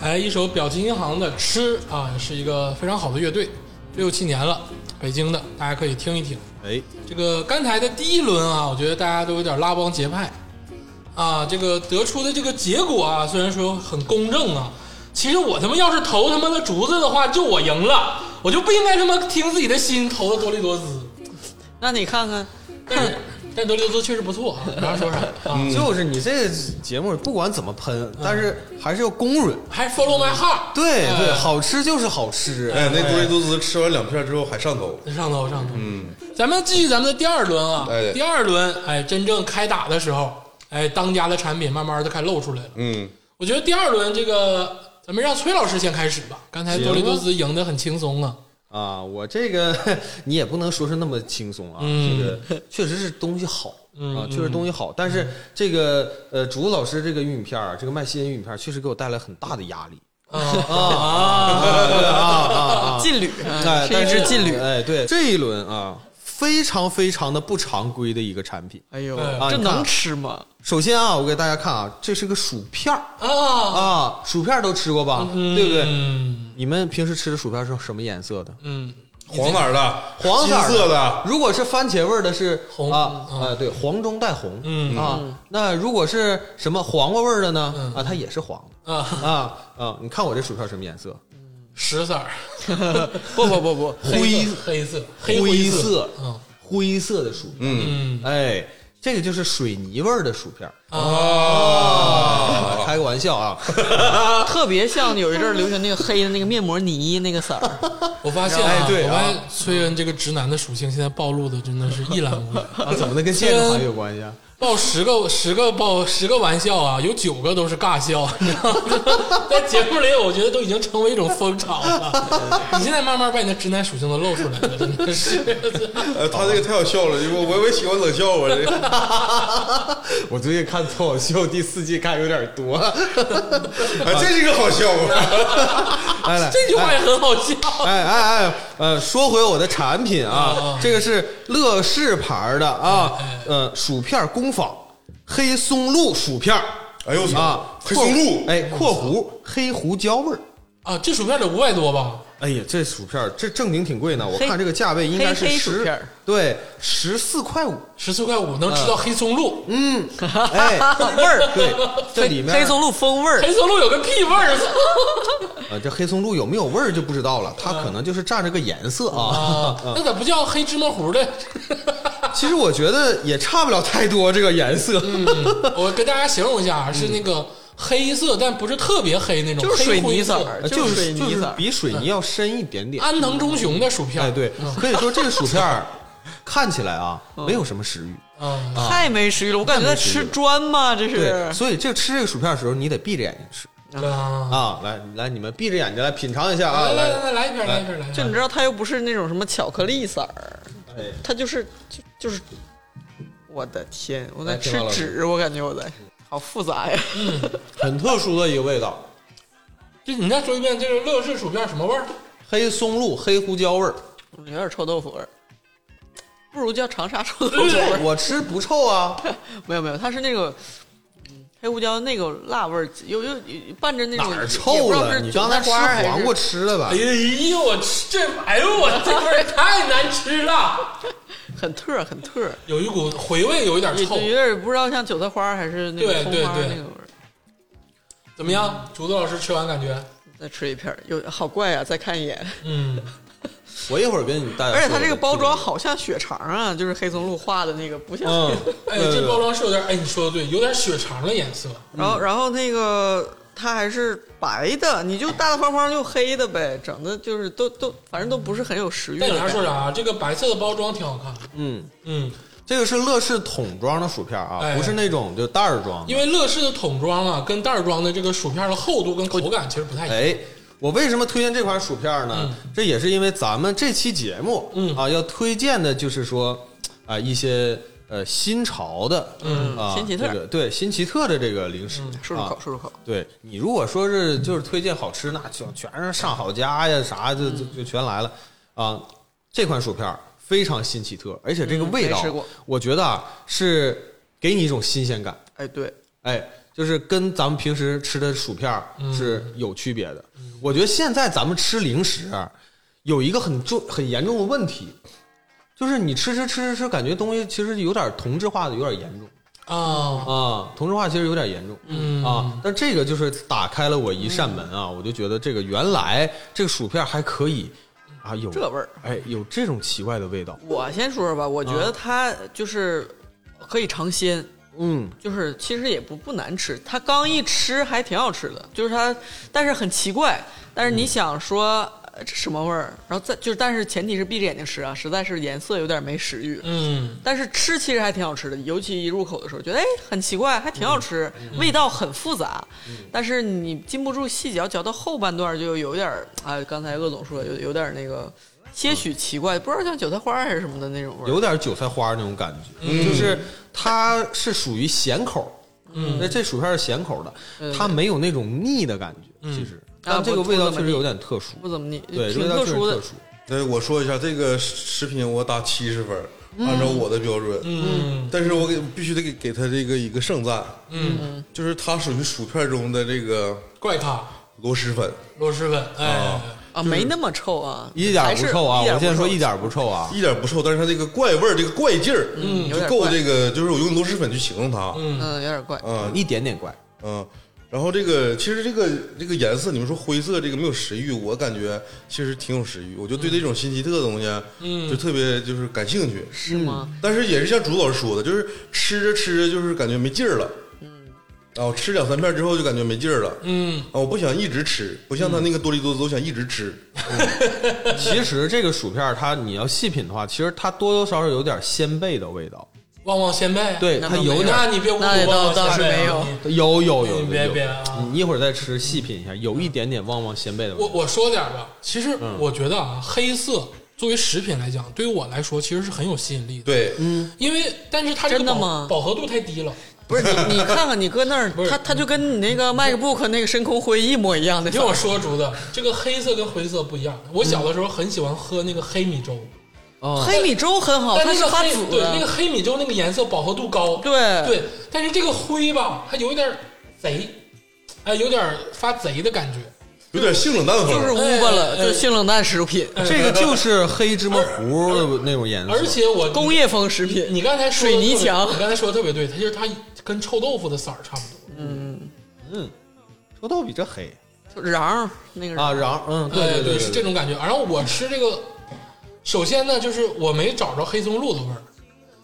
[SPEAKER 1] 哎一首表情银行的《吃》啊，是一个非常好的乐队，六七年了，北京的，大家可以听一听。
[SPEAKER 4] 哎，
[SPEAKER 1] 这个刚才的第一轮啊，我觉得大家都有点拉帮结派啊。这个得出的这个结果啊，虽然说很公正啊，其实我他妈要是投他妈的竹子的话，就我赢了，我就不应该他妈听自己的心投的多利多姿。
[SPEAKER 2] 那你看看，
[SPEAKER 1] 但是但多利多姿确实不错啊，啥说啥啊，
[SPEAKER 4] 就是你这个节目不管怎么喷，但是
[SPEAKER 2] 嗯
[SPEAKER 4] 还是要公允。
[SPEAKER 1] 还 follow my heart，
[SPEAKER 4] 对
[SPEAKER 1] 哎
[SPEAKER 4] 对，好吃就是好吃。
[SPEAKER 3] 哎，那多利多滋吃完两片之后还上头，
[SPEAKER 1] 上头上头，嗯，咱们继续咱们的第二轮啊，
[SPEAKER 3] 哎对
[SPEAKER 1] 第二轮，哎，真正开打的时候，哎，当家的产品慢慢的开始露出来了。
[SPEAKER 3] 嗯，
[SPEAKER 1] 我觉得第二轮这个，咱们让崔老师先开始吧。刚才
[SPEAKER 4] 行啊
[SPEAKER 1] 多利多兹赢得很轻松啊，
[SPEAKER 4] 啊，我这个 你也不能说是那么轻松啊，
[SPEAKER 2] 嗯
[SPEAKER 4] 这个确实是东西好啊，确实东西好，但是这个呃，竹子老师这个玉米片儿，这个麦西恩玉米片儿，确实给我带来很大的压力
[SPEAKER 2] 哦
[SPEAKER 1] 啊
[SPEAKER 4] 啊
[SPEAKER 1] 啊！
[SPEAKER 4] 啊啊！
[SPEAKER 2] 劲旅
[SPEAKER 4] 哎
[SPEAKER 2] 啊，，是一
[SPEAKER 4] 但
[SPEAKER 2] 支劲旅。
[SPEAKER 4] 哎，对这一轮啊，非常非常的不常规的一个产品。
[SPEAKER 2] 哎呦
[SPEAKER 1] 啊，
[SPEAKER 2] 这
[SPEAKER 4] 你看
[SPEAKER 2] 能吃吗？
[SPEAKER 4] 首先啊，我给大家看啊，这是个薯片儿
[SPEAKER 2] 哦
[SPEAKER 1] 啊
[SPEAKER 4] 啊，薯片儿都吃过吧，对不对？
[SPEAKER 1] 嗯
[SPEAKER 4] 你们平时吃的薯片是什么颜色的？
[SPEAKER 1] 嗯，
[SPEAKER 3] 黄色儿的、
[SPEAKER 4] 黄色
[SPEAKER 3] 金
[SPEAKER 4] 儿
[SPEAKER 3] 色的，
[SPEAKER 4] 如果是番茄味儿的是
[SPEAKER 1] 红
[SPEAKER 4] 啊
[SPEAKER 1] 嗯
[SPEAKER 4] 啊，对，黄中带红，
[SPEAKER 1] 嗯
[SPEAKER 4] 啊，那如果是什么黄瓜味儿的呢
[SPEAKER 1] 嗯？
[SPEAKER 4] 啊，它也是黄的
[SPEAKER 1] 啊，
[SPEAKER 4] 啊啊！你看我这薯片什么颜色？
[SPEAKER 1] 石色儿，
[SPEAKER 2] 不不不不，
[SPEAKER 1] 黑
[SPEAKER 4] 灰
[SPEAKER 1] 色黑色黑
[SPEAKER 4] 灰
[SPEAKER 1] 色
[SPEAKER 4] 色，
[SPEAKER 1] 嗯
[SPEAKER 4] 灰色的薯片，
[SPEAKER 1] 嗯
[SPEAKER 4] 哎，这个就是水泥味儿的薯片
[SPEAKER 1] 啊
[SPEAKER 4] 啊，开个玩笑啊，
[SPEAKER 2] 特别像有一阵儿流行那个黑的那个面膜泥那个色儿，
[SPEAKER 1] 我发现啊，
[SPEAKER 4] 哎对
[SPEAKER 1] 我
[SPEAKER 4] 啊
[SPEAKER 1] 发现崔恩这个直男的属性现在暴露的真的是一览无余。
[SPEAKER 4] 啊，怎么能跟建筑行业有关系啊？
[SPEAKER 1] 报十个十个报十个玩笑啊，有九个都是尬笑，你知道吗？在节目里，我觉得都已经成为一种风潮了。你现在慢慢把你的直男属性都露出来了，真的是。
[SPEAKER 3] 呃，他这个太好笑了，我我我也喜欢冷笑话，这个
[SPEAKER 4] 我最近看《脱口秀》第四季看有点 多，
[SPEAKER 3] 哎，这是一个好笑话，
[SPEAKER 4] 哎，来
[SPEAKER 1] 这句话也很好笑。
[SPEAKER 4] 哎哎哎，呃，说回我的产品
[SPEAKER 1] 啊
[SPEAKER 4] 啊，这个是乐事牌儿的
[SPEAKER 3] 哎
[SPEAKER 4] 啊，呃，薯片工坊黑松露薯片儿
[SPEAKER 3] 哎呦我操
[SPEAKER 4] 啊，，
[SPEAKER 3] 黑松露，
[SPEAKER 4] 哎，括弧黑胡椒味儿。
[SPEAKER 1] 啊，这薯片得五百多吧？
[SPEAKER 4] 哎呀，这薯片儿这正经挺贵呢，我
[SPEAKER 2] 黑
[SPEAKER 4] 看这个价位应该是
[SPEAKER 2] 黑黑薯
[SPEAKER 4] 十
[SPEAKER 2] 片儿，
[SPEAKER 4] 对，十四块五。
[SPEAKER 1] 十四块五能吃到黑松露，
[SPEAKER 4] 嗯，哎，
[SPEAKER 2] 味儿
[SPEAKER 4] 对， 这里面
[SPEAKER 2] 黑松露风味儿
[SPEAKER 1] 黑，松露有个屁味儿！啊
[SPEAKER 4] 呃，这黑松露有没有味儿就不知道了，它可能就是蘸着个颜色啊。
[SPEAKER 1] 啊，那咋不叫黑芝麻糊的？
[SPEAKER 4] 其实我觉得也差不了太多这个颜色。
[SPEAKER 3] 嗯
[SPEAKER 1] 我跟大家形容一下，啊，是那个黑色，但不是特别黑那种，
[SPEAKER 2] 就是水泥色
[SPEAKER 1] 色
[SPEAKER 2] 儿，
[SPEAKER 4] 啊
[SPEAKER 2] 就是水泥
[SPEAKER 4] 就
[SPEAKER 2] 色
[SPEAKER 4] 是
[SPEAKER 2] 儿。嗯
[SPEAKER 4] 比水泥要深一点点。
[SPEAKER 1] 安藤忠雄的薯片。
[SPEAKER 4] 哎，对，可以说这个薯片 儿看起来啊没有什么食欲，
[SPEAKER 1] 嗯，
[SPEAKER 2] 太没食欲了，我感觉在吃砖嘛，这
[SPEAKER 4] 对，
[SPEAKER 2] 是。
[SPEAKER 4] 所以这吃这个薯片的时候你得闭着眼睛吃
[SPEAKER 1] 啊，
[SPEAKER 4] 啊。来来，你们闭着眼睛来品尝一下啊，
[SPEAKER 1] 来来
[SPEAKER 4] 来，
[SPEAKER 1] 来，来一片，来一片，来一
[SPEAKER 2] 就
[SPEAKER 1] 片
[SPEAKER 2] 你。知道，它又不是那种什么巧克力色儿，
[SPEAKER 4] 哎
[SPEAKER 2] 它就是就就是，我的天，我在
[SPEAKER 4] 来
[SPEAKER 2] 吃
[SPEAKER 4] 听到了嗯
[SPEAKER 2] 纸，我感觉我在，好复杂呀。
[SPEAKER 4] 很特殊的一个味道，
[SPEAKER 1] 就你再说一遍，这个乐事薯片什么味儿？
[SPEAKER 4] 黑松露、黑胡椒味 儿。
[SPEAKER 2] 有点臭豆腐味儿，不如叫长沙臭豆腐味儿。
[SPEAKER 4] 我吃不 臭啊，
[SPEAKER 2] 没有没有，它是那个嗯黑胡椒那个辣味儿，又又又伴着那种
[SPEAKER 4] 哪儿
[SPEAKER 2] 也
[SPEAKER 4] 臭
[SPEAKER 2] 不知道
[SPEAKER 4] 了？
[SPEAKER 2] 是
[SPEAKER 4] 你
[SPEAKER 2] 韭
[SPEAKER 4] 刚
[SPEAKER 2] 菜
[SPEAKER 4] 才吃
[SPEAKER 2] 花儿还是
[SPEAKER 4] 黄瓜吃了吧
[SPEAKER 1] 哎？呦，我吃这，哎呦，我这味儿太难吃了，
[SPEAKER 2] 很特儿很特儿，
[SPEAKER 1] 有一股回味，有一点
[SPEAKER 2] 有
[SPEAKER 1] 臭
[SPEAKER 2] 有。有点儿不知道像韭菜花儿还是那个
[SPEAKER 1] 对
[SPEAKER 2] 葱
[SPEAKER 1] 对
[SPEAKER 2] 花儿
[SPEAKER 1] 对
[SPEAKER 2] 那个味儿。
[SPEAKER 1] 怎么样，竹子老师吃完感觉？
[SPEAKER 2] 再吃一片儿，有好怪呀、再看一眼。
[SPEAKER 1] 嗯，
[SPEAKER 4] 我一会儿跟你带。
[SPEAKER 2] 而且它这个包装，好像血肠啊，就是黑松露画的那个，不像。
[SPEAKER 4] 嗯，
[SPEAKER 1] 哎，
[SPEAKER 4] 对
[SPEAKER 1] 这包装是有点，哎，你说的对，有点血肠的颜色。
[SPEAKER 2] 然后，然后那个它还是白的，你就大大方方用黑的呗，整的就是都都，反正都不是很有食欲的
[SPEAKER 1] 但你还
[SPEAKER 2] 感觉。
[SPEAKER 1] 说啥？这个白色的包装挺好看。
[SPEAKER 4] 嗯，
[SPEAKER 1] 嗯，
[SPEAKER 4] 这个是乐事桶装的薯片啊，
[SPEAKER 1] 哎
[SPEAKER 4] 不是那种就袋儿装的。
[SPEAKER 1] 因为乐事的桶装啊，跟袋儿装的这个薯片的厚度跟口感其实不太一样。
[SPEAKER 4] 哎，我为什么推荐这款薯片呢？这也是因为咱们这期节目，
[SPEAKER 1] 嗯
[SPEAKER 4] 啊，要推荐的就是说，啊、一些呃新潮的，
[SPEAKER 1] 嗯
[SPEAKER 4] 啊，
[SPEAKER 2] 新奇特
[SPEAKER 4] 这个对新奇特的这个零食，
[SPEAKER 2] 漱漱口，
[SPEAKER 4] 啊
[SPEAKER 2] 漱漱口。
[SPEAKER 4] 对你如果说是就是推荐好吃，那就全是上好佳呀啥，就就就全来了啊！这款薯片儿非常新奇特，而且这个味道
[SPEAKER 2] 没吃过，
[SPEAKER 4] 我觉得啊是给你一种新鲜感。
[SPEAKER 2] 哎，对，
[SPEAKER 4] 哎，就是跟咱们平时吃的薯片儿是有区别的。我觉得现在咱们吃零食啊有一个很重很严重的问题，就是你吃吃吃吃吃，感觉东西其实有点同质化的，有点严重。
[SPEAKER 1] 啊，
[SPEAKER 4] 啊，同质化其实有点严重，
[SPEAKER 1] 嗯
[SPEAKER 4] 哎啊，但这个就是打开了我一扇门啊，我就觉得这个原来这个薯片还可以啊，有
[SPEAKER 2] 这味儿，
[SPEAKER 4] 哎，有这种奇怪的味道，
[SPEAKER 2] 我先说说吧，我觉得它就是可以尝鲜，
[SPEAKER 4] 嗯，
[SPEAKER 2] 就是其实也不不难吃，它刚一吃还挺好吃的，就是它，但是很奇怪，但是你想说、呃这什么味儿，然后再就是，但是前提是闭着眼睛吃啊，实在是颜色有点没食欲。
[SPEAKER 1] 嗯
[SPEAKER 2] 但是吃其实还挺好吃的，尤其一入口的时候，觉得哎很奇怪，还挺好吃，味道很复杂，但是你禁不住细嚼，嚼到后半段就有点儿啊，刚才鄂总说有有点儿那个些许奇怪，不知道像韭菜花还是什么的那种味儿。嗯
[SPEAKER 4] 有点韭菜花那种感觉，就是它是属于咸口，嗯，那这薯片是咸口的，它没有那种腻的感
[SPEAKER 2] 嗯
[SPEAKER 4] 觉，其实，
[SPEAKER 2] 啊
[SPEAKER 4] 但这个味道确实有点特殊，
[SPEAKER 2] 不怎么腻，
[SPEAKER 4] 对，这
[SPEAKER 2] 挺
[SPEAKER 4] 个味
[SPEAKER 2] 特
[SPEAKER 4] 道确实
[SPEAKER 2] 殊的
[SPEAKER 4] 特。殊，
[SPEAKER 3] 对，我说一下这个食品，我打七十分，按照我的标准。
[SPEAKER 1] 嗯
[SPEAKER 3] 但是我给必须得给给他这个一个盛赞，
[SPEAKER 1] 嗯，
[SPEAKER 3] 就是它属于薯片中的这个
[SPEAKER 1] 怪咖
[SPEAKER 3] 螺蛳粉，
[SPEAKER 1] 螺蛳粉，
[SPEAKER 4] 哦
[SPEAKER 1] 哎，
[SPEAKER 2] 啊，没那么臭啊，
[SPEAKER 4] 一点
[SPEAKER 2] 还
[SPEAKER 4] 不
[SPEAKER 2] 是
[SPEAKER 4] 臭啊，
[SPEAKER 2] 一
[SPEAKER 4] 我
[SPEAKER 2] 点
[SPEAKER 4] 现在
[SPEAKER 2] 不
[SPEAKER 4] 说
[SPEAKER 2] 臭
[SPEAKER 4] 一点不臭啊，
[SPEAKER 3] 一点不臭，但是它这个怪味儿，这个怪劲儿，嗯
[SPEAKER 2] 有
[SPEAKER 3] 就
[SPEAKER 2] 点
[SPEAKER 3] 够
[SPEAKER 2] 怪
[SPEAKER 3] 这个，就是我用螺蛳粉去形容它，
[SPEAKER 1] 嗯
[SPEAKER 2] 嗯，有点怪。
[SPEAKER 3] 嗯
[SPEAKER 4] 一 点点怪，
[SPEAKER 3] 嗯，然后这个其实这个这个颜色，你们说灰色这个没有食欲，我感觉其实挺有食欲，我就对这种新奇特的东西，嗯，就特别就是感兴趣，
[SPEAKER 2] 是吗？
[SPEAKER 3] 但是也是像竹老师说的，就是吃着吃着就是感觉没劲儿了，嗯，然后吃两三片之后就感觉没劲儿了，
[SPEAKER 1] 嗯
[SPEAKER 3] 啊，我不想一直吃，不像他那个多利多滋，我想一直吃，
[SPEAKER 4] 其实这个薯片儿它你要细品的话，其实它多多少少有点鲜贝的味道。
[SPEAKER 1] 旺旺仙贝，
[SPEAKER 4] 对
[SPEAKER 2] 那
[SPEAKER 4] 它
[SPEAKER 2] 倒
[SPEAKER 4] 有
[SPEAKER 2] 没
[SPEAKER 4] 点
[SPEAKER 1] 那你别侮辱
[SPEAKER 2] 那也
[SPEAKER 1] 旺旺
[SPEAKER 2] 倒
[SPEAKER 1] 仙贝啊
[SPEAKER 2] 倒是没有
[SPEAKER 1] 你
[SPEAKER 4] 有有有，
[SPEAKER 1] 你别
[SPEAKER 4] 有
[SPEAKER 1] 别啊
[SPEAKER 4] 你一会儿再吃细品一下，有一点点旺旺鲜贝的味
[SPEAKER 1] 我
[SPEAKER 4] 道。
[SPEAKER 1] 我说点儿吧，其实
[SPEAKER 4] 嗯
[SPEAKER 1] 我觉得啊，黑色作为食品来讲，对于我来说其实是很有吸引力的，
[SPEAKER 3] 对，嗯，
[SPEAKER 1] 因为但是它这个
[SPEAKER 2] 真的
[SPEAKER 1] 饱
[SPEAKER 2] 吗
[SPEAKER 1] 饱和度太低了，
[SPEAKER 2] 不是你，你看看你搁那儿，
[SPEAKER 1] 是
[SPEAKER 2] 他他就跟你那个 MacBook 那个深空灰一模一样的
[SPEAKER 1] 你
[SPEAKER 2] 色
[SPEAKER 1] 听我
[SPEAKER 2] 儿。
[SPEAKER 1] 说，竹子，这个黑色跟灰色不一样。我小的时候很喜欢喝那个黑米粥，
[SPEAKER 4] 哦，
[SPEAKER 2] 黑米粥很好，
[SPEAKER 1] 但
[SPEAKER 2] 它
[SPEAKER 1] 那
[SPEAKER 2] 是
[SPEAKER 1] 个
[SPEAKER 2] 发
[SPEAKER 1] 黑
[SPEAKER 2] 紫
[SPEAKER 1] 对那个
[SPEAKER 2] 的，
[SPEAKER 1] 黑米粥那个颜色饱和度高，
[SPEAKER 2] 对
[SPEAKER 1] 对，但是这个灰吧，它有点儿贼，哎，有点儿发贼的感觉。
[SPEAKER 3] 有点性冷淡风，
[SPEAKER 2] 就是乌巴了，
[SPEAKER 1] 哎
[SPEAKER 2] 就是性冷淡食品，
[SPEAKER 4] 这个就是黑芝麻糊的那种颜色。
[SPEAKER 1] 而且我
[SPEAKER 2] 工业风食品。
[SPEAKER 1] 你刚才说的
[SPEAKER 2] 水泥
[SPEAKER 1] 特
[SPEAKER 2] 墙
[SPEAKER 1] 别你刚才说的特别对，它就是它跟臭豆腐的色儿差不多。
[SPEAKER 4] 嗯，臭豆比这黑
[SPEAKER 2] 瓤儿那个
[SPEAKER 4] 啊，瓤儿嗯，
[SPEAKER 1] 哎对，
[SPEAKER 4] 对对
[SPEAKER 1] 是这种感觉。然后我吃这个，首先呢，就是我没找着黑松露的味儿，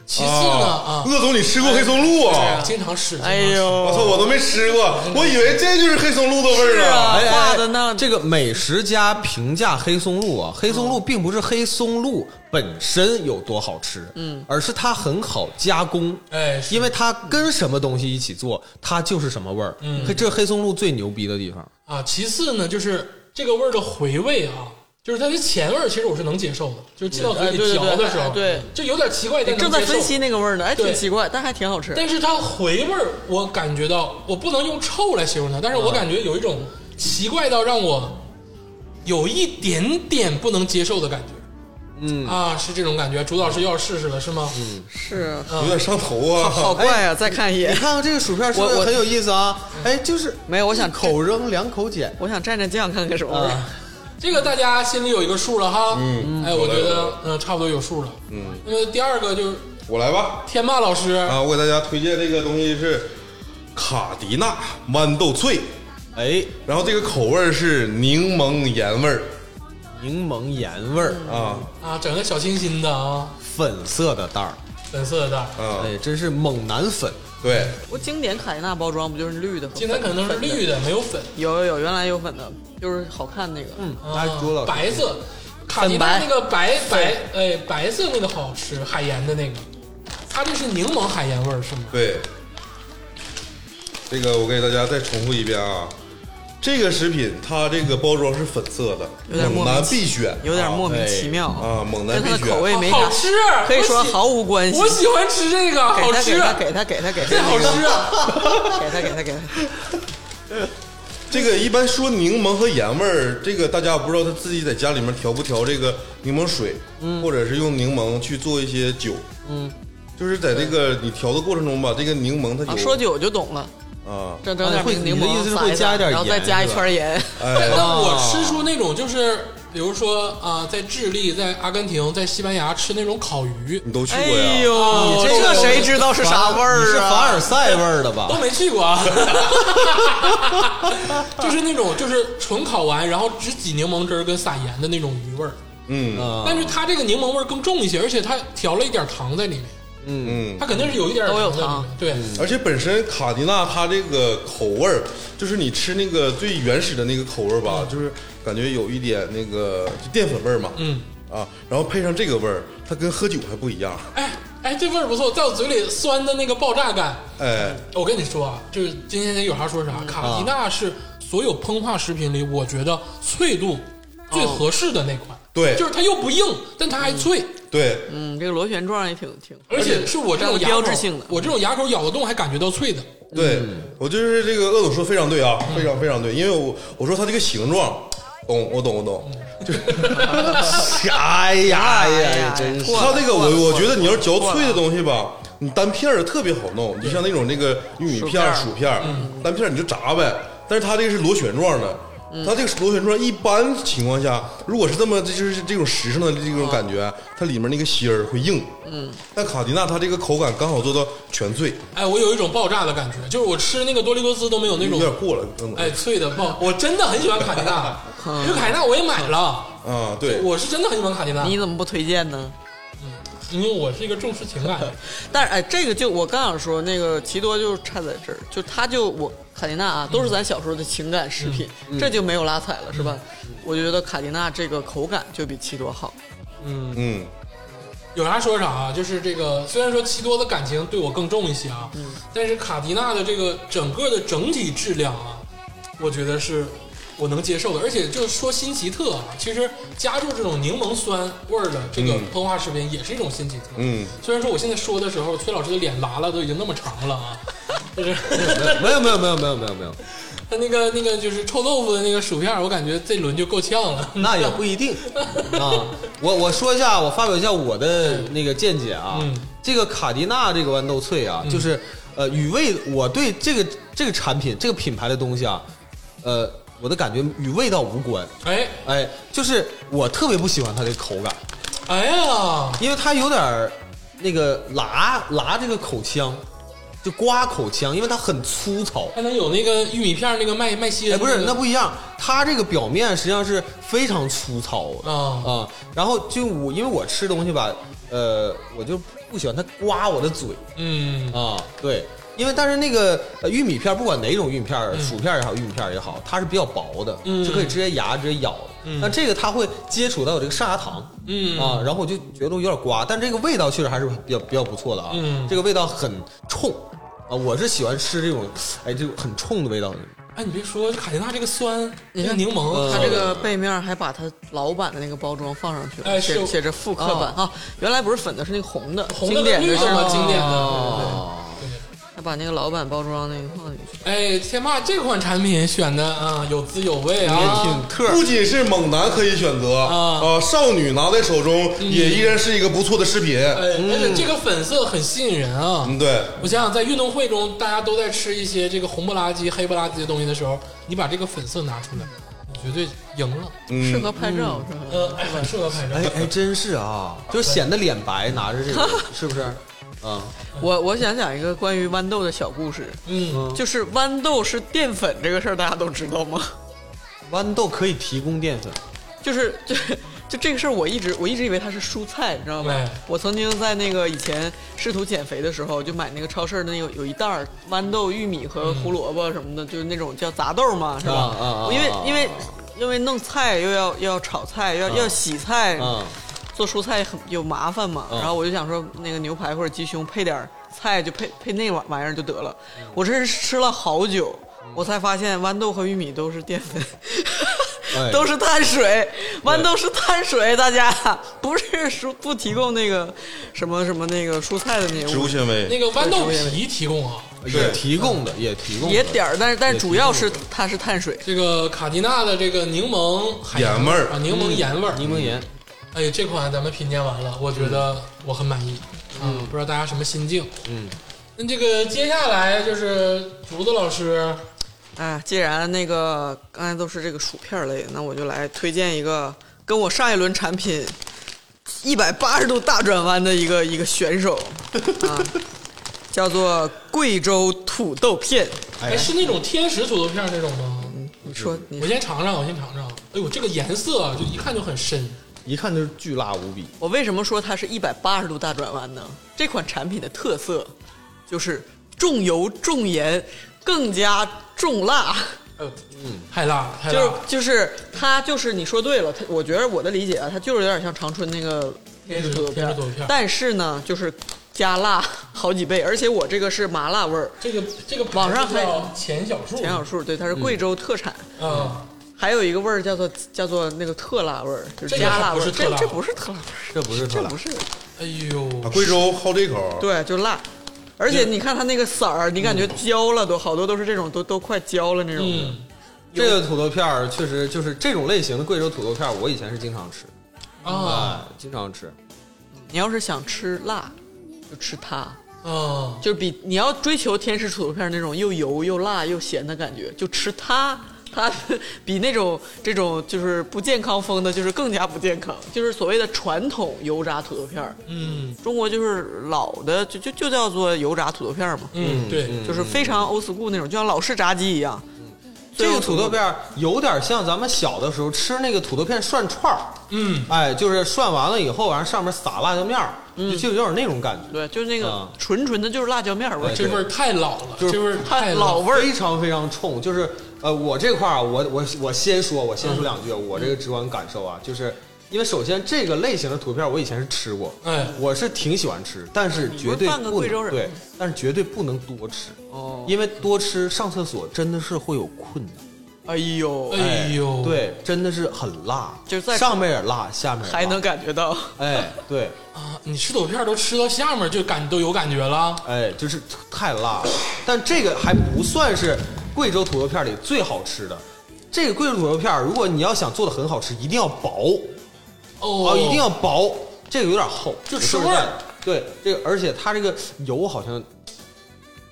[SPEAKER 1] 其次呢啊，
[SPEAKER 3] 哦鄂总，你吃过黑松露啊？
[SPEAKER 1] 经常吃，经常
[SPEAKER 2] 哎
[SPEAKER 1] 吃
[SPEAKER 2] 呦，
[SPEAKER 3] 我操，我都没吃过，我以为这就是黑松露的味
[SPEAKER 2] 是
[SPEAKER 3] 儿
[SPEAKER 2] 啊，
[SPEAKER 4] 哎哎
[SPEAKER 2] 画的那
[SPEAKER 4] 这个美食家评价黑松露啊，黑松露并不是黑松露本身有多好吃，嗯，而是它很好加工，
[SPEAKER 1] 哎，是
[SPEAKER 4] 因为它跟什么东西一起做，它就是什么味儿。嗯，这是黑松露最牛逼的地方。
[SPEAKER 1] 啊，其次呢，就是这个味儿的回味啊，就是它的前味儿，其实我是能接受的，就是进到嘴
[SPEAKER 2] 哎对
[SPEAKER 1] 里
[SPEAKER 2] 对
[SPEAKER 1] 嚼的时候，
[SPEAKER 2] 对
[SPEAKER 1] 就有点奇怪，但能
[SPEAKER 2] 正在
[SPEAKER 1] 接受
[SPEAKER 2] 分析。那个味儿呢，哎，挺
[SPEAKER 1] 对
[SPEAKER 2] 奇怪，但还挺好吃。
[SPEAKER 1] 但是它回味儿，我感觉到，我不能用臭来形容它，但是
[SPEAKER 2] 啊
[SPEAKER 1] 我感觉有一种奇怪到让我有一点点不能接受的感觉。嗯啊，是这种感觉。朱老师又要试试了，是吗？嗯，哎
[SPEAKER 2] 是
[SPEAKER 3] 有点上头啊
[SPEAKER 2] 好。怪啊！再看一
[SPEAKER 4] 你
[SPEAKER 2] 眼，
[SPEAKER 4] 看看这个薯片是不
[SPEAKER 2] 我
[SPEAKER 4] 是
[SPEAKER 2] 我
[SPEAKER 4] 很有意思啊？哎，就是
[SPEAKER 2] 没有我想
[SPEAKER 4] 一口扔两口捡。
[SPEAKER 2] 我想蘸蘸酱看看什么味
[SPEAKER 1] 啊
[SPEAKER 2] 儿。
[SPEAKER 1] 这个大家心里有一个数了哈。嗯，哎，我觉
[SPEAKER 3] 有了有
[SPEAKER 1] 得
[SPEAKER 3] 了
[SPEAKER 1] 嗯、呃差不多有数了。嗯，那么第二个就是
[SPEAKER 3] 我来吧，
[SPEAKER 1] 天霸老师，
[SPEAKER 3] 啊，我给大家推荐这个东西是卡迪娜豌豆脆，
[SPEAKER 4] 哎，
[SPEAKER 3] 然后这个口味儿是柠檬盐味儿
[SPEAKER 4] 柠檬盐味儿，
[SPEAKER 3] 啊
[SPEAKER 1] 啊，整个小清新的啊，
[SPEAKER 4] 粉色的袋儿，
[SPEAKER 1] 粉色的袋儿。
[SPEAKER 3] 啊，
[SPEAKER 4] 哎，真是猛男粉。
[SPEAKER 3] 对，
[SPEAKER 2] 不经典凯纳包装不就是绿的和
[SPEAKER 1] 今天可能是
[SPEAKER 2] 粉的
[SPEAKER 1] 绿的，没有粉，
[SPEAKER 2] 有有有，原来有粉的，就是好看那个。嗯，
[SPEAKER 4] 哎，朱老
[SPEAKER 1] 啊
[SPEAKER 4] 师，
[SPEAKER 1] 白色，卡迪娜那个白白哎白色那个好吃，海盐的那个，它这是柠檬海盐味儿是吗？
[SPEAKER 3] 对，这个我给大家再重复一遍啊，这个食品它这个包装是粉色的，
[SPEAKER 2] 有点
[SPEAKER 3] 猛
[SPEAKER 2] 莫名
[SPEAKER 3] 男
[SPEAKER 2] 其
[SPEAKER 3] 必选，
[SPEAKER 2] 有点莫名其妙，
[SPEAKER 3] 啊，猛男
[SPEAKER 2] 跟
[SPEAKER 3] 必
[SPEAKER 2] 它的
[SPEAKER 3] 选。
[SPEAKER 2] 口味没啥
[SPEAKER 1] 好，吃，啊
[SPEAKER 2] 可以
[SPEAKER 1] 我
[SPEAKER 2] 说
[SPEAKER 1] 喜
[SPEAKER 2] 毫无关系。
[SPEAKER 1] 我喜欢吃这个，好
[SPEAKER 2] 给他
[SPEAKER 1] 吃啊
[SPEAKER 2] 给，他给他给他给
[SPEAKER 1] 这
[SPEAKER 2] 他
[SPEAKER 1] 好吃啊！
[SPEAKER 2] 给他给他给他，
[SPEAKER 3] 这个一般说柠檬和盐味儿，这个大家不知道他自己在家里面调不调这个柠檬水，或者是用柠檬去做一些酒，嗯，就是在这个你调的过程中吧，这个柠檬它有、
[SPEAKER 2] 啊啊，说酒就懂了。
[SPEAKER 3] 啊，
[SPEAKER 2] 整整点
[SPEAKER 4] 啊会
[SPEAKER 2] 柠
[SPEAKER 4] 你的意
[SPEAKER 2] 檬
[SPEAKER 4] 思是
[SPEAKER 2] 撒
[SPEAKER 4] 会
[SPEAKER 2] 一
[SPEAKER 4] 加
[SPEAKER 2] 撒，
[SPEAKER 4] 一点
[SPEAKER 2] 然后再
[SPEAKER 4] 盐
[SPEAKER 2] 加一
[SPEAKER 4] 是吧
[SPEAKER 2] 圈盐。
[SPEAKER 1] 但
[SPEAKER 3] 哎，
[SPEAKER 1] 但我吃出那种就是，比如说啊、在智利、在阿根廷、在西班牙吃那种烤鱼，
[SPEAKER 3] 你都去
[SPEAKER 2] 哎
[SPEAKER 3] 过呀？
[SPEAKER 2] 呦，
[SPEAKER 1] 你这
[SPEAKER 2] 这
[SPEAKER 1] 个
[SPEAKER 2] 谁知道是啥味
[SPEAKER 4] 你
[SPEAKER 2] 儿
[SPEAKER 4] 是凡
[SPEAKER 2] 啊？
[SPEAKER 4] 尔赛味儿的 吧
[SPEAKER 1] 都？没去过啊，就是那种就是纯烤完，然后只挤柠檬汁儿跟撒盐的那种鱼味儿，
[SPEAKER 3] 嗯
[SPEAKER 4] 啊
[SPEAKER 1] 但是它这个柠檬味儿更重一些，而且它调了一点糖在里面，
[SPEAKER 3] 嗯，
[SPEAKER 1] 它肯定是有一点
[SPEAKER 2] 都有
[SPEAKER 1] 糖在里面，对。
[SPEAKER 3] 而且本身卡迪娜它这个口味儿，就是你吃那个最原始的那个口味儿吧，就是感觉有一点那个就淀粉味儿嘛，
[SPEAKER 1] 嗯
[SPEAKER 3] 啊，然后配上这个味儿，它跟喝酒还不一样，
[SPEAKER 1] 哎哎，这味儿不错，在我嘴里酸的那个爆炸感。
[SPEAKER 3] 哎，
[SPEAKER 1] 我跟你说啊，就是今天有啥说
[SPEAKER 2] 嗯
[SPEAKER 1] 啥，
[SPEAKER 3] 啊
[SPEAKER 1] 卡迪娜是所有膨化食品里，我觉得脆度最合适的那款。
[SPEAKER 3] 对
[SPEAKER 1] 就是它又不硬，但它还脆，
[SPEAKER 3] 对，
[SPEAKER 2] 哦嗯，这个螺旋状也挺挺。
[SPEAKER 1] 而且是我这种牙口
[SPEAKER 2] 标志性的
[SPEAKER 1] 我这种牙口咬得动还感觉到脆的。
[SPEAKER 3] 对、我就是这个鄂总说非常对啊，非常非常对，因为我我说它这个形状，懂我懂我懂，
[SPEAKER 4] 哎呀哎呀，真是
[SPEAKER 2] 过
[SPEAKER 3] 它
[SPEAKER 2] 了
[SPEAKER 3] 这个
[SPEAKER 2] 过了
[SPEAKER 3] 我我
[SPEAKER 2] 过
[SPEAKER 3] 觉
[SPEAKER 2] 了
[SPEAKER 3] 得你要是嚼脆的东西吧，你单片儿特别好弄，你就像那种那个玉米片儿、薯片儿，单片儿你就炸呗。但是它这个是螺旋状的，它这个螺旋状一般情况下，如果是这么这就是这种实诚的这种感觉，它里面那个芯儿会硬。嗯，但卡迪娜它这个口感刚好做到全脆，
[SPEAKER 1] 哎，我有一种爆炸的感觉，就是我吃那个多利多斯都没有那
[SPEAKER 3] 有
[SPEAKER 1] 种
[SPEAKER 3] 点过了，嗯可能
[SPEAKER 1] 哎脆的爆。我真的很喜欢卡迪娜，因为卡迪娜我也买了，
[SPEAKER 3] 啊，对，
[SPEAKER 1] 我是真的很喜欢卡迪娜，
[SPEAKER 2] 嗯你怎么不推荐呢？
[SPEAKER 1] 因为我是一个重视情感的人。
[SPEAKER 2] 但是哎，这个就我刚想说，那个奇多就是差在这儿，就他就我卡迪娜啊，都是咱小时候的情感食品，
[SPEAKER 4] 嗯
[SPEAKER 2] 这就没有拉踩了，是吧？我觉得卡迪娜这个口感就比奇多好，
[SPEAKER 3] 嗯，
[SPEAKER 1] 有啥说啥啊，就是这个，虽然说奇多的感情对我更重一些啊，但是卡迪娜的这个整个的整体质量啊，我觉得是我能接受的。而且就是说新奇特啊，其实加入这种柠檬酸味儿的这个
[SPEAKER 3] 嗯
[SPEAKER 1] 膨化食品也是一种新奇特。
[SPEAKER 3] 嗯，
[SPEAKER 1] 虽然说我现在说的时候，崔老师的脸拉了都已经那么长了啊，就是
[SPEAKER 4] 没有没有没有没有没有没有，
[SPEAKER 1] 他那个那个就是臭豆腐的那个薯片儿，我感觉这轮就够呛了。
[SPEAKER 4] 那也不一定啊。我我说一下，我发表一下我的那个见解啊。
[SPEAKER 1] 嗯
[SPEAKER 4] 这个卡迪娜这个豌豆脆啊，就是呃，与味我对这个这个产品这个品牌的东西啊，呃，我的感觉与味道无关。
[SPEAKER 1] 哎
[SPEAKER 4] 哎，就是我特别不喜欢它的口感，
[SPEAKER 1] 哎呀，
[SPEAKER 4] 因为它有点儿那个拉拉这个口腔，就刮口腔，因为它很粗糙。
[SPEAKER 1] 还能有那个玉米片儿那个麦麦西
[SPEAKER 4] 哎，
[SPEAKER 1] 恩
[SPEAKER 4] 不
[SPEAKER 1] 个、
[SPEAKER 4] 是，那不一样，它这个表面实际上是非常粗糙的
[SPEAKER 1] 啊
[SPEAKER 4] 然后就我因为我吃东西吧，呃，我就不喜欢它刮我的嘴
[SPEAKER 1] 嗯。
[SPEAKER 4] 啊，对。因为但是那个呃玉米片儿，不管哪种玉米片儿，薯片儿也好，玉米片儿也好，它是比较薄的，
[SPEAKER 1] 嗯
[SPEAKER 4] 就可以直接牙直接咬的。但这个它会接触到我这个上牙膛，
[SPEAKER 1] 嗯
[SPEAKER 4] 啊，然后我就觉得有点刮，但这个味道确实还是比较比较不错的啊。
[SPEAKER 1] 嗯
[SPEAKER 4] 这个味道很冲啊，我是喜欢吃这种哎这种很冲的味道的。
[SPEAKER 1] 哎，你别说，卡迪娜这个酸，嗯这
[SPEAKER 2] 你
[SPEAKER 1] 个
[SPEAKER 2] 看
[SPEAKER 1] 哎柠檬，
[SPEAKER 2] 它这个背面还把它老版的那个包装放上去了，
[SPEAKER 1] 呃哎是
[SPEAKER 2] 写写着复刻版啊，原来不是粉的，是那个红的，
[SPEAKER 1] 红的
[SPEAKER 2] 经典
[SPEAKER 1] 绿
[SPEAKER 2] 的
[SPEAKER 1] 的
[SPEAKER 2] 是
[SPEAKER 1] 嘛
[SPEAKER 2] 吧
[SPEAKER 4] 啊
[SPEAKER 1] 经典的
[SPEAKER 2] 哦还把那个老版包装那个放进去，
[SPEAKER 1] 哎，天霸这款产品选的啊，有滋有味啊，
[SPEAKER 4] 挺特
[SPEAKER 3] 不仅是猛男可以选择
[SPEAKER 1] 啊
[SPEAKER 3] 啊，少女拿在手中
[SPEAKER 2] 嗯
[SPEAKER 3] 也依然是一个不错的饰品。
[SPEAKER 1] 哎，而且这个粉色很吸引人啊。
[SPEAKER 3] 嗯，对，
[SPEAKER 1] 我想想，在运动会中，大家都在吃一些这个红不拉几、黑不拉几的东西的时候，你把这个粉色拿出来，你绝对赢了。
[SPEAKER 2] 适合拍照是吧？
[SPEAKER 1] 呃，嗯哎，很适合拍照。
[SPEAKER 4] 哎哎，真是啊，就是显得脸白，拿着这个 是不是？啊，
[SPEAKER 2] 我我想讲一个关于豌豆的小故事，
[SPEAKER 1] 嗯，
[SPEAKER 2] 就是豌豆是淀粉这个事儿，大家都知道吗？
[SPEAKER 4] 豌豆可以提供淀粉，
[SPEAKER 2] 就是就就这个事儿，我一直我一直以为它是蔬菜，你知道吗
[SPEAKER 1] 哎？
[SPEAKER 2] 我曾经在那个以前试图减肥的时候，就买那个超市的那有有一袋儿豌豆、玉米和胡萝卜什么的，就是那种叫杂豆嘛，是吧？
[SPEAKER 4] 啊啊啊
[SPEAKER 2] 因为
[SPEAKER 4] 啊啊
[SPEAKER 2] 因为因为弄菜又要又要炒菜，又要、要洗菜，
[SPEAKER 4] 啊
[SPEAKER 2] 做蔬菜很有麻烦嘛。
[SPEAKER 4] 嗯
[SPEAKER 2] 然后我就想说，那个牛排或者鸡胸配点儿菜，就配配那玩玩意儿就得了。
[SPEAKER 4] 嗯
[SPEAKER 2] 我这是吃了好久，我才发现豌豆和玉米都是淀粉。
[SPEAKER 4] 哎
[SPEAKER 2] 都是碳水，豌豆是碳水，大家不是蔬不提供那个什么什么那个蔬菜的那
[SPEAKER 3] 植
[SPEAKER 2] 个
[SPEAKER 3] 物纤维
[SPEAKER 1] 那个豌豆皮提供啊，
[SPEAKER 4] 也提供的，嗯也提供的
[SPEAKER 2] 也点儿，但是但是主要是它是碳水。
[SPEAKER 1] 这个卡迪娜的这个柠檬海
[SPEAKER 3] 盐味儿
[SPEAKER 1] 啊，柠檬盐味儿，
[SPEAKER 4] 柠檬盐。
[SPEAKER 1] 哎，这啊款咱们品鉴完了，我觉得我很满意。嗯，不知道大家什么心境？嗯，那这个接下来就是竹子老师，
[SPEAKER 2] 哎，既然那个刚才都是这个薯片类，那我就来推荐一个跟我上一轮产品一百八十度大转弯的一个一个选手啊，叫做贵州土豆片。
[SPEAKER 1] 哎，是那种天使土豆片那种吗？
[SPEAKER 2] 你说你
[SPEAKER 1] 我先尝尝，我先尝尝。哎呦，这个颜色啊，就一看就很深。
[SPEAKER 4] 一看就是巨辣无比。
[SPEAKER 2] 我为什么说它是一百八十度大转弯呢？这款产品的特色就是重油、重盐，更加重辣。
[SPEAKER 1] 哎呦，嗯，太辣了，太
[SPEAKER 2] 就
[SPEAKER 1] 辣
[SPEAKER 2] 是
[SPEAKER 1] 了。
[SPEAKER 2] 就是它就是你说对了，它我觉得我的理解啊，它就是有点像长春那个天使土豆
[SPEAKER 1] 天
[SPEAKER 2] 片
[SPEAKER 1] 使
[SPEAKER 2] 儿
[SPEAKER 1] 土豆片儿，
[SPEAKER 2] 但是呢，就是加辣好几倍，而且我这个是麻辣味儿，
[SPEAKER 1] 这个这个
[SPEAKER 2] 网上还
[SPEAKER 1] 叫钱小树，
[SPEAKER 2] 钱小树对，它是贵州特产。
[SPEAKER 1] 啊，
[SPEAKER 2] 还有一个味儿叫做叫做那个特辣味儿，就是
[SPEAKER 1] 这个
[SPEAKER 2] 加
[SPEAKER 1] 还
[SPEAKER 2] 辣
[SPEAKER 1] 不
[SPEAKER 2] 味儿，
[SPEAKER 1] 是特
[SPEAKER 2] 这
[SPEAKER 1] 辣
[SPEAKER 2] 这不是特辣味儿，
[SPEAKER 4] 这不是特
[SPEAKER 2] 这
[SPEAKER 4] 辣
[SPEAKER 2] 不，是，
[SPEAKER 1] 哎呦，
[SPEAKER 3] 啊，贵州好这口儿，
[SPEAKER 2] 对，就辣。而且你看它那个色儿，你感觉焦了都，好多都是这种都都快焦了那种的。
[SPEAKER 1] 嗯
[SPEAKER 4] 这个土豆片儿确实就是这种类型的贵州土豆片儿，我以前是经常吃
[SPEAKER 1] 啊
[SPEAKER 4] 啊，经常吃。
[SPEAKER 2] 你要是想吃辣，就吃它。
[SPEAKER 1] 啊，
[SPEAKER 2] 就是比你要追求天使土豆片那种又油又辣又咸的感觉，就吃它， 它比那种这种就是不健康风的，就是更加不健康，就是所谓的传统油炸土豆片儿。
[SPEAKER 1] 嗯
[SPEAKER 2] 中国就是老的，就就就叫做油炸土豆片儿嘛，
[SPEAKER 1] 嗯，对，
[SPEAKER 2] 就是非常 old school 那种，就像老式炸鸡一样。
[SPEAKER 4] 这个土豆片儿有点像咱们小的时候吃那个土豆片涮串儿，
[SPEAKER 1] 嗯，
[SPEAKER 4] 哎，就是涮完了以后，完上面撒辣椒面儿，就就有点那种感觉，
[SPEAKER 2] 对，就是那个
[SPEAKER 4] 啊
[SPEAKER 2] 纯纯的，就是辣椒面儿味儿
[SPEAKER 4] 对
[SPEAKER 1] 这味儿太老了，
[SPEAKER 4] 就是
[SPEAKER 1] 这味儿嗯太
[SPEAKER 2] 老
[SPEAKER 1] 老，
[SPEAKER 2] 味儿
[SPEAKER 4] 非常非常冲。就是呃，我这块儿啊，我我我先说，我
[SPEAKER 2] 嗯
[SPEAKER 4] 先说两句，我这个直观感受啊，就是因为首先这个类型的图片我以前是吃过，
[SPEAKER 1] 哎
[SPEAKER 4] 我是挺喜欢吃，但是绝
[SPEAKER 2] 你不是
[SPEAKER 4] 对
[SPEAKER 2] 半个
[SPEAKER 4] 不
[SPEAKER 2] 贵州
[SPEAKER 4] 能
[SPEAKER 2] 人
[SPEAKER 4] 对，但是绝对不能多吃，
[SPEAKER 2] 哦。
[SPEAKER 4] 因为多吃上厕所真的是会有困难。
[SPEAKER 2] 哎呦，
[SPEAKER 1] 哎呦，，
[SPEAKER 4] 对，真的是很辣，
[SPEAKER 2] 就是在
[SPEAKER 4] 上面也辣，下面也辣
[SPEAKER 2] 还能感觉到。
[SPEAKER 4] 哎，对，
[SPEAKER 1] 啊，你吃豆片儿都吃到下面就感都有感觉了，
[SPEAKER 4] 哎，就是太辣了。但这个还不算是贵州土豆片里最好吃的。这个贵州土豆片，如果你要想做的很好吃，一定要薄
[SPEAKER 1] 哦
[SPEAKER 4] 哦，一定要薄。这个有点厚，
[SPEAKER 1] 就
[SPEAKER 4] 我
[SPEAKER 1] 吃
[SPEAKER 4] 说实
[SPEAKER 1] 味儿
[SPEAKER 4] 在的。对，这个而且它这个油好像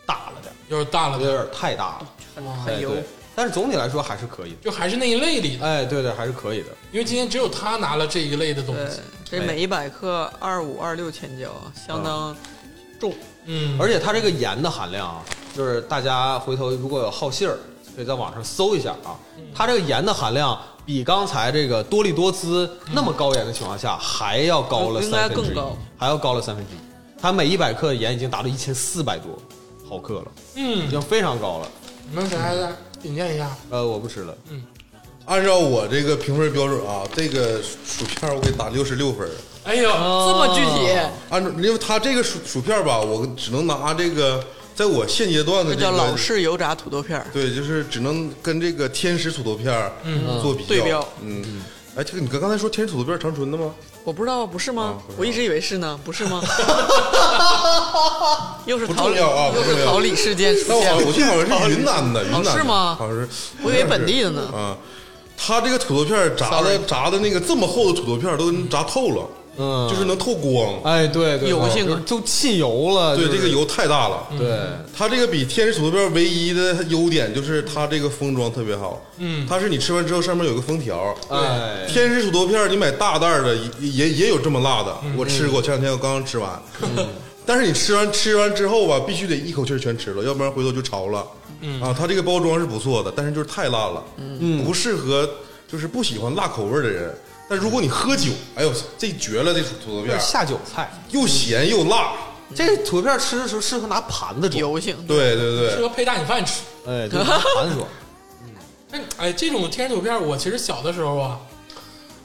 [SPEAKER 4] 大了点儿，
[SPEAKER 1] 有点大了
[SPEAKER 4] 有
[SPEAKER 1] 点，
[SPEAKER 4] 点太大了，
[SPEAKER 1] 哇
[SPEAKER 4] 哎
[SPEAKER 2] 很油
[SPEAKER 4] 对但是总体来说还是可以的。
[SPEAKER 1] 就还是那一类里的，
[SPEAKER 4] 哎，对对，还是可以的。
[SPEAKER 1] 因为今天只有他拿了这一类的东
[SPEAKER 2] 对
[SPEAKER 1] 西，，
[SPEAKER 2] 这每一百克二五二六千焦，相当重。
[SPEAKER 1] 嗯，
[SPEAKER 4] 而且它这个盐的含量啊，就是大家回头如果有好信儿，可以在网上搜一下啊。
[SPEAKER 2] 嗯
[SPEAKER 4] 它这个盐的含量比刚才这个多利多滋那么高盐的情况下，还要高了
[SPEAKER 2] 嗯应该
[SPEAKER 4] 三分之
[SPEAKER 2] 更
[SPEAKER 4] 一
[SPEAKER 2] 高，
[SPEAKER 4] 还要高了三分之一。它每一百克盐已经达到一千四百多毫克了，
[SPEAKER 1] 嗯
[SPEAKER 4] 已，经非常高了。
[SPEAKER 1] 你们谁还在品鉴一下？
[SPEAKER 4] 呃，我不吃了，
[SPEAKER 2] 嗯
[SPEAKER 3] 按照我这个评分标准啊，这个薯片儿我给打六十六分儿。
[SPEAKER 1] 哎呦，
[SPEAKER 2] 这么具体，
[SPEAKER 3] 按照，因为它这个薯薯片儿吧，我只能拿这个，在我现阶段的
[SPEAKER 2] 这
[SPEAKER 3] 这
[SPEAKER 2] 叫
[SPEAKER 3] 个
[SPEAKER 2] 老式油炸土豆片儿。
[SPEAKER 3] 对，就是只能跟这个天使土豆片儿做比较。
[SPEAKER 2] 对标
[SPEAKER 3] 嗯，哎，这个你刚刚才说天使土豆片儿长春的吗？
[SPEAKER 2] 我不知道，不是吗？
[SPEAKER 3] 啊不知道
[SPEAKER 2] 我一直以为是呢，不是 吗？又是
[SPEAKER 3] 不
[SPEAKER 2] 桃
[SPEAKER 3] 重要啊
[SPEAKER 2] 又
[SPEAKER 3] 不重
[SPEAKER 2] 是
[SPEAKER 3] 要
[SPEAKER 2] 桃李事件出
[SPEAKER 3] 但我
[SPEAKER 2] 现
[SPEAKER 3] 好
[SPEAKER 2] 了
[SPEAKER 3] 像我记得好像是云南的，云南的
[SPEAKER 2] 是吗
[SPEAKER 3] 好像是，
[SPEAKER 2] 我以为本地的呢
[SPEAKER 3] 啊，它这个土豆片儿炸的炸的那个这么厚的土豆片儿都能炸透了，
[SPEAKER 4] 嗯，
[SPEAKER 3] 就是能透光。
[SPEAKER 4] 哎，对对，
[SPEAKER 2] 油
[SPEAKER 4] 对
[SPEAKER 2] 性啊
[SPEAKER 4] 就是都浸油了，
[SPEAKER 3] 对，
[SPEAKER 4] 就是
[SPEAKER 3] 这个，油太大了。
[SPEAKER 4] 对，
[SPEAKER 3] 它这个比天使土豆片儿唯一的优点就是它这个封装特别好，嗯，它是你吃完之后上面有个封条，
[SPEAKER 4] 哎，
[SPEAKER 3] 天使土豆片儿你买大袋儿的也也也有这么辣的，我吃过，前两天我刚刚吃完， 但是你吃完吃完之后吧，必须得一口气儿全吃了，要不然回头就潮了，啊，它这个包装是不错的，但是就是太辣了，不适合就是不喜欢辣口味儿的人。但如果你喝酒，哎呦，这绝了！这土豆片
[SPEAKER 4] 就是
[SPEAKER 3] 儿
[SPEAKER 4] 下酒菜。
[SPEAKER 3] 又咸又辣，
[SPEAKER 4] 这个土豆片吃的时候适合拿盘子装，
[SPEAKER 2] 油性，
[SPEAKER 3] 对对对，
[SPEAKER 1] 适合配大米饭吃。
[SPEAKER 4] 哎，对，拿盘子装。
[SPEAKER 1] 但哎，这种天然土片儿，我其实小的时候啊，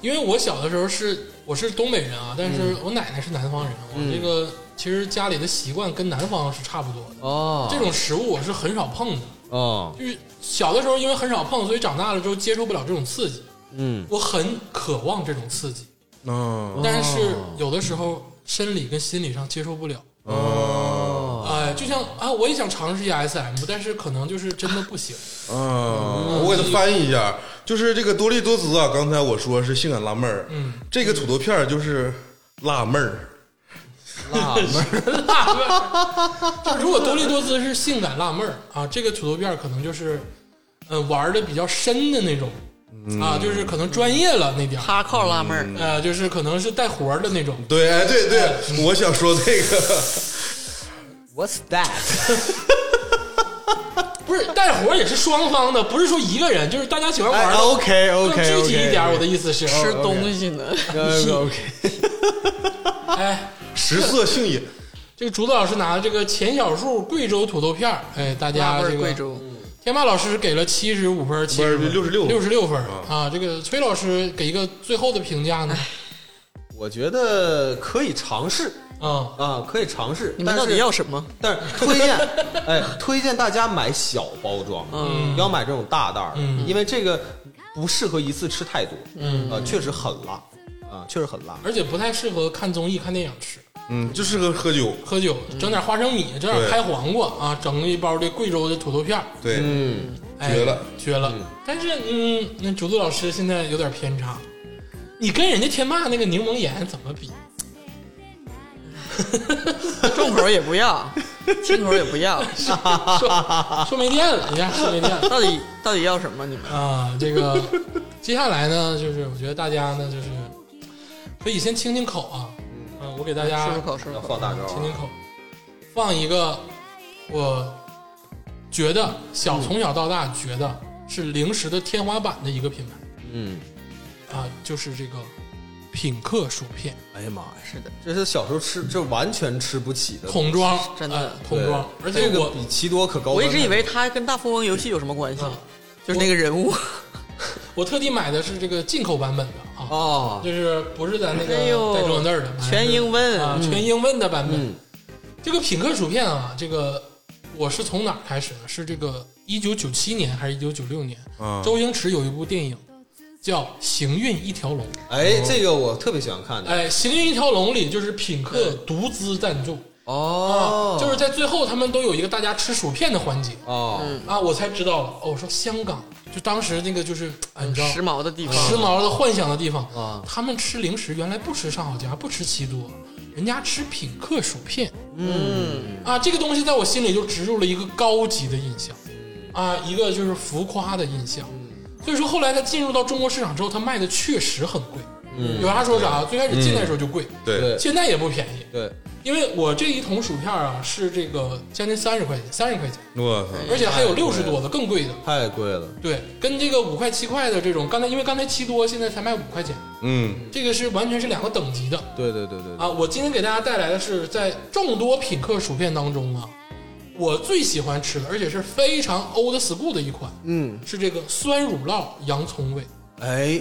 [SPEAKER 1] 因为我小的时候是我是东北人啊，但是
[SPEAKER 4] 嗯
[SPEAKER 1] 我奶奶是南方人，我这个其实家里的习惯跟南方是差不多的。
[SPEAKER 4] 哦，
[SPEAKER 1] 这种食物我是很少碰的，
[SPEAKER 4] 哦，
[SPEAKER 1] 就是小的时候因为很少碰，所以长大了之后接受不了这种刺激。
[SPEAKER 4] 嗯，
[SPEAKER 1] 我很渴望这种刺激，
[SPEAKER 3] 嗯，
[SPEAKER 1] 但是有的时候生理跟心理上接受不了。
[SPEAKER 3] 啊
[SPEAKER 4] 哦，
[SPEAKER 1] 哎，就像啊，我也想尝试一下 SM，但是可能就是真的不行。
[SPEAKER 3] 啊，我给他翻译一下，就是这个多利多姿啊，刚才我说是性感辣妹儿，
[SPEAKER 1] 嗯，
[SPEAKER 3] 这个土豆片儿就是辣妹儿，
[SPEAKER 4] 辣妹儿，
[SPEAKER 1] 辣妹儿。就如果多利多姿是性感辣妹儿啊，这个土豆片儿可能就是，呃，玩的比较深的那种
[SPEAKER 4] 嗯
[SPEAKER 1] 啊，就是可能专业了那点儿，
[SPEAKER 2] 哈靠辣妹儿，
[SPEAKER 3] 嗯
[SPEAKER 1] 呃，就是可能是带活儿的那种。
[SPEAKER 3] 对，哎，对
[SPEAKER 1] 嗯
[SPEAKER 3] 对，我想说这 个，
[SPEAKER 4] What's that？
[SPEAKER 1] 不是带活儿也是双方的，不是说一个人，就是大家喜欢玩的
[SPEAKER 4] 哎，OK，OK，
[SPEAKER 1] 更具体一点儿。
[SPEAKER 4] OK，OK
[SPEAKER 1] 我的意思是，
[SPEAKER 2] 吃东西呢。
[SPEAKER 1] 呃
[SPEAKER 3] 哦
[SPEAKER 4] OK，
[SPEAKER 1] 哎，
[SPEAKER 3] 食色性也，
[SPEAKER 1] 这个竹子老师拿这个钱小树贵州土豆片儿，哎，大
[SPEAKER 2] 辣
[SPEAKER 1] 家
[SPEAKER 2] 妹
[SPEAKER 1] 这
[SPEAKER 2] 儿
[SPEAKER 1] 个
[SPEAKER 2] 贵州，
[SPEAKER 1] 天霸老师给了七十五分儿， 七十
[SPEAKER 3] 不是66
[SPEAKER 1] 六十六分儿啊！这个崔老师给一个最后的评价呢？
[SPEAKER 2] 哎
[SPEAKER 4] 我觉得可以尝试
[SPEAKER 1] 啊，
[SPEAKER 4] 啊，可以尝试。
[SPEAKER 2] 你们
[SPEAKER 4] 但
[SPEAKER 2] 到底
[SPEAKER 4] 是
[SPEAKER 2] 要什么？
[SPEAKER 4] 但是推荐，哎，推荐大家买小包装，嗯，不要买这种大袋儿，
[SPEAKER 1] 嗯
[SPEAKER 4] 因为这个不适合一次吃太多，
[SPEAKER 1] 嗯
[SPEAKER 4] 呃，确实很辣，啊、确实很辣。
[SPEAKER 1] 而且不太适合看综艺、看电影吃，
[SPEAKER 3] 嗯，就适合喝酒，
[SPEAKER 1] 喝酒整点花生米，整点
[SPEAKER 3] 对
[SPEAKER 1] 开黄瓜啊，整一包这贵州的土豆片儿，
[SPEAKER 3] 对，
[SPEAKER 4] 嗯，
[SPEAKER 1] 哎
[SPEAKER 3] 绝了，
[SPEAKER 1] 绝了！但是，嗯，那竹子老师现在有点偏差，你跟人家天霸那个柠檬盐怎么比？
[SPEAKER 2] 重口也不要，轻口也不 要，
[SPEAKER 1] 说说没电了，一下说没电了。
[SPEAKER 2] 到底到底要什么？你们
[SPEAKER 1] 啊，这个接下来呢，就是我觉得大家呢，就是可以先清清口啊，嗯，我给大家嗯
[SPEAKER 2] 漱漱口，漱漱
[SPEAKER 4] 要
[SPEAKER 2] 口。
[SPEAKER 4] 放大招
[SPEAKER 1] 清清
[SPEAKER 4] 啊，
[SPEAKER 1] 口，放一个我觉得小从小到大觉得是零食的天花板的一个品牌
[SPEAKER 4] 嗯，
[SPEAKER 1] 啊，就是这个品客薯片
[SPEAKER 4] 哎呀妈呀，是的，这是小时候吃，这完全吃不起呃的，
[SPEAKER 1] 桶装，
[SPEAKER 2] 真的
[SPEAKER 1] 哎
[SPEAKER 4] 对
[SPEAKER 1] 桶装，而且
[SPEAKER 4] 这个
[SPEAKER 1] 我
[SPEAKER 4] 比奇多可高端
[SPEAKER 2] 我
[SPEAKER 4] 了，
[SPEAKER 2] 一直以为它跟大富翁游戏有什么关系
[SPEAKER 3] 嗯
[SPEAKER 1] 啊，
[SPEAKER 2] 就是那个人物。
[SPEAKER 1] 我特地买的是这个进口版本的啊，
[SPEAKER 4] 啊，
[SPEAKER 3] 哦
[SPEAKER 1] 就是不是咱那个
[SPEAKER 2] 哎呦
[SPEAKER 1] 带中文字儿的，买的是
[SPEAKER 2] 全英文
[SPEAKER 1] 啊，全英文的版本。
[SPEAKER 4] 嗯
[SPEAKER 1] 这个品客薯片啊，这个我是从哪儿开始呢？是这个一九九七年还是一九九六年？
[SPEAKER 3] 啊
[SPEAKER 1] 周星驰有一部电影叫《行运一条龙》，
[SPEAKER 4] 哎，这个我特别喜欢看的，
[SPEAKER 1] 哦哎，《行运一条龙》里就是品客独资赞助
[SPEAKER 4] 哦
[SPEAKER 1] 啊，就是在最后他们都有一个大家吃薯片的环节
[SPEAKER 4] 哦，
[SPEAKER 2] 嗯
[SPEAKER 1] 啊，我才知道了。哦，我说香港就当时那个就是，哎，你知道。
[SPEAKER 2] 时髦的地方，
[SPEAKER 3] 哦
[SPEAKER 1] 时髦的幻想的地方
[SPEAKER 4] 啊
[SPEAKER 1] 他们吃零食原来不吃上好佳，不吃奇多，人家吃品客薯片。嗯啊，这个东西在我心里就植入了一个高级的印象，啊，一个就是浮夸的印象。所以说后来它进入到中国市场之后，它卖的确实很贵。嗯，有啥说啥，最开始进来的时候就贵，
[SPEAKER 3] 对，
[SPEAKER 4] 对
[SPEAKER 1] 现在也不便宜。
[SPEAKER 4] 对，
[SPEAKER 1] 因为我这一桶薯片啊，是这个将近三十块钱，三十块钱，
[SPEAKER 3] 我操，
[SPEAKER 1] 而且还有
[SPEAKER 4] 太贵
[SPEAKER 1] 六
[SPEAKER 4] 了
[SPEAKER 1] 十多的更贵的。
[SPEAKER 4] 太贵了，
[SPEAKER 1] 对，跟这个五块七块的这种，刚才因为刚才七多，现在才卖五块钱，
[SPEAKER 3] 嗯，
[SPEAKER 1] 这个是完全是两个等级的
[SPEAKER 4] 对对对对对，
[SPEAKER 1] 啊！我今天给大家带来的是在众多品客薯片当中啊，我最喜欢吃的，而且是非常 old school 的一款，
[SPEAKER 4] 嗯，
[SPEAKER 1] 是这个酸乳酪洋葱味。
[SPEAKER 4] 哎，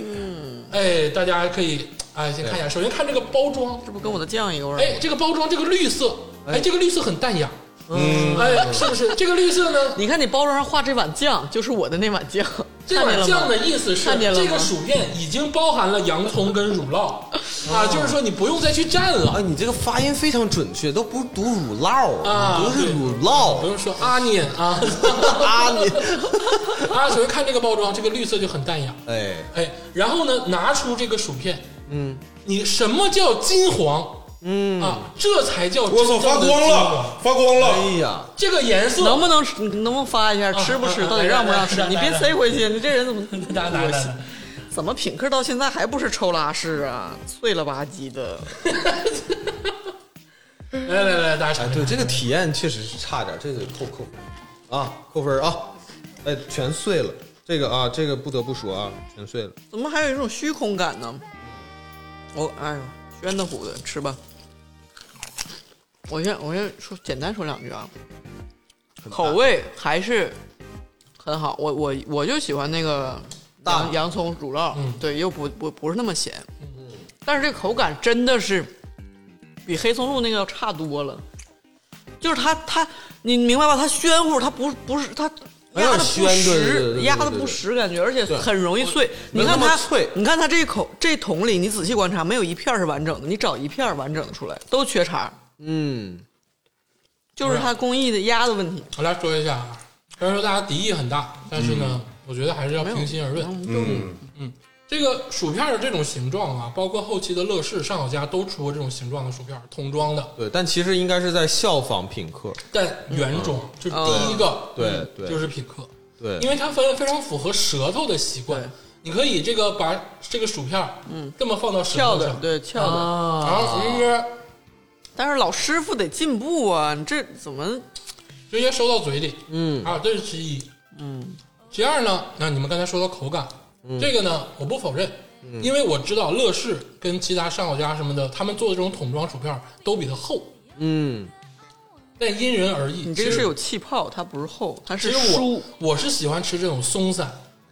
[SPEAKER 1] 哎，大家可以哎先看一下，首先看这个包装，
[SPEAKER 2] 这不跟我的酱一个味儿
[SPEAKER 1] 哎
[SPEAKER 2] 吗？，
[SPEAKER 1] 这个包装这个绿色，哎，这个绿色很淡雅，嗯，哎，是不是？这个绿色呢，
[SPEAKER 2] 你看你包装上画这碗酱，就是我的那碗酱，
[SPEAKER 1] 这
[SPEAKER 2] 看见
[SPEAKER 1] 碗
[SPEAKER 2] 了
[SPEAKER 1] 酱
[SPEAKER 2] 吗？
[SPEAKER 1] 的意思是，
[SPEAKER 2] 看见了
[SPEAKER 1] 这
[SPEAKER 2] 吗哦
[SPEAKER 1] 个薯片已经包含了洋葱跟乳酪啊，就是说你不用再去蘸
[SPEAKER 4] 啊，
[SPEAKER 1] 了，
[SPEAKER 2] 哎
[SPEAKER 4] 你这个发音非常准确，都不是读乳酪
[SPEAKER 1] 啊
[SPEAKER 4] 都是
[SPEAKER 1] 对
[SPEAKER 4] 乳
[SPEAKER 1] 不
[SPEAKER 4] 酪
[SPEAKER 1] 用说 onion 啊
[SPEAKER 4] 啊，你，
[SPEAKER 1] 啊，首先看这个包装，这个绿色就很淡雅，
[SPEAKER 4] 哎，
[SPEAKER 1] 哎，然后呢，拿出这个薯片，嗯，你什么叫金黄？嗯啊，这才叫
[SPEAKER 3] 我操，
[SPEAKER 1] 真
[SPEAKER 3] 发
[SPEAKER 1] 正的
[SPEAKER 3] 光
[SPEAKER 1] 金黄，
[SPEAKER 3] 了，发光
[SPEAKER 4] 哎
[SPEAKER 3] 了，
[SPEAKER 4] 呀，
[SPEAKER 1] 这个颜色
[SPEAKER 2] 能不能吃能不能发一下？
[SPEAKER 1] 啊
[SPEAKER 2] 吃不吃？
[SPEAKER 1] 啊
[SPEAKER 2] 到底让 不让吃
[SPEAKER 1] 来？来
[SPEAKER 2] 你别
[SPEAKER 1] 来
[SPEAKER 2] 塞回去，你这人怎么
[SPEAKER 1] 拿拿拿，
[SPEAKER 2] 怎么品客到现在还不是抽拉式啊？碎了吧唧的，
[SPEAKER 1] 来来来，大家尝
[SPEAKER 4] 哎，
[SPEAKER 1] 尝
[SPEAKER 4] 对，这个体验确实是差点，这个扣扣分啊，扣分啊，哎，全碎了，这个啊，这个不得不说啊，全碎了，
[SPEAKER 2] 怎么还有一种虚空感呢？我、哎呦，暄的乎的，吃吧。我先我先说简单说两句啊，口味还是很好，我我我就喜欢那个
[SPEAKER 4] 大嗯
[SPEAKER 2] 洋洋葱乳酪，
[SPEAKER 1] 嗯
[SPEAKER 2] 对，又不不不是那么咸，但是这个口感真的是比黑松露那个要差多了，就是它它你明白吧？它暄乎，它不不是它。
[SPEAKER 4] 有
[SPEAKER 2] 压的
[SPEAKER 4] 点
[SPEAKER 2] 不
[SPEAKER 4] 暄对对对对
[SPEAKER 2] 实，
[SPEAKER 4] 对
[SPEAKER 2] 压的
[SPEAKER 4] 对
[SPEAKER 2] 不
[SPEAKER 4] 对
[SPEAKER 2] 实，感觉，而且很容易碎。
[SPEAKER 4] 没
[SPEAKER 2] 你看
[SPEAKER 4] 那么
[SPEAKER 2] 它
[SPEAKER 4] 脆
[SPEAKER 2] 你看它这口这桶里，你仔细观察，没有一片儿是完整的，你找一片儿完整的出来，都缺茬儿，
[SPEAKER 4] 嗯，
[SPEAKER 2] 就是它工艺的压的问题。
[SPEAKER 1] 我来说一下啊，虽然说大家敌意很大，但是呢，我觉得还是要
[SPEAKER 2] 没有
[SPEAKER 1] 平心而论。
[SPEAKER 2] 嗯，
[SPEAKER 1] 这这个薯片儿这种形状啊，包括后期的乐事、上好佳都出过这种形状的薯片儿，桶装的，
[SPEAKER 4] 对，但其实应该是在效仿品客，
[SPEAKER 1] 但原装、就是第一个，
[SPEAKER 4] 对
[SPEAKER 1] 嗯
[SPEAKER 4] 对
[SPEAKER 1] 就是品客，
[SPEAKER 4] 对，
[SPEAKER 1] 因为它非非常符合舌头的习
[SPEAKER 2] 对
[SPEAKER 1] 惯。你可以这个把这个薯片儿，嗯，这么放到舌
[SPEAKER 2] 翘
[SPEAKER 1] 头
[SPEAKER 2] 的
[SPEAKER 1] 上，，
[SPEAKER 2] 对翘的。
[SPEAKER 1] 然后直接
[SPEAKER 2] 但是老师傅得进步啊，你这怎么
[SPEAKER 1] 直接收到嘴里，
[SPEAKER 4] 嗯
[SPEAKER 1] 啊，这是其一。嗯，其二呢，那你们刚才说到口感，
[SPEAKER 2] 嗯
[SPEAKER 1] 这个呢，我不否认，因为我知道乐事跟其他上好佳什么的，他们做的这种桶装薯片儿都比它厚，
[SPEAKER 4] 嗯，
[SPEAKER 1] 但因人而异。
[SPEAKER 2] 你这
[SPEAKER 1] 其
[SPEAKER 2] 个
[SPEAKER 1] 实
[SPEAKER 2] 是有气泡，它不是厚，它
[SPEAKER 1] 其
[SPEAKER 2] 是
[SPEAKER 1] 实
[SPEAKER 2] 酥
[SPEAKER 1] 我，我是喜欢吃这种松散、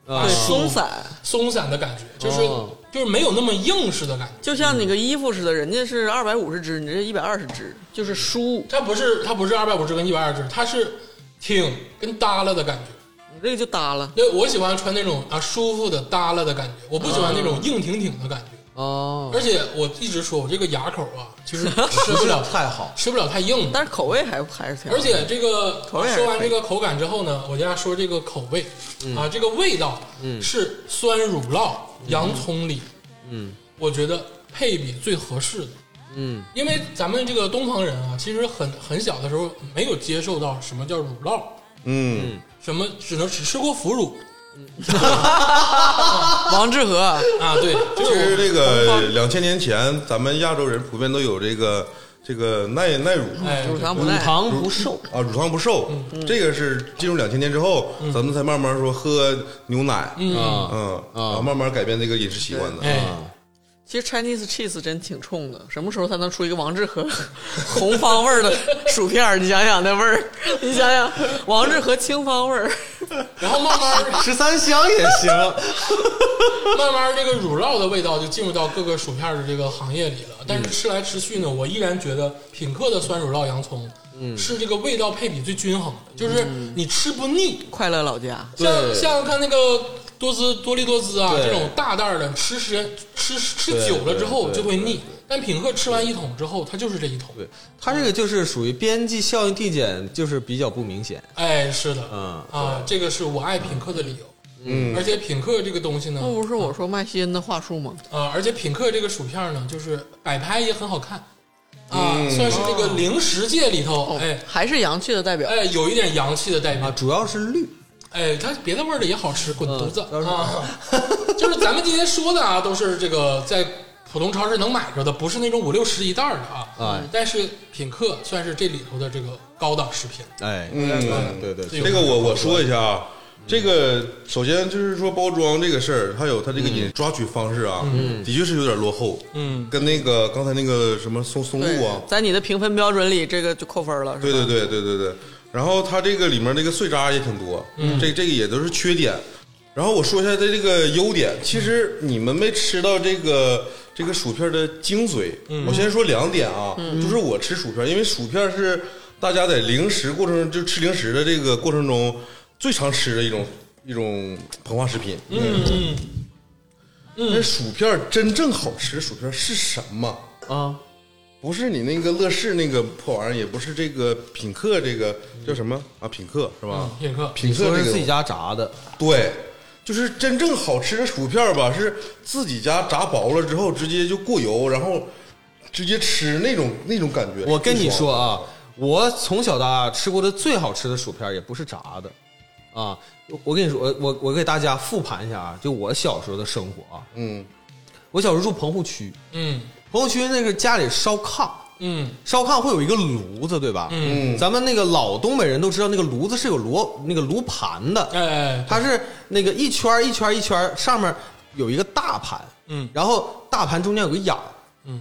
[SPEAKER 4] 啊
[SPEAKER 2] 对，
[SPEAKER 1] 酥
[SPEAKER 2] 松散，
[SPEAKER 1] 松散的感觉，就是、
[SPEAKER 4] 哦
[SPEAKER 1] 就是没有那么硬实的感觉。
[SPEAKER 2] 就像你个衣服似的，人家是二百五十支，你这一百二十支，就是酥，
[SPEAKER 1] 它不是它不是二百五十跟一百二十，它是挺跟耷拉的感觉。
[SPEAKER 2] 你这个就耷拉。
[SPEAKER 1] 对，我喜欢穿那种啊舒服的耷拉的感觉，我不喜欢那种硬挺挺的感觉。
[SPEAKER 4] 哦，
[SPEAKER 1] 而且我一直说，我这个牙口啊，其实吃不了
[SPEAKER 4] 太好，
[SPEAKER 1] 吃不了太硬的。
[SPEAKER 2] 但是口味还还是挺好
[SPEAKER 1] 而且这个
[SPEAKER 2] 口味还是
[SPEAKER 1] 说完这个口感之后呢，我就要说这个口味啊，这个味道是酸乳酪、洋葱里，
[SPEAKER 4] 嗯
[SPEAKER 1] 我觉得配比最合适的。
[SPEAKER 4] 嗯
[SPEAKER 1] 因为咱们这个东方人啊，其实很很小的时候没有接受到什么叫乳酪，
[SPEAKER 3] 嗯，
[SPEAKER 1] 什么只能只吃过腐乳
[SPEAKER 2] 王致和，
[SPEAKER 1] 啊，对，就
[SPEAKER 3] 其
[SPEAKER 1] 是
[SPEAKER 3] 实这个两千年前，咱们亚洲人普遍都有这个这个耐耐乳
[SPEAKER 1] 我哎，嗯
[SPEAKER 2] 乳糖不
[SPEAKER 4] 乳
[SPEAKER 2] 耐，
[SPEAKER 4] 糖不受，
[SPEAKER 3] 啊，乳糖不受，这个是进入两千年之后，咱们才慢慢说喝牛奶，嗯，
[SPEAKER 4] 啊
[SPEAKER 3] 然后慢慢改变这个饮食习惯的。
[SPEAKER 1] 哎，
[SPEAKER 2] 其实 Chinese cheese 真挺冲的，什么时候才能出一个王致和 红方味儿的薯片儿？你想想那味儿，你想想王致和青方味儿，
[SPEAKER 1] 然后慢慢
[SPEAKER 4] 十三香也行，
[SPEAKER 1] 慢慢这个乳酪的味道就进入到各个薯片的这个行业里了。但是吃来吃去呢，我依然觉得品客的酸乳酪洋葱，是这个味道配比最均衡的，就是你吃不腻。
[SPEAKER 2] 快乐老家。
[SPEAKER 1] 像
[SPEAKER 4] 对
[SPEAKER 1] 像看那个多姿多利多姿啊
[SPEAKER 4] 对
[SPEAKER 1] 这种大袋儿的，吃时间吃吃久了之后
[SPEAKER 3] 对对
[SPEAKER 1] 就会腻。但品客吃完一桶之后，它就是这一桶。
[SPEAKER 4] 对，它这个就是属于边际效应递减，就是比较不明显，
[SPEAKER 1] 哎，是的，
[SPEAKER 4] 嗯
[SPEAKER 1] 啊，这个是我爱品客的理由。嗯，而且品客这个东西呢
[SPEAKER 2] 那，不是我说麦西恩的话术吗？
[SPEAKER 1] 啊，而且品客这个薯片呢，就是摆拍也很好看，啊，
[SPEAKER 4] 嗯
[SPEAKER 1] 算是这个零食界里头，哎
[SPEAKER 2] 哦还是洋气的代表。
[SPEAKER 1] 哎，有一点洋气的代
[SPEAKER 4] 哦啊，
[SPEAKER 1] 表，
[SPEAKER 4] 主要是绿，
[SPEAKER 1] 哎，它别的味儿的也好吃，滚犊子
[SPEAKER 4] 嗯
[SPEAKER 1] 啊！就是咱们今天说的啊，都是这个在普通超市能买着的，不是那种五六十一袋儿的啊。
[SPEAKER 4] 哎
[SPEAKER 1] 但是品客算是这里头的这个高档食品，
[SPEAKER 4] 哎，
[SPEAKER 3] 嗯
[SPEAKER 4] 对对，
[SPEAKER 1] 对
[SPEAKER 3] 这个我我说一下啊，这个首先就是说包装这个事儿，还有它这个饮抓取方式啊，的确是有点落后，
[SPEAKER 1] 嗯，
[SPEAKER 3] 跟那个刚才那个什么松松露啊，
[SPEAKER 2] 在你的评分标准里，这个就扣分了，是吧？
[SPEAKER 3] 对对对对对对。然后它这个里面这个碎渣也挺多，
[SPEAKER 2] 嗯
[SPEAKER 3] 这这个也都是缺点。然后我说一下它这个优点，其实你们没吃到这个这个薯片的精髓。
[SPEAKER 2] 嗯
[SPEAKER 3] 我先说两点啊，就是我吃薯片，因为薯片是大家在零食过程就吃零食的这个过程中最常吃的一种一种膨化食品。
[SPEAKER 1] 嗯，
[SPEAKER 4] 嗯
[SPEAKER 3] 那薯片真正好吃，薯片是什么？
[SPEAKER 4] 啊，
[SPEAKER 3] 不是你那个乐事那个破玩意儿，也不是这个品客这个
[SPEAKER 4] 嗯
[SPEAKER 3] 叫什么啊？品客是吧？
[SPEAKER 1] 品客
[SPEAKER 3] 品客这
[SPEAKER 4] 说嗯是
[SPEAKER 3] 个
[SPEAKER 4] 自己家炸的，
[SPEAKER 3] 对，就是真正好吃的薯片吧，是自己家炸薄了之后直接就过油，然后直接吃那种那种感觉。
[SPEAKER 4] 我跟你
[SPEAKER 3] 是爽
[SPEAKER 4] 说啊，我从小到大吃过的最好吃的薯片也不是炸的，啊，我我跟你说，我我我给大家复盘一下啊，就我小时候的生活啊，
[SPEAKER 3] 嗯
[SPEAKER 4] 我小时候住棚户区，
[SPEAKER 1] 嗯
[SPEAKER 4] 棚户区那个家里烧炕，
[SPEAKER 1] 嗯
[SPEAKER 4] 烧炕会有一个炉子，对吧？
[SPEAKER 1] 嗯，
[SPEAKER 3] 嗯，
[SPEAKER 4] 咱们那个老东北人都知道，那个炉子是有炉那个炉盘的，
[SPEAKER 1] 哎，
[SPEAKER 4] 它是那个一圈儿一圈儿一圈儿，上面有一个大盘，
[SPEAKER 1] 嗯
[SPEAKER 4] 然后大盘中间有个眼儿，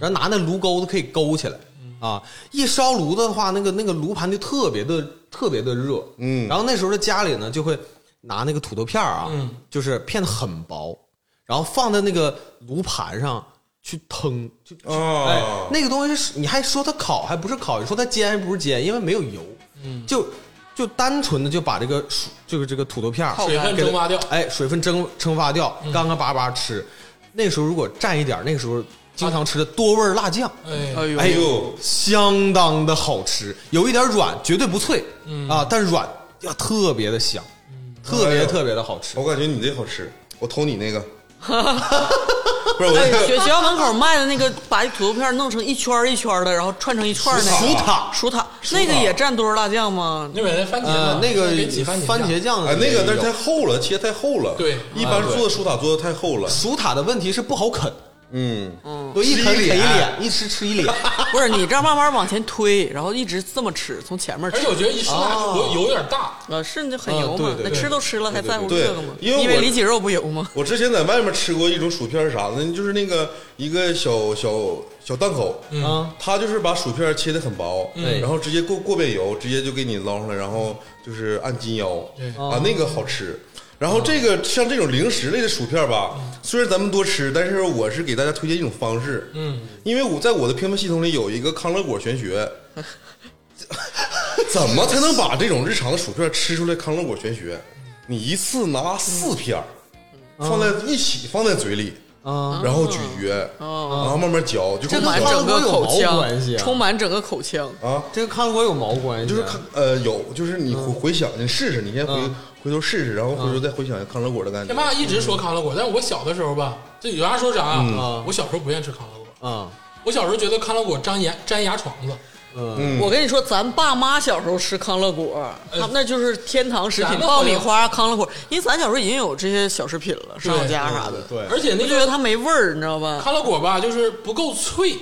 [SPEAKER 4] 然后拿那炉钩子可以勾起来，
[SPEAKER 1] 嗯
[SPEAKER 4] 啊，一烧炉子的话，那个那个炉盘就特别的特别的热，
[SPEAKER 3] 嗯
[SPEAKER 4] 然后那时候的家里呢就会拿那个土豆片儿啊，
[SPEAKER 1] 嗯
[SPEAKER 4] 就是片的很薄，然后放在那个炉盘上去腾，就
[SPEAKER 3] 哦
[SPEAKER 4] 哎，那个东西是你还说它烤还不是烤，你说它煎还不是煎，因为没有油，
[SPEAKER 1] 嗯
[SPEAKER 4] 就就单纯的就把这个薯这个这个土豆片儿
[SPEAKER 1] 水分
[SPEAKER 4] 给它
[SPEAKER 1] 蒸发掉嗯
[SPEAKER 4] 哎，水分蒸蒸发掉，干干巴巴吃。那时候如果蘸一点儿，那个时候经常吃的多味儿辣酱，
[SPEAKER 1] 哎
[SPEAKER 2] 哎呦，
[SPEAKER 4] 哎
[SPEAKER 3] 呦，
[SPEAKER 4] 相当的好吃，有一点软，绝对不脆，
[SPEAKER 1] 嗯
[SPEAKER 4] 啊，但软呀特别的香，特
[SPEAKER 3] 哎
[SPEAKER 4] 别
[SPEAKER 3] 呦
[SPEAKER 4] 特别的好
[SPEAKER 1] 哎
[SPEAKER 4] 吃。
[SPEAKER 3] 我感觉你这好吃，我投你那个，不是我
[SPEAKER 2] 哎
[SPEAKER 3] 就，
[SPEAKER 2] 学学校门口卖的那个，把土豆片弄成一圈儿一圈儿的，然后串成一串儿那
[SPEAKER 4] 薯
[SPEAKER 2] 个
[SPEAKER 4] 塔
[SPEAKER 2] 薯塔，那个也蘸多少辣酱吗？
[SPEAKER 1] 那边番茄嘛
[SPEAKER 4] 呃，那个
[SPEAKER 1] 给挤番茄酱
[SPEAKER 4] 番茄酱
[SPEAKER 3] 啊，那个但是太
[SPEAKER 4] 它
[SPEAKER 3] 厚了，切太厚了。
[SPEAKER 1] 对
[SPEAKER 3] 一般
[SPEAKER 1] 啊对
[SPEAKER 3] 做的舒塔做的太厚了。
[SPEAKER 4] 薯塔的问题是不好啃，
[SPEAKER 3] 嗯，
[SPEAKER 4] 就一
[SPEAKER 3] 吃
[SPEAKER 4] 啃啃
[SPEAKER 3] 一
[SPEAKER 4] 一
[SPEAKER 3] 脸
[SPEAKER 4] 脸，一吃吃一 脸。
[SPEAKER 2] 不是，你这样慢慢往前推，然后一直这么吃，从前面
[SPEAKER 1] 而
[SPEAKER 2] 吃
[SPEAKER 1] 且，我觉得一吃辣
[SPEAKER 4] 哦
[SPEAKER 1] 油油有点大，
[SPEAKER 2] 啊，是那很油嘛
[SPEAKER 4] 啊对对，
[SPEAKER 2] 那
[SPEAKER 4] 对
[SPEAKER 2] 吃都吃了还在乎
[SPEAKER 3] 对对
[SPEAKER 2] 这
[SPEAKER 3] 对
[SPEAKER 2] 个吗？
[SPEAKER 3] 因为
[SPEAKER 2] 因
[SPEAKER 3] 我
[SPEAKER 2] 为里脊肉不油吗？
[SPEAKER 3] 我之前在外面吃过一种薯片是啥呢？就是那个一个小小小档口，
[SPEAKER 1] 嗯
[SPEAKER 4] 啊，
[SPEAKER 3] 它就是把薯片切的很薄，
[SPEAKER 4] 嗯
[SPEAKER 3] 然后直接过过遍油，直接就给你捞上来，然后就是按斤腰
[SPEAKER 1] 对，
[SPEAKER 4] 哦
[SPEAKER 3] 啊，那个好吃。然后这个像这种零食类的薯片吧，
[SPEAKER 4] 嗯
[SPEAKER 3] 虽然咱们多吃，但是我是给大家推荐一种方式，嗯，因为我在我的评分系统里有一个康乐果玄学，怎么才能把这种日常的薯片吃出来康乐果玄学？你一次拿四片儿
[SPEAKER 4] 嗯
[SPEAKER 3] 放在一起放在嘴里，然后咀嚼，然后慢慢嚼，就
[SPEAKER 4] 哦这
[SPEAKER 2] 充
[SPEAKER 4] 个
[SPEAKER 3] 慢
[SPEAKER 2] 满
[SPEAKER 3] 慢嚼
[SPEAKER 2] 整个口
[SPEAKER 4] 这跟康乐果有毛
[SPEAKER 2] 腔
[SPEAKER 4] 关系，啊
[SPEAKER 2] 充满整个口腔。
[SPEAKER 3] 啊，
[SPEAKER 4] 这个康果有毛关系？啊
[SPEAKER 3] 就是看呃有，就是你回回想，你试试，你先回
[SPEAKER 4] 嗯
[SPEAKER 3] 回头试试，然后回头再回想康乐果的感觉
[SPEAKER 1] 天。爸一直说康乐果，但是我小的时候吧，这有啥说啥啊
[SPEAKER 4] 嗯，
[SPEAKER 1] 我小时候不愿意吃康乐果，
[SPEAKER 4] 啊，
[SPEAKER 1] 我小时候觉得康乐果粘牙粘牙床子，
[SPEAKER 4] 嗯，
[SPEAKER 2] 我跟你说，咱爸妈小时候吃康乐果，他那就是天堂食
[SPEAKER 1] 咱
[SPEAKER 2] 品，
[SPEAKER 1] 们
[SPEAKER 2] 爆米花、康乐果，因为咱小时候已经有这些小食品了，上我家啥的，
[SPEAKER 4] 对，
[SPEAKER 1] 而且
[SPEAKER 2] 我
[SPEAKER 1] 那
[SPEAKER 2] 就觉得
[SPEAKER 1] 个
[SPEAKER 2] 它没味儿，你知道吧？
[SPEAKER 1] 康乐果吧，就是不够脆，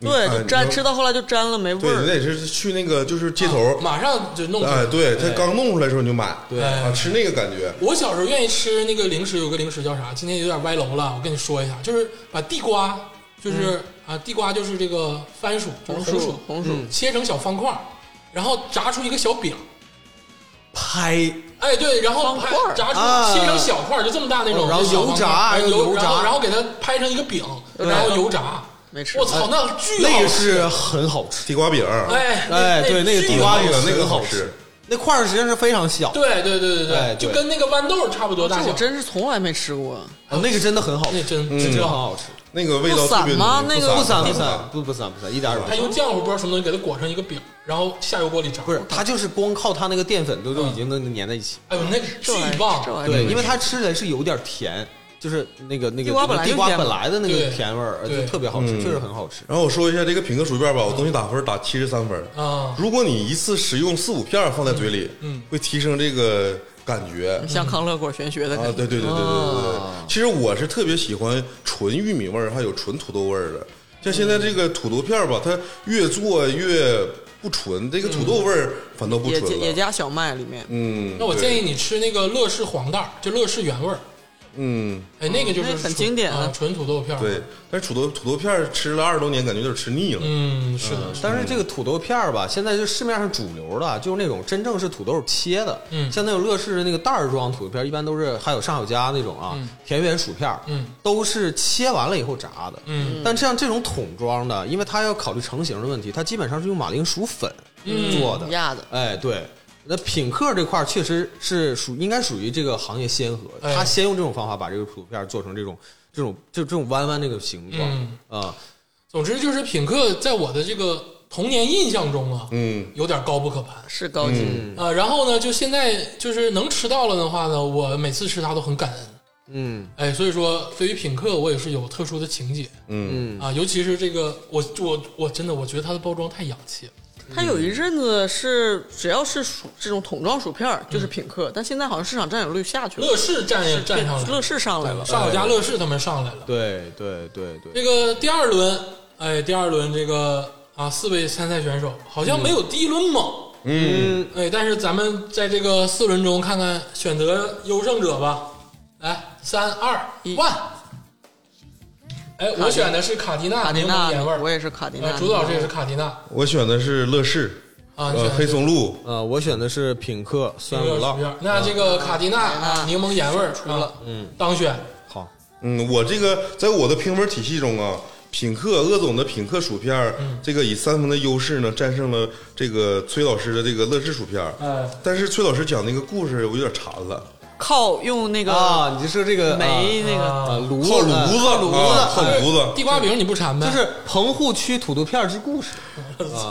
[SPEAKER 2] 对，
[SPEAKER 3] 哎
[SPEAKER 2] 就
[SPEAKER 3] 你
[SPEAKER 2] 粘
[SPEAKER 3] 说
[SPEAKER 2] 吃到后来就粘了，没味
[SPEAKER 3] 对，你
[SPEAKER 2] 儿。
[SPEAKER 3] 得是去那个就是街头，
[SPEAKER 1] 马上就弄出来
[SPEAKER 3] 哎，。对，它刚弄出来的时候你就买，
[SPEAKER 4] 对
[SPEAKER 3] 啊，吃那个感觉，
[SPEAKER 1] 我小时候愿意吃那个零食，有个零食叫啥？今天有点歪楼了，我跟你说一下，就是把地瓜，就是、啊，地瓜就是这个番薯，就是
[SPEAKER 2] 嗯红
[SPEAKER 1] 薯嗯
[SPEAKER 2] 薯，，红薯，
[SPEAKER 1] 切成小方块儿，然后炸出一个小饼儿，
[SPEAKER 4] 拍
[SPEAKER 1] 哎，对，然后
[SPEAKER 2] 方
[SPEAKER 1] 拍
[SPEAKER 2] 块儿
[SPEAKER 1] 炸出
[SPEAKER 4] 啊
[SPEAKER 1] 切成小块儿，就这么大那种，
[SPEAKER 4] 哦然后
[SPEAKER 1] 就小方块儿
[SPEAKER 4] 油炸
[SPEAKER 1] 哎
[SPEAKER 4] 然后
[SPEAKER 1] 油
[SPEAKER 4] 油炸
[SPEAKER 1] 然后然后给它拍成一个饼，然后油炸，
[SPEAKER 2] 没吃
[SPEAKER 1] 我操，那巨好
[SPEAKER 4] 那个
[SPEAKER 1] 吃，
[SPEAKER 4] 是很好吃，
[SPEAKER 3] 地瓜饼，
[SPEAKER 1] 哎
[SPEAKER 4] 哎，对，那个
[SPEAKER 1] 巨
[SPEAKER 4] 地
[SPEAKER 1] 好
[SPEAKER 4] 瓜
[SPEAKER 1] 吃
[SPEAKER 4] 饼
[SPEAKER 3] 那个好
[SPEAKER 4] 好
[SPEAKER 3] 吃，
[SPEAKER 4] 那块儿实际上是非常小，
[SPEAKER 1] 对对对对
[SPEAKER 4] 哎
[SPEAKER 1] 对，
[SPEAKER 4] 对
[SPEAKER 1] 就跟那个豌豆差不多
[SPEAKER 2] 这
[SPEAKER 1] 大
[SPEAKER 2] 我
[SPEAKER 1] 小，
[SPEAKER 2] 真是从来没吃过。
[SPEAKER 4] 哦那个真的很好
[SPEAKER 1] 那
[SPEAKER 4] 吃，
[SPEAKER 1] 真
[SPEAKER 4] 是
[SPEAKER 1] 真
[SPEAKER 4] 真的
[SPEAKER 1] 的
[SPEAKER 4] 很
[SPEAKER 1] 好。
[SPEAKER 4] 好吃，
[SPEAKER 3] 那个味道
[SPEAKER 2] 不
[SPEAKER 3] 特
[SPEAKER 2] 散
[SPEAKER 3] 别
[SPEAKER 2] 吗
[SPEAKER 3] 浓，
[SPEAKER 2] 那个
[SPEAKER 4] 嗯不
[SPEAKER 3] 散不
[SPEAKER 4] 散不散，不不散不散，一点儿也不
[SPEAKER 1] 它
[SPEAKER 4] 散。
[SPEAKER 1] 用酱我不知道什么东西给它裹成一个饼，然后下油锅里炸。
[SPEAKER 4] 不是，它就是光靠它那个淀粉都都已经能粘在一起。
[SPEAKER 1] 哎呦，那个
[SPEAKER 2] 这玩意
[SPEAKER 1] 巨
[SPEAKER 2] 儿
[SPEAKER 1] 棒！
[SPEAKER 2] 这玩意儿
[SPEAKER 4] 嗯对，因为它吃起来是有点甜，就是那个那
[SPEAKER 2] 地
[SPEAKER 4] 个
[SPEAKER 2] 瓜本来就
[SPEAKER 4] 地瓜
[SPEAKER 2] 甜嘛
[SPEAKER 4] 本来的那个
[SPEAKER 1] 对
[SPEAKER 4] 甜味儿，呃
[SPEAKER 1] 对
[SPEAKER 4] 就特别好吃，确实很好吃。
[SPEAKER 3] 然后我说一下这个品客薯片吧，我东西打分打七十三分
[SPEAKER 1] 啊
[SPEAKER 3] 如果你一次食用四五片儿放在嘴里，嗯，会提升这个感觉。
[SPEAKER 2] 像康乐果玄学的
[SPEAKER 3] 啊
[SPEAKER 2] 感，觉，
[SPEAKER 3] 对对对对对对对，
[SPEAKER 1] 哦
[SPEAKER 3] 其实我是特别喜欢纯玉米味儿，还有纯土豆味儿的。像现在这个土豆片儿吧，它越做越不纯，这个土豆
[SPEAKER 1] 嗯
[SPEAKER 3] 味儿反倒不
[SPEAKER 2] 也
[SPEAKER 3] 纯
[SPEAKER 2] 加也
[SPEAKER 3] 了。
[SPEAKER 2] 加小麦里面，
[SPEAKER 3] 嗯，
[SPEAKER 1] 那我
[SPEAKER 3] 对
[SPEAKER 1] 建议你吃那个乐事黄袋儿，就乐事原味儿，
[SPEAKER 3] 嗯，
[SPEAKER 1] 哎，那个就是
[SPEAKER 2] 那
[SPEAKER 1] 纯
[SPEAKER 2] 很经典啊
[SPEAKER 1] 啊，纯土豆片儿。
[SPEAKER 3] 对，，但是土豆土豆片儿吃了二十多年，感觉有点吃腻了。
[SPEAKER 1] 嗯，是的，
[SPEAKER 4] 但是这个土豆片儿吧，现在就市面上主流的，就是那种真正是土豆切的。
[SPEAKER 1] 嗯
[SPEAKER 4] 像那种乐事的那个袋儿装土豆片儿，一般都是还有上小家那种啊，田园薯片儿，
[SPEAKER 1] 嗯
[SPEAKER 4] 都是切完了以后炸的。
[SPEAKER 1] 嗯，
[SPEAKER 4] 但像这种桶装的，因为它要考虑成型的问题，它基本上是用马铃薯粉做的。
[SPEAKER 2] 嗯压的。
[SPEAKER 4] 哎，对，那品客这块儿确实是属应该属于这个行业先河，
[SPEAKER 1] 哎
[SPEAKER 4] 他先用这种方法把这个图片做成这种这种就这种弯弯这个形状
[SPEAKER 1] 嗯
[SPEAKER 4] 啊、
[SPEAKER 1] 总之就是品客在我的这个童年印象中啊，
[SPEAKER 3] 嗯，
[SPEAKER 1] 有点高不可攀。
[SPEAKER 2] 是高级，
[SPEAKER 1] 啊，然后呢，就现在就是能吃到了的话呢，我每次吃它都很感恩。
[SPEAKER 4] 嗯
[SPEAKER 1] 哎，所以说对于品客，我也是有特殊的情节，
[SPEAKER 4] 嗯
[SPEAKER 1] 啊，尤其是这个，我我我真的我觉得它的包装太洋气了，
[SPEAKER 2] 它有一阵子是只要是薯这种桶装薯片儿就是品客，但现在好像市场占有率下去了，
[SPEAKER 1] 乐事占也占上来了，
[SPEAKER 2] 乐事上来了，
[SPEAKER 1] 上我家乐事他们上来了。
[SPEAKER 4] 对对对对，
[SPEAKER 1] 这个第二轮，哎，第二轮这个啊，四位参赛选手好像没有第一轮猛，
[SPEAKER 4] 嗯，
[SPEAKER 1] 哎，但是咱们在这个四轮中看看选择优胜者吧。来，三二
[SPEAKER 2] 一
[SPEAKER 1] one，哎，我选的是卡迪娜
[SPEAKER 2] 卡迪
[SPEAKER 1] 柠
[SPEAKER 2] 娜
[SPEAKER 1] 檬盐味儿，
[SPEAKER 2] 我也是卡迪娜
[SPEAKER 1] 呃，主导这也是卡迪娜
[SPEAKER 3] 我选的是乐事，
[SPEAKER 1] 啊，你选
[SPEAKER 3] 呃，
[SPEAKER 1] 的是
[SPEAKER 3] 黑松露，
[SPEAKER 4] 呃，我选的是品客酸
[SPEAKER 1] 这
[SPEAKER 4] 乳
[SPEAKER 1] 个薯
[SPEAKER 4] 酪，
[SPEAKER 1] 片那这个卡迪娜啊柠檬盐味儿出
[SPEAKER 2] 了，
[SPEAKER 1] 嗯，当选。
[SPEAKER 4] 好，
[SPEAKER 3] 嗯，我这个在我的评分体系中啊，品客鄂总的品客薯片儿，
[SPEAKER 1] 嗯
[SPEAKER 3] 这个以三分的优势呢，战胜了这个崔老师的这个乐事薯片儿。
[SPEAKER 1] 哎
[SPEAKER 3] 但是崔老师讲那个故事，我有点馋了，
[SPEAKER 2] 靠用那个
[SPEAKER 4] 啊，你就说这个
[SPEAKER 2] 煤那个
[SPEAKER 4] 啊啊炉
[SPEAKER 3] 靠炉
[SPEAKER 4] 呃
[SPEAKER 3] 子，
[SPEAKER 4] 靠炉
[SPEAKER 3] 啊靠
[SPEAKER 4] 子，
[SPEAKER 3] 炉子。
[SPEAKER 1] 地瓜饼你不馋呗？
[SPEAKER 4] 哎就是棚户区土豆片儿之故事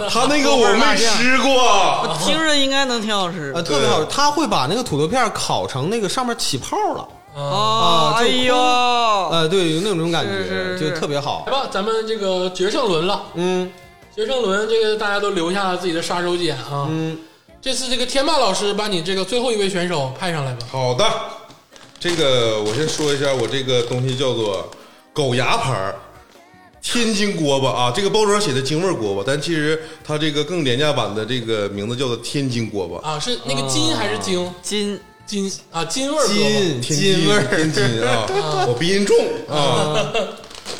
[SPEAKER 3] 他那个我没吃过，
[SPEAKER 2] 听着应该能挺好吃
[SPEAKER 4] 呃啊，，特别好吃。他会把那个土豆片儿烤成那个上面起泡了，
[SPEAKER 2] 哦，
[SPEAKER 4] 啊
[SPEAKER 2] 哎
[SPEAKER 4] 就
[SPEAKER 2] 呦，
[SPEAKER 4] 呃，对，有那种感觉，
[SPEAKER 2] 是是是
[SPEAKER 4] 就特别好
[SPEAKER 1] 来。吧，咱们这个决胜轮了，
[SPEAKER 4] 嗯
[SPEAKER 1] 决胜轮这个大家都留下了自己的杀手锏啊。
[SPEAKER 4] 嗯，
[SPEAKER 1] 这次这个天霸老师把你这个最后一位选手派上来吧。
[SPEAKER 3] 好的，这个我先说一下，我这个东西叫做狗牙牌儿天津锅巴啊，这个包装写的京味儿锅巴，但其实它这个更廉价版的这个名字叫做天津锅巴，
[SPEAKER 1] 啊，是那个金还是金？
[SPEAKER 2] 金
[SPEAKER 1] 金啊，金味儿多
[SPEAKER 4] 金
[SPEAKER 1] 吗
[SPEAKER 3] 天津
[SPEAKER 4] 金味儿，
[SPEAKER 3] 天津 啊，我鼻音重啊，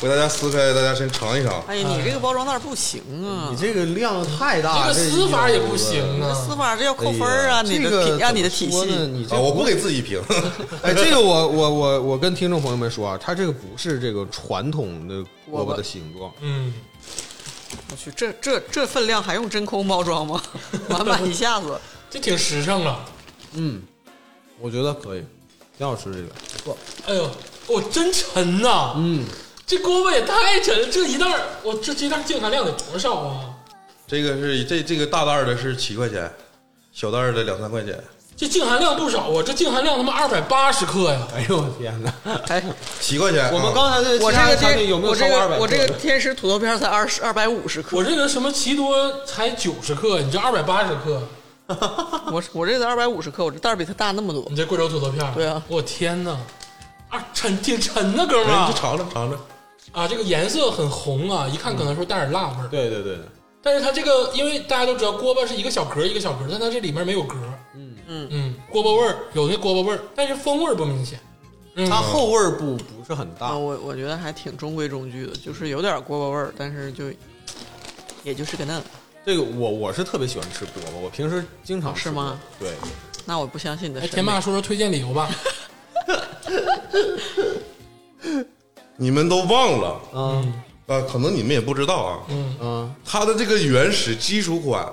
[SPEAKER 3] 我给大家撕开，大家先尝一尝。
[SPEAKER 2] 哎呀，你这个包装袋不行啊
[SPEAKER 4] 你！这个量太大，
[SPEAKER 1] 这个
[SPEAKER 4] 一
[SPEAKER 1] 撕法
[SPEAKER 4] 条
[SPEAKER 1] 也
[SPEAKER 4] 胳
[SPEAKER 1] 不
[SPEAKER 4] 膊
[SPEAKER 1] 行
[SPEAKER 2] 司
[SPEAKER 1] 啊。
[SPEAKER 2] 法这要扣分儿啊！
[SPEAKER 4] 哎呀
[SPEAKER 2] 你
[SPEAKER 4] 这
[SPEAKER 2] 的
[SPEAKER 4] 个
[SPEAKER 2] 体
[SPEAKER 4] 怎
[SPEAKER 2] 按
[SPEAKER 4] 么
[SPEAKER 2] 你的体
[SPEAKER 4] 说呢
[SPEAKER 2] 系，
[SPEAKER 4] 你这
[SPEAKER 3] 啊，我不给自己评，
[SPEAKER 4] 哎，这个我我我我跟听众朋友们说啊，它这个不是这个传统的
[SPEAKER 2] 锅
[SPEAKER 4] 锅
[SPEAKER 2] 巴
[SPEAKER 4] 巴的形状，
[SPEAKER 1] 嗯，
[SPEAKER 2] 我去，这这这分量还用真空包装吗？满满一下子，
[SPEAKER 1] 这挺实诚啊了。
[SPEAKER 4] 嗯，我觉得可以，挺好吃这个，
[SPEAKER 1] 哎呦，我、真沉呐、
[SPEAKER 4] 嗯，
[SPEAKER 1] 这锅巴也太沉了，这一袋儿，我这这一袋儿净含量得多少啊？
[SPEAKER 3] 这个是这这个大袋儿的是七块钱，小袋儿的两三块钱，
[SPEAKER 1] 这净含量不少啊，这净含量他妈二百八十克呀！
[SPEAKER 4] 哎呦我天哪！
[SPEAKER 2] 哎，
[SPEAKER 3] 七块钱。
[SPEAKER 4] 我们
[SPEAKER 3] 啊
[SPEAKER 4] 刚才的
[SPEAKER 2] 我
[SPEAKER 4] 其
[SPEAKER 2] 这
[SPEAKER 4] 他
[SPEAKER 2] 个
[SPEAKER 4] 的产品
[SPEAKER 2] 天，
[SPEAKER 4] 有没有
[SPEAKER 2] 我
[SPEAKER 4] 超
[SPEAKER 2] 这
[SPEAKER 4] 过二
[SPEAKER 2] 个
[SPEAKER 4] 百？
[SPEAKER 2] 我这个天使土豆片儿才二十二百五十克，
[SPEAKER 1] 我这个什么奇多才九十克，你这二百八十克，
[SPEAKER 2] 我我这才二百五十克，我这袋儿比它大那么多。
[SPEAKER 1] 你这贵州土豆片儿，
[SPEAKER 2] 对啊
[SPEAKER 1] 我天哪，啊沉挺沉的哥们
[SPEAKER 3] 哎你
[SPEAKER 1] 儿
[SPEAKER 3] 就尝尝尝尝，嗯
[SPEAKER 1] 啊，这个颜色很红啊，一看可能说带点辣味儿，
[SPEAKER 4] 对对对，
[SPEAKER 1] 但是它这个因为大家都知道锅巴是一个小格儿一个小格儿，但它这里面没有格儿，嗯
[SPEAKER 2] 嗯
[SPEAKER 1] 嗯，锅巴味儿有那锅巴味儿，但是风味儿不明显，嗯
[SPEAKER 4] 它后味儿不不是很
[SPEAKER 2] 啊，
[SPEAKER 4] 大，
[SPEAKER 2] 我我觉得还挺中规中矩的，就是有点锅巴味儿，但是就也就是个那，
[SPEAKER 4] 这个我我是特别喜欢吃锅巴，我平时经常吃
[SPEAKER 2] 哦是吗
[SPEAKER 4] 锅巴？对，
[SPEAKER 2] 那我不相信你的
[SPEAKER 1] 哎，
[SPEAKER 2] 审
[SPEAKER 1] 天
[SPEAKER 2] 美
[SPEAKER 1] 霸说说推荐理由 吧，
[SPEAKER 3] 你们都忘了
[SPEAKER 4] 嗯
[SPEAKER 3] 啊？可能你们也不知道啊，
[SPEAKER 4] 嗯，
[SPEAKER 3] 它的这个原始基础款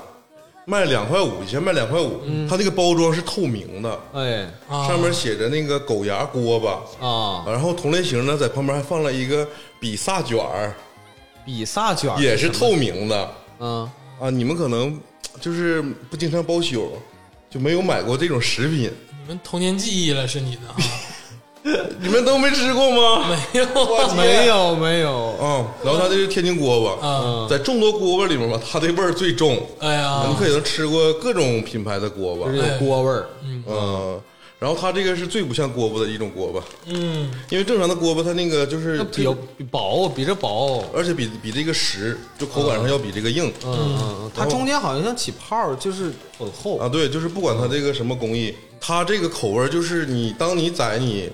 [SPEAKER 3] 卖两块五，以前卖两块五，它那个包装是透明的，
[SPEAKER 4] 哎
[SPEAKER 1] 嗯啊，
[SPEAKER 3] 上面写着那个狗牙锅巴，
[SPEAKER 4] 啊，
[SPEAKER 3] 然后同类型呢在旁边还放了一个比萨卷儿，
[SPEAKER 4] 比萨
[SPEAKER 1] 啊
[SPEAKER 4] 卷儿
[SPEAKER 3] 也是
[SPEAKER 4] 什么
[SPEAKER 3] 透明的
[SPEAKER 4] 嗯，
[SPEAKER 3] 啊。你们可能就是不经常包宿，就没有买过这种食品，
[SPEAKER 1] 你们童年记忆了是你的 啊，
[SPEAKER 3] 你们都没吃 过吗？
[SPEAKER 1] 没有
[SPEAKER 3] 我天
[SPEAKER 4] 没有没有，
[SPEAKER 3] 啊，然后它这是天津锅巴，
[SPEAKER 1] 啊，
[SPEAKER 4] 嗯，
[SPEAKER 3] 在众多锅巴里面吧，它这味儿最重。
[SPEAKER 1] 哎
[SPEAKER 3] 你
[SPEAKER 1] 呀
[SPEAKER 3] 们，可能吃过各种品牌的锅巴
[SPEAKER 4] 啊就是，有锅味儿，
[SPEAKER 3] 嗯，然后它这个是最不像锅巴的一种锅巴，
[SPEAKER 1] 嗯，
[SPEAKER 3] 因为正常的锅巴它那个就是
[SPEAKER 4] 那比较比薄，比这薄，
[SPEAKER 3] 而且比比这个实，就口感上要比这个硬、
[SPEAKER 4] 嗯嗯，它中间好像像起泡儿，就是很厚
[SPEAKER 3] 啊。对，就是不管它这个什么工艺，它这个口味儿就是你当你在你，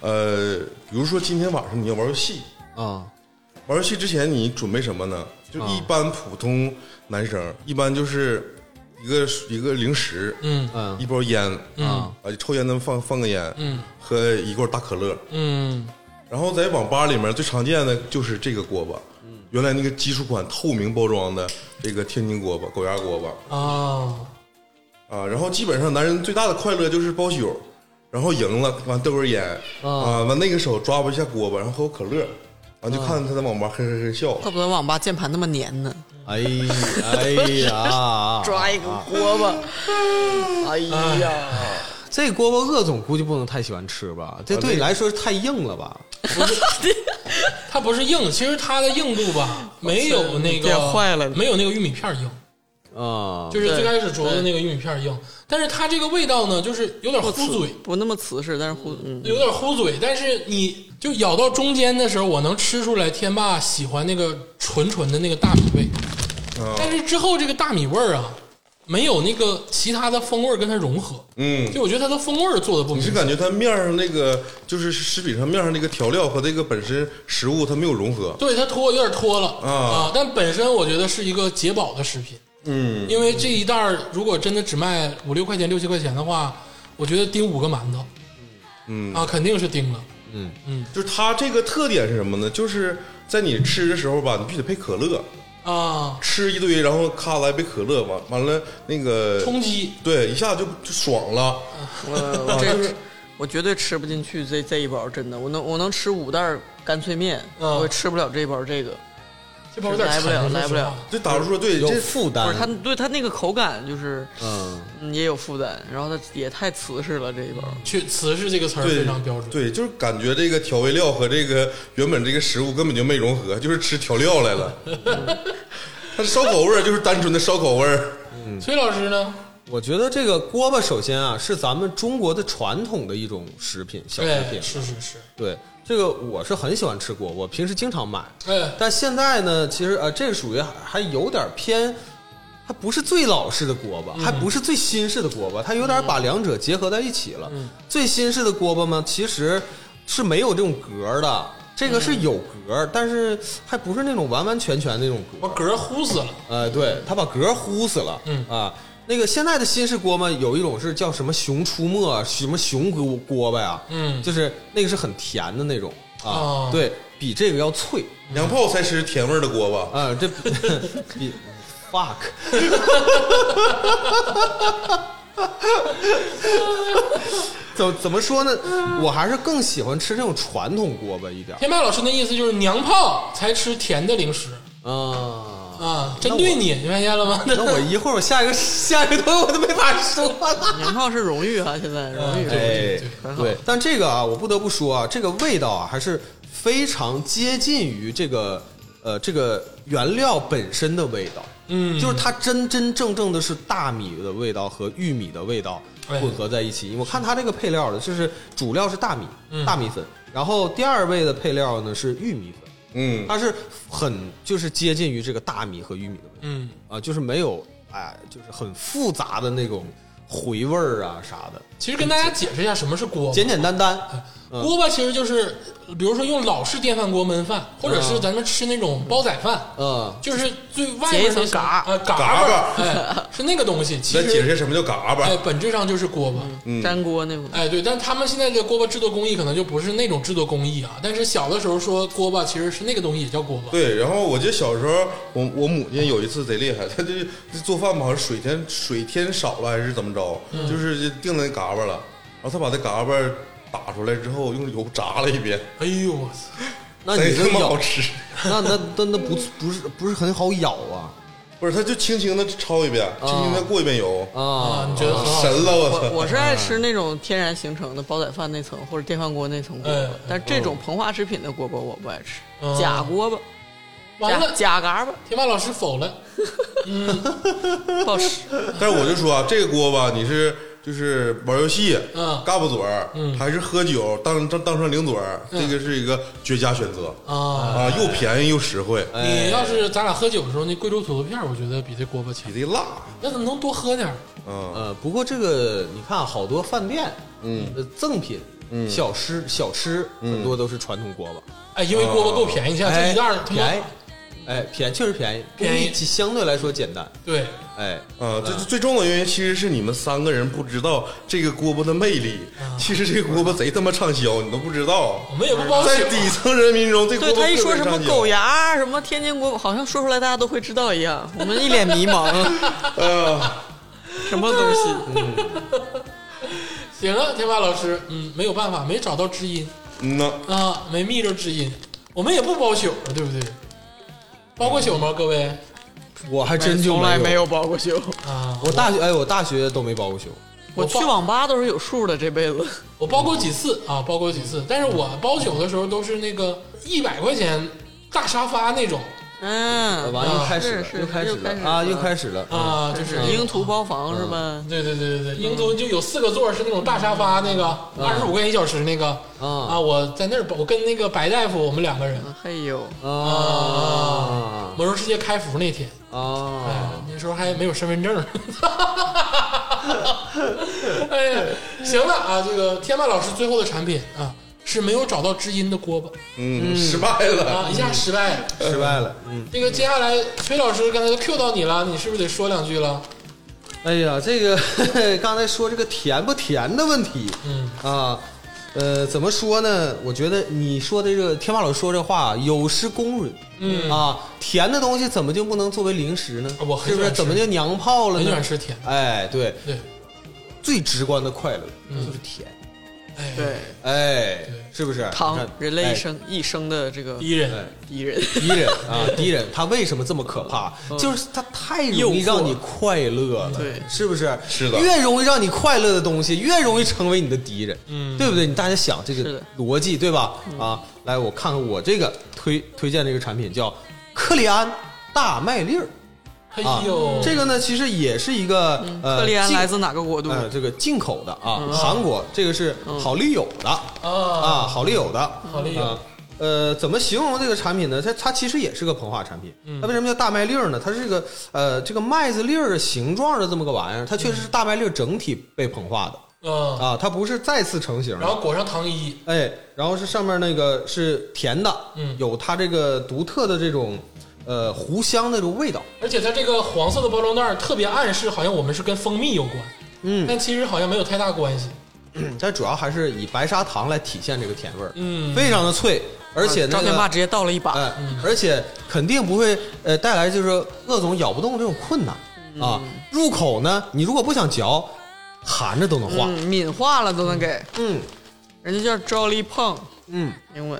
[SPEAKER 3] 呃，比如说今天晚上你要玩游戏，
[SPEAKER 4] 啊。
[SPEAKER 3] 玩游戏之前你准备什么呢？就一般普通男生，一般就是一个一个零食，
[SPEAKER 1] 嗯
[SPEAKER 4] 嗯
[SPEAKER 3] 一包烟，
[SPEAKER 1] 嗯
[SPEAKER 3] 啊，抽烟能放放个烟，
[SPEAKER 1] 嗯，
[SPEAKER 3] 喝一罐大可乐，
[SPEAKER 1] 嗯
[SPEAKER 3] 然后在网吧里面最常见的就是这个锅巴，原来那个基础款透明包装的这个天津锅巴、狗牙锅巴
[SPEAKER 1] 啊，
[SPEAKER 3] 啊，然后基本上男人最大的快乐就是包宿，然后赢了完叼根烟啊，完那个手抓不一下锅巴，然后喝口可乐，完就看他在网吧嘿嘿嘿笑。
[SPEAKER 2] 怪不得网吧键盘那么粘呢，
[SPEAKER 4] 哎哎呀，
[SPEAKER 2] 抓一个锅巴，哎呀，
[SPEAKER 4] 这锅巴鄂总估计不能太喜欢吃吧？这对你来说太硬了吧？
[SPEAKER 1] 它不是硬，其实它的硬度吧，没有那个
[SPEAKER 2] 变坏了
[SPEAKER 1] 没有那个玉米片儿硬，
[SPEAKER 4] 啊，
[SPEAKER 1] 就是最开始灼的那个玉米片儿硬，但是它这个味道呢，就是有点糊嘴，
[SPEAKER 2] 不那么瓷实，但是糊嗯，
[SPEAKER 1] 有点糊嘴，但是你就咬到中间的时候，我能吃出来天霸喜欢那个纯纯的那个大米味，
[SPEAKER 3] 哦
[SPEAKER 1] 但是之后这个大米味儿啊，没有那个其他的风味儿跟它融合，
[SPEAKER 3] 嗯，
[SPEAKER 1] 就我觉得它的风味儿做的不
[SPEAKER 3] 你
[SPEAKER 1] 明
[SPEAKER 3] 是
[SPEAKER 1] 显。
[SPEAKER 3] 感觉它面儿上那个就是食品上面上那个调料和这个本身食物它没有融合？
[SPEAKER 1] 对它脱有点脱了
[SPEAKER 3] 啊
[SPEAKER 1] 但本身我觉得是一个解饱的食品，
[SPEAKER 3] 嗯，
[SPEAKER 1] 因为这一袋儿如果真的只卖五六块钱、六七块钱的话，我觉得盯五个馒头，嗯啊，肯定是盯了。
[SPEAKER 3] 就是它这个特点是什么呢？就是在你吃的时候吧，你必须得配可乐。
[SPEAKER 1] 啊，
[SPEAKER 3] 吃一堆，然后咔来杯可乐，完完了那个
[SPEAKER 1] 冲击嗯
[SPEAKER 3] 对，一下就就爽了。
[SPEAKER 2] 我我这我绝对吃不进去这这一包，真的，我能我能吃五袋儿干脆面，
[SPEAKER 1] 嗯
[SPEAKER 2] 我也吃不了这包这个。
[SPEAKER 1] 这包有点
[SPEAKER 2] 来不了
[SPEAKER 1] 馋
[SPEAKER 2] 来不了。
[SPEAKER 3] 这打住说对，
[SPEAKER 4] 有
[SPEAKER 3] 这
[SPEAKER 4] 负
[SPEAKER 1] 嗯
[SPEAKER 2] 不
[SPEAKER 4] 担
[SPEAKER 2] 是，它对它那个口感就是
[SPEAKER 4] 嗯，
[SPEAKER 2] 嗯也有负担，然后它也太瓷实了这一包。
[SPEAKER 1] 去“瓷实”这个词儿
[SPEAKER 3] 对
[SPEAKER 1] 非常标准。
[SPEAKER 3] 对，就是感觉这个调味料和这个原本这个食物根本就没融合，就是吃调料 来了。它烧烤味儿就是单纯的烧烤味儿，
[SPEAKER 1] 崔老师呢？
[SPEAKER 4] 我觉得这个锅巴首先啊是咱们中国的传统的一种食品，小食
[SPEAKER 1] 哎，
[SPEAKER 4] 品。
[SPEAKER 1] 是是是，
[SPEAKER 4] 对，这个我是很喜欢吃锅巴，我平时经常买。
[SPEAKER 1] 哎，
[SPEAKER 4] 但现在呢，其实呃，这属于还还有点偏，还不是最老式的锅巴，还不是最新式的锅巴，它有点把两者结合在一起了。最新式的锅巴嘛，其实是没有这种格儿的，这个是有格儿，但是还不是那种完完全全那种格
[SPEAKER 1] 把
[SPEAKER 4] 儿。
[SPEAKER 1] 嗝儿呼死了。
[SPEAKER 4] 呃，对，它把格儿呼死了。
[SPEAKER 1] 嗯
[SPEAKER 4] 啊。那个现在的新式锅巴有一种是叫什么熊出没，什么熊锅锅巴呀，
[SPEAKER 1] 嗯
[SPEAKER 4] 就是那个是很甜的那种啊，
[SPEAKER 1] 哦
[SPEAKER 4] 对比这个要脆，
[SPEAKER 1] 嗯
[SPEAKER 3] 娘炮才吃甜味儿的锅巴。
[SPEAKER 4] 啊，这 比 fuck，怎么怎么说呢？我还是更喜欢吃这种传统锅巴一点
[SPEAKER 1] 天霸老师那意思就是娘炮才吃甜的零食
[SPEAKER 4] 儿啊。
[SPEAKER 1] 啊，针对你，你发现了吗？
[SPEAKER 4] 那我一会儿我下一个下一个东西我都没法说了。
[SPEAKER 2] 年号是荣誉啊，现在荣
[SPEAKER 1] 嗯
[SPEAKER 2] 誉。
[SPEAKER 4] 哎
[SPEAKER 2] 很，好
[SPEAKER 4] 对，但这个啊，我不得不说啊，这个味道啊，还是非常接近于这个呃这个原料本身的味道。
[SPEAKER 1] 嗯，
[SPEAKER 4] 就是它真真正正的是大米的味道和玉米的味道
[SPEAKER 1] 哎
[SPEAKER 4] 混合在一起。我看它这个配料的，就是主料是大米，大米粉，然后第二位的配料呢是玉米粉，
[SPEAKER 3] 嗯，
[SPEAKER 4] 它是很就是接近于这个大米和玉米的味道
[SPEAKER 1] 嗯，
[SPEAKER 4] 啊，就是没有哎，就是很复杂的那种回味儿啊啥的，
[SPEAKER 1] 其实跟大家解释一下什么是锅巴。
[SPEAKER 4] 简简单单。
[SPEAKER 1] 锅巴其实就是，比如说用老式电饭锅焖饭，或者是咱们吃那种煲仔饭，
[SPEAKER 4] 嗯，
[SPEAKER 1] 就是最外
[SPEAKER 2] 结
[SPEAKER 1] 面
[SPEAKER 2] 一层
[SPEAKER 1] 那层
[SPEAKER 2] 嘎
[SPEAKER 1] 啊嘎
[SPEAKER 3] 嘎
[SPEAKER 1] 巴，
[SPEAKER 3] 巴
[SPEAKER 1] 哎，是那个东西。其
[SPEAKER 3] 咱解释
[SPEAKER 1] 实
[SPEAKER 3] 一下什么叫嘎巴
[SPEAKER 1] 哎，。本质上就是锅巴。
[SPEAKER 2] 粘锅那种，
[SPEAKER 1] 哎，对，但他们现在的锅巴制作工艺可能就不是那种制作工艺啊。但是小的时候说锅巴其实是那个东西也叫锅巴，
[SPEAKER 3] 对，然后我记得小时候，我我母亲有一次贼厉害，她就就做饭吧，好像水添水添少了还是怎么着，就是就定那嘎巴了，然后她把那嘎巴打出来之后，用油炸了一遍，
[SPEAKER 1] 哎呦我操！
[SPEAKER 4] 那
[SPEAKER 3] 贼
[SPEAKER 4] 你
[SPEAKER 3] 他
[SPEAKER 4] 这
[SPEAKER 3] 妈
[SPEAKER 4] 咬
[SPEAKER 3] 好，吃。
[SPEAKER 4] 那那那那不不是不是很好咬啊
[SPEAKER 3] 不是，她就轻轻的焯一遍，轻轻的过一遍油，
[SPEAKER 1] 啊，
[SPEAKER 4] 啊！
[SPEAKER 1] 你觉得很好？
[SPEAKER 3] 神了我
[SPEAKER 2] 我
[SPEAKER 3] 操！
[SPEAKER 2] 我是爱吃那种天然形成的煲仔饭那层或者电饭锅那层锅
[SPEAKER 1] 哎
[SPEAKER 2] 巴，但这种膨化食品的锅巴我不爱吃
[SPEAKER 1] 哦，
[SPEAKER 2] 假锅巴，
[SPEAKER 1] 完了，
[SPEAKER 2] 假假嘎巴
[SPEAKER 1] 天霸老师否了。
[SPEAKER 2] 不好吃。
[SPEAKER 3] 但是我就说啊，这个锅巴你是就是玩游戏，
[SPEAKER 1] 嗯
[SPEAKER 3] 嘎巴嘴儿，还是喝酒当当当上零嘴儿，这个是一个绝佳选择
[SPEAKER 1] 啊。哎
[SPEAKER 3] 啊，又便宜又实惠，
[SPEAKER 1] 你要是咱俩喝酒的时候，那贵州土豆片儿，我觉得比这锅巴强
[SPEAKER 3] 比。这辣，
[SPEAKER 1] 那怎么能多喝点儿？
[SPEAKER 3] 嗯
[SPEAKER 4] 呃，不过这个你看啊，好多饭店，嗯，呃，赠品，嗯，小吃小吃很多都是传统锅巴，
[SPEAKER 1] 哎，因为锅巴够哎便宜，你想这一袋儿他妈
[SPEAKER 4] 便宜，哎，便宜确实便宜，
[SPEAKER 1] 便宜
[SPEAKER 4] 工艺其相对来说简单，
[SPEAKER 1] 对，
[SPEAKER 4] 哎，
[SPEAKER 3] 啊，最最重要的原因其实是你们三个人不知道这个锅巴的魅力。
[SPEAKER 2] 啊
[SPEAKER 3] 其实这个锅巴贼他妈畅销，你都不知道。
[SPEAKER 1] 我们也不包
[SPEAKER 3] 在
[SPEAKER 1] 宿。
[SPEAKER 3] 底层人民中，这锅
[SPEAKER 2] 哦对
[SPEAKER 3] 巴
[SPEAKER 2] 他一
[SPEAKER 3] 特别
[SPEAKER 2] 说什么
[SPEAKER 3] 畅销
[SPEAKER 2] 狗牙、什么天津锅巴，好像说出来大家都会知道一样，我们一脸迷茫，
[SPEAKER 3] 啊，
[SPEAKER 2] 什么东西？
[SPEAKER 1] 行啊，天霸老师，嗯，没有办法，没找到知音
[SPEAKER 3] 嗯呐，
[SPEAKER 1] 啊，没觅着知音，我们也不包宿了，对不对？包过宿吗，各位？
[SPEAKER 4] 我还真就
[SPEAKER 2] 从来
[SPEAKER 4] 没
[SPEAKER 2] 没，有包过宿，
[SPEAKER 1] 啊，
[SPEAKER 4] 我大学哎，我大学都没包过宿，
[SPEAKER 1] 我
[SPEAKER 2] 我去网吧都是有数的，这辈子
[SPEAKER 1] 我包过几次啊，包过几次，但是我包宿的时候都是那个一百块钱大沙发那种
[SPEAKER 2] 嗯，
[SPEAKER 4] 完
[SPEAKER 1] 啊
[SPEAKER 4] 又开始了，
[SPEAKER 2] 是
[SPEAKER 4] 又开始
[SPEAKER 2] 又开始
[SPEAKER 4] 了啊，
[SPEAKER 2] 了
[SPEAKER 4] 又开始了，
[SPEAKER 1] 啊，就是那
[SPEAKER 2] 英
[SPEAKER 1] 个。
[SPEAKER 2] 图包房是吧？
[SPEAKER 1] 对对对对对，英租就有四个座儿是那种大沙发，那个
[SPEAKER 4] 嗯
[SPEAKER 1] 二十五块钱一小时那个
[SPEAKER 4] 啊
[SPEAKER 1] 啊，我在那儿包，我跟那个白大夫我们两个
[SPEAKER 4] 嗯
[SPEAKER 1] 人
[SPEAKER 2] 嗯嘿呦，
[SPEAKER 1] 啊
[SPEAKER 4] 啊，
[SPEAKER 1] 魔兽世界开服那天，
[SPEAKER 4] 啊，
[SPEAKER 1] 那时候还没有身份证儿。哎呀，行了啊，这个天霸老师最后的产品啊是没有找到知音的锅巴
[SPEAKER 3] 嗯，失败了。
[SPEAKER 1] 啊，一下失败了。
[SPEAKER 4] 失败了，嗯，
[SPEAKER 1] 这个接下来崔老师刚才都 Q 到你了，你是不是得说两句了？
[SPEAKER 4] 哎呀，这个 刚才说这个甜不甜的问题，
[SPEAKER 1] 嗯
[SPEAKER 4] 啊，呃，怎么说呢？我觉得你说的这个天霸老师说这话有失公允。
[SPEAKER 1] 嗯
[SPEAKER 4] 啊，甜的东西怎么就不能作为零食呢？
[SPEAKER 1] 我很喜
[SPEAKER 4] 是不是
[SPEAKER 1] 欢吃
[SPEAKER 4] 怎么就娘炮了
[SPEAKER 1] 很喜欢
[SPEAKER 4] 呢？
[SPEAKER 1] 吃甜，
[SPEAKER 4] 哎，对，
[SPEAKER 1] 对，嗯
[SPEAKER 4] 最直观的快乐就是甜。
[SPEAKER 1] 哎，
[SPEAKER 2] 对，
[SPEAKER 4] 哎，是不是？你
[SPEAKER 2] 糖
[SPEAKER 4] 看，
[SPEAKER 2] 人类
[SPEAKER 4] 哎
[SPEAKER 2] 一生一生的这个
[SPEAKER 1] 第一人
[SPEAKER 2] 敌人，
[SPEAKER 4] 敌人啊，敌人，他为什么这么可怕？就是他太容易让你快乐了，
[SPEAKER 2] 嗯对
[SPEAKER 4] 是不是？
[SPEAKER 3] 是的
[SPEAKER 4] 越容易让你快乐的东西，越容易成为你的敌人，
[SPEAKER 1] 嗯
[SPEAKER 4] 对不对？你大家想这
[SPEAKER 2] 是
[SPEAKER 4] 个
[SPEAKER 2] 的嗯
[SPEAKER 4] 逻辑，对吧？啊，来，我看看我这个推推荐这个产品叫克里安大麦粒儿
[SPEAKER 1] 哎
[SPEAKER 4] 啊
[SPEAKER 1] 呦，，
[SPEAKER 4] 这个呢其实也是一个
[SPEAKER 2] 嗯
[SPEAKER 4] 呃，
[SPEAKER 2] 克利安
[SPEAKER 4] 进
[SPEAKER 2] 来自哪个国度？
[SPEAKER 4] 呃这个进口的啊，韩国这个是好丽友的
[SPEAKER 1] 嗯啊，
[SPEAKER 4] 啊，好丽友的，
[SPEAKER 1] 好丽友
[SPEAKER 4] 啊呃，怎么形容这个产品呢？它它其实也是个膨化产品。
[SPEAKER 1] 嗯
[SPEAKER 4] 它为什么叫大麦粒儿呢？它是个呃这个麦子粒儿的形状的这么个玩意儿，它确实是大麦粒儿整体被膨化的
[SPEAKER 1] 嗯，
[SPEAKER 4] 啊，它不是再次成型的
[SPEAKER 1] 然。后裹上糖衣，
[SPEAKER 4] 哎，然后是上面那个是甜的，
[SPEAKER 1] 嗯
[SPEAKER 4] 有它这个独特的这种呃糊香的这种味道。
[SPEAKER 1] 而且它这个黄色的包装袋儿特别暗示，好像我们是跟蜂蜜有关，
[SPEAKER 4] 嗯，
[SPEAKER 1] 但其实好像没有太大关系。
[SPEAKER 4] 它主要还是以白砂糖来体现这个甜味儿，
[SPEAKER 1] 嗯啊
[SPEAKER 4] 非常的脆，而且那
[SPEAKER 2] 啊张天霸
[SPEAKER 4] 个。
[SPEAKER 2] 直接倒了一把，
[SPEAKER 4] 哎，而且肯定不会呃带来就是鄂总咬不动这种困难啊。
[SPEAKER 2] 嗯
[SPEAKER 4] 入口呢，你如果不想嚼，含着都能化。
[SPEAKER 2] 嗯，敏化了都能给，
[SPEAKER 4] 嗯
[SPEAKER 2] 人家叫 Jolly Pong，
[SPEAKER 4] 嗯，
[SPEAKER 2] 英文，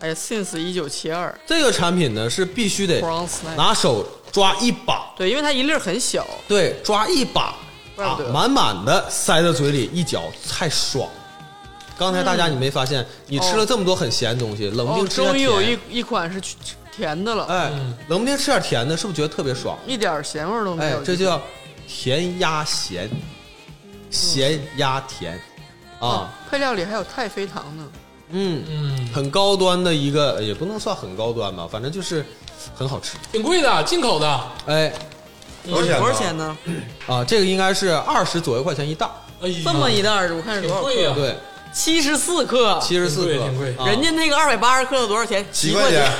[SPEAKER 2] 哎，since 一九七二
[SPEAKER 4] 这个产品呢是必须得
[SPEAKER 2] France Night，
[SPEAKER 4] 拿手抓一把，
[SPEAKER 2] 对，因为它一粒儿很小，
[SPEAKER 4] 对，抓一把
[SPEAKER 2] 怪
[SPEAKER 4] 啊
[SPEAKER 2] 不得，
[SPEAKER 4] 满满的塞到嘴里一嚼，太爽。刚才大家你没发现，你吃了这么多很咸的东西，冷不
[SPEAKER 2] 嗯哦，
[SPEAKER 4] 丁吃点
[SPEAKER 2] 终于有一嗯
[SPEAKER 4] 甜，
[SPEAKER 2] 一款是去甜的了，
[SPEAKER 4] 哎，冷不丁吃点甜的，是不是觉得特别爽？
[SPEAKER 2] 一点儿咸味儿都没
[SPEAKER 4] 哎
[SPEAKER 2] 有，，嗯
[SPEAKER 4] 这叫甜压咸，咸压甜啊，
[SPEAKER 2] 嗯配料里还有太妃糖呢，
[SPEAKER 4] 嗯，
[SPEAKER 1] 嗯，
[SPEAKER 4] 很高端的一个，也不能算很高端吧，反正就是很好吃。
[SPEAKER 1] 挺贵的，进口的。
[SPEAKER 4] 哎，
[SPEAKER 3] 多少钱？
[SPEAKER 2] 多少钱？呢？
[SPEAKER 4] 啊，这个应该是二十左右块钱一袋儿，
[SPEAKER 1] 哎呀，
[SPEAKER 2] 这么一袋儿，我看是
[SPEAKER 1] 挺
[SPEAKER 2] 多少
[SPEAKER 1] 贵啊
[SPEAKER 2] 克？
[SPEAKER 1] 呀、
[SPEAKER 4] 对，
[SPEAKER 2] 七十四克，
[SPEAKER 4] 七十四克，
[SPEAKER 1] 挺贵挺贵
[SPEAKER 4] 啊
[SPEAKER 2] 人家那个二百八十克的多少钱？
[SPEAKER 3] 七块钱，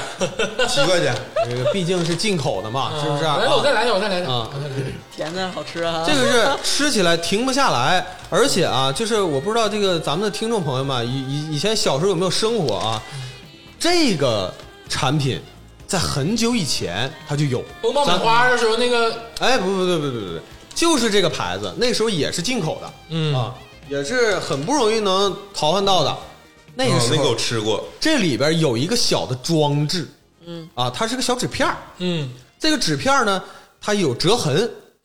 [SPEAKER 3] 七块 钱，
[SPEAKER 4] 这个毕竟是进口的嘛，是不是啊？
[SPEAKER 1] 来了，我再来点，我再来点，
[SPEAKER 4] 啊
[SPEAKER 1] 我再来点。
[SPEAKER 2] 甜的好吃啊！
[SPEAKER 4] 这个是吃起来停不下来，而且啊，就是我不知道这个咱们的听众朋友们啊以以以前小时候有没有生活啊？这个产品在很久以前它就有，
[SPEAKER 1] 崩爆米
[SPEAKER 4] 咱
[SPEAKER 1] 花的时候，那个
[SPEAKER 4] 哎，不不不不不不，就是这个牌子，那时候也是进口的，
[SPEAKER 1] 嗯
[SPEAKER 4] 啊，也是很不容易能淘换到的。那个
[SPEAKER 3] 嗯
[SPEAKER 4] 时
[SPEAKER 3] 那个
[SPEAKER 4] 候，
[SPEAKER 3] 我吃过，
[SPEAKER 4] 这里边有一个小的装置，嗯啊，它是个小纸片儿
[SPEAKER 1] 嗯
[SPEAKER 4] 这个纸片儿呢，它有折痕，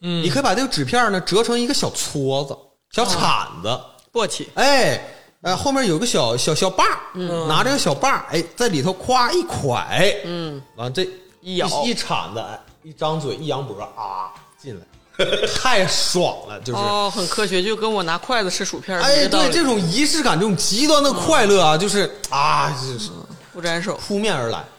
[SPEAKER 1] 嗯
[SPEAKER 4] 你可以把这个纸片儿呢折成一个小撮
[SPEAKER 2] 啊
[SPEAKER 4] 子、小铲子，
[SPEAKER 2] 簸箕，
[SPEAKER 4] 哎，呃，后面有个小小小把儿，
[SPEAKER 2] 嗯
[SPEAKER 4] 拿着个小把儿，哎，在里头夸一蒯，嗯，完这
[SPEAKER 2] 一咬
[SPEAKER 4] 一铲子，哎一张嘴一扬脖啊进来， 太爽了，就是。
[SPEAKER 2] 哦，很科学，就跟我拿筷子吃薯片儿一
[SPEAKER 4] 哎，
[SPEAKER 2] 个道
[SPEAKER 4] 对，
[SPEAKER 2] 理，
[SPEAKER 4] 这种仪式感，这种极端的快乐啊，就是啊，就是
[SPEAKER 2] 不沾手。
[SPEAKER 4] 扑面而来。啊
[SPEAKER 2] 嗯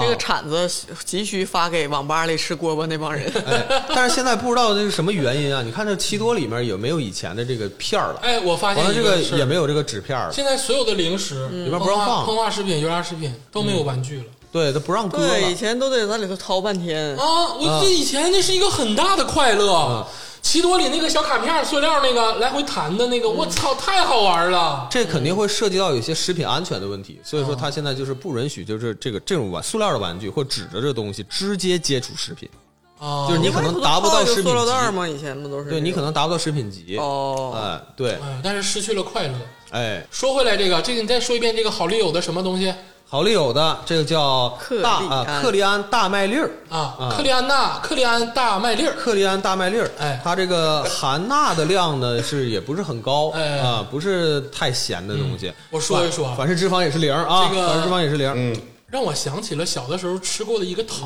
[SPEAKER 2] 这个铲子急需发给网吧里吃锅巴那帮人。
[SPEAKER 4] 哎，但是现在不知道这是什么原因啊？你看这七多里面有没有以前的这个片儿了？
[SPEAKER 1] 哎，我发
[SPEAKER 4] 完了，
[SPEAKER 1] 现
[SPEAKER 4] 这
[SPEAKER 1] 一个
[SPEAKER 4] 个
[SPEAKER 1] 事儿
[SPEAKER 4] 也没有这个纸片儿了。
[SPEAKER 1] 现在所有的零食
[SPEAKER 4] 里边不让放嗯
[SPEAKER 1] 膨化食品、油炸食品都没有玩具了。
[SPEAKER 4] 对，它不让搁了。
[SPEAKER 2] 对，以前都得在里头掏半天。
[SPEAKER 1] 啊，我这以前那是一个很大的快
[SPEAKER 4] 嗯
[SPEAKER 1] 乐，奇多里那个小卡片儿塑料那个来回弹的那个，
[SPEAKER 4] 嗯
[SPEAKER 1] 我操，太好玩了！
[SPEAKER 4] 这肯定会涉及到有些食品安全的问
[SPEAKER 2] 哦
[SPEAKER 4] 题，所以说它现在就是不允许，就是这个这种玩塑料的玩具或纸的这东西直接接触食品，
[SPEAKER 2] 哦
[SPEAKER 1] 啊，
[SPEAKER 4] 就是你可能达不到
[SPEAKER 2] 是
[SPEAKER 4] 食品级
[SPEAKER 2] 塑料袋儿吗？以前不都是？
[SPEAKER 4] 对你可能达不到食品级。
[SPEAKER 2] 哦，
[SPEAKER 4] 哎，对，
[SPEAKER 1] 哎，但是失去了快乐。
[SPEAKER 4] 哎，
[SPEAKER 1] 说回来，这个这个你再说一遍，这个好丽友的什么东西
[SPEAKER 4] 好丽友的这个叫
[SPEAKER 2] 克利
[SPEAKER 4] 大
[SPEAKER 2] 安
[SPEAKER 4] 啊克利安大麦粒儿，
[SPEAKER 1] 啊
[SPEAKER 4] 啊？
[SPEAKER 1] 克利安娜、克利安大麦粒儿，
[SPEAKER 4] 克利安大麦粒儿，
[SPEAKER 1] 哎
[SPEAKER 4] 它这个含钠的量呢是也不是很高，
[SPEAKER 1] 哎
[SPEAKER 4] 啊，不是太咸的东西。
[SPEAKER 1] 我说一说啊
[SPEAKER 4] 反反式脂肪也是零啊，
[SPEAKER 1] 这个
[SPEAKER 4] 反式脂肪也是零，
[SPEAKER 3] 嗯，
[SPEAKER 1] 让我想起了小的时候吃过的一个糖，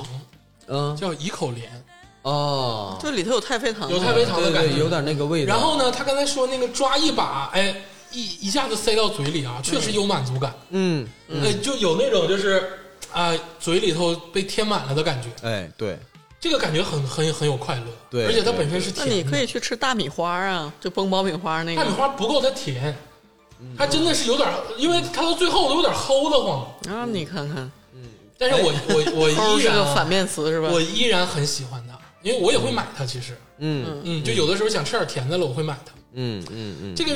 [SPEAKER 4] 嗯
[SPEAKER 1] 叫乙口莲，
[SPEAKER 4] 哦，
[SPEAKER 2] 这里头有太妃糖，
[SPEAKER 1] 有太妃糖的
[SPEAKER 4] 对
[SPEAKER 1] 感觉，
[SPEAKER 4] 对，有点那个味道。
[SPEAKER 1] 然后呢，他刚才说那个抓一把，哎，一一下子塞到嘴里啊，确实有满足感，
[SPEAKER 4] 嗯，
[SPEAKER 1] 呃，就有那种就是啊、嘴里头被填满了的感觉，
[SPEAKER 4] 哎，对，
[SPEAKER 1] 这个感觉很很很有快乐，
[SPEAKER 4] 对
[SPEAKER 1] 而且它本身是
[SPEAKER 2] 那
[SPEAKER 1] 甜的，
[SPEAKER 2] 你可以去吃大米花啊，就崩爆米花那
[SPEAKER 1] 大米
[SPEAKER 2] 个
[SPEAKER 1] 花不够它甜，
[SPEAKER 4] 嗯
[SPEAKER 1] 它真的是有点，因为它到最后都有点齁得慌，
[SPEAKER 2] 啊，你看看，
[SPEAKER 1] 但是我
[SPEAKER 4] 哎
[SPEAKER 1] 我我
[SPEAKER 2] 齁
[SPEAKER 1] 依
[SPEAKER 2] 是
[SPEAKER 1] 然
[SPEAKER 2] 个
[SPEAKER 1] 啊
[SPEAKER 2] 反面词是吧？
[SPEAKER 1] 我依然很喜欢它，因为我也会买它，其实，
[SPEAKER 4] 嗯
[SPEAKER 1] 嗯，就有的时候想吃点甜的了，我会买它，
[SPEAKER 4] 嗯嗯嗯，
[SPEAKER 1] 这个。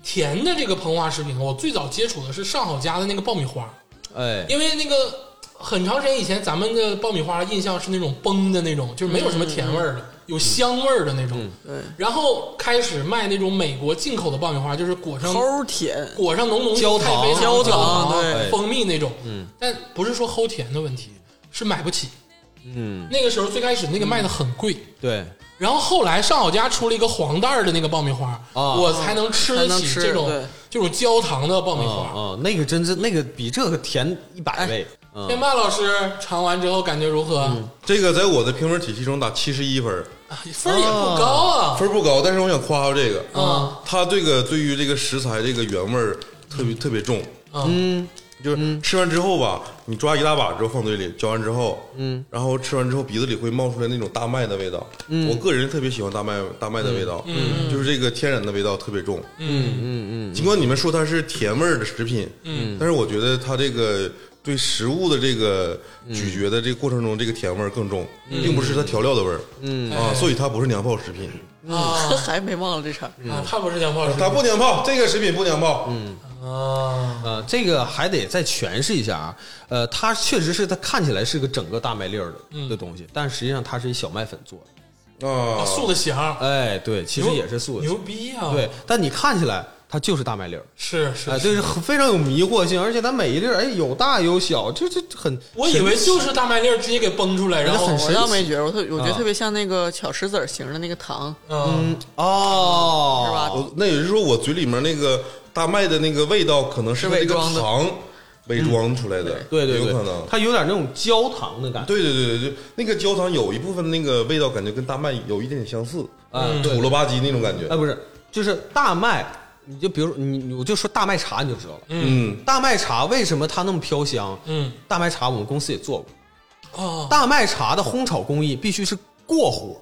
[SPEAKER 1] 甜的这个膨化食品，我最早接触的是上好佳的那个爆米花，
[SPEAKER 4] 哎，
[SPEAKER 1] 因为那个很长时间以前咱们的爆米花印象是那种崩的那种，就是没有什么甜味儿的，有香味儿的那种。
[SPEAKER 2] 对
[SPEAKER 1] 然后开始卖那种美国进口的爆米花，就是裹上
[SPEAKER 2] 齁甜，
[SPEAKER 1] 裹上浓浓的
[SPEAKER 4] 焦
[SPEAKER 1] 太
[SPEAKER 4] 糖
[SPEAKER 1] 妃糖、
[SPEAKER 2] 焦
[SPEAKER 1] 焦
[SPEAKER 2] 糖
[SPEAKER 4] 对
[SPEAKER 1] 蜂蜜那种。嗯，但不是说齁甜的问题，是买不起。
[SPEAKER 4] 嗯，
[SPEAKER 1] 那个时候最开始那个卖的很贵。
[SPEAKER 4] 对，
[SPEAKER 1] 然后后来上好佳出了一个黄袋儿的那个爆米花，
[SPEAKER 4] 啊
[SPEAKER 1] 我才能吃得
[SPEAKER 2] 才能
[SPEAKER 1] 起
[SPEAKER 2] 吃
[SPEAKER 1] 这种
[SPEAKER 2] 对
[SPEAKER 1] 这种焦糖的爆米花。
[SPEAKER 4] 嗯嗯，那个真是那个比这个甜一百倍。嗯，
[SPEAKER 1] 天霸老师尝完之后感觉如何？
[SPEAKER 3] 这个在我的评分体系中打七十一分，
[SPEAKER 1] 啊分儿也不高啊，
[SPEAKER 3] 分儿不高，但是我想夸夸这个，
[SPEAKER 1] 啊
[SPEAKER 3] 它这个对于这个食材这个原味儿特别特别重，
[SPEAKER 1] 嗯，
[SPEAKER 3] 就是吃完之后吧，你抓一大把之后放嘴里，嚼完之后，嗯，然后吃完之后鼻子里会冒出来那种大麦的味道。嗯，我个人特别喜欢大麦大麦的味道，嗯，就是这个天然的味道特别重。嗯嗯嗯，尽管你们说它是甜味儿的食品，嗯，但是我觉得它这个。对食物的这个咀嚼的这个过程中，这个甜味儿更重，并不是它调料的味儿，嗯啊，所以它不是娘炮食品，
[SPEAKER 4] 嗯
[SPEAKER 1] 啊
[SPEAKER 2] 还没忘了这茬儿。
[SPEAKER 1] 啊，他不是娘炮食
[SPEAKER 3] 它不娘炮，这个食品不娘炮，嗯，
[SPEAKER 1] 品啊，
[SPEAKER 4] 呃，这个还得再诠释一下啊。呃，它确实是它看起来是个整个大麦粒儿
[SPEAKER 1] 嗯
[SPEAKER 4] 的的东西，但实际上它是一小麦粉做的。
[SPEAKER 3] 啊
[SPEAKER 1] 啊，素的翔，
[SPEAKER 4] 哎，对，其实
[SPEAKER 1] 牛
[SPEAKER 4] 也是素的
[SPEAKER 1] 牛。逼啊！
[SPEAKER 4] 对，，但你看起来它就是大麦粒儿，
[SPEAKER 1] 是是，
[SPEAKER 4] 哎，
[SPEAKER 1] 是
[SPEAKER 4] 这是很非常有迷惑性，而且它每一粒儿哎有大有小，这这很
[SPEAKER 1] 我以为就是大麦粒儿直接给崩出来，然后
[SPEAKER 4] 嗯很
[SPEAKER 2] 我
[SPEAKER 4] 神
[SPEAKER 2] 倒
[SPEAKER 4] 奇
[SPEAKER 2] 没觉得，我特我觉得
[SPEAKER 4] 啊
[SPEAKER 2] 特别像那个巧石子儿形的那个糖，
[SPEAKER 1] 嗯，
[SPEAKER 4] 哦，
[SPEAKER 2] 是吧？
[SPEAKER 3] 我那也就是说，我嘴里面那个大麦的那个味道，可能
[SPEAKER 2] 是
[SPEAKER 3] 是
[SPEAKER 2] 伪
[SPEAKER 3] 那个
[SPEAKER 2] 装的
[SPEAKER 3] 糖伪装出来的，
[SPEAKER 4] 对对
[SPEAKER 3] 有
[SPEAKER 4] 对，
[SPEAKER 3] 可能。
[SPEAKER 4] 它有点那种焦糖的感觉，
[SPEAKER 3] 对对对对对，那个焦糖有一部分那个味道，感觉跟大麦有一点点相似，
[SPEAKER 4] 嗯
[SPEAKER 3] 土了吧唧那种感觉
[SPEAKER 4] 哎，。不是，就是大麦，你就比如你，你我就说大麦茶，你就知道了。
[SPEAKER 3] 嗯，
[SPEAKER 4] 大麦茶为什么它那么飘香？
[SPEAKER 1] 嗯，
[SPEAKER 4] 大麦茶我们公司也做过，
[SPEAKER 1] 哦，
[SPEAKER 4] 大麦茶的烘炒工艺必须是过火，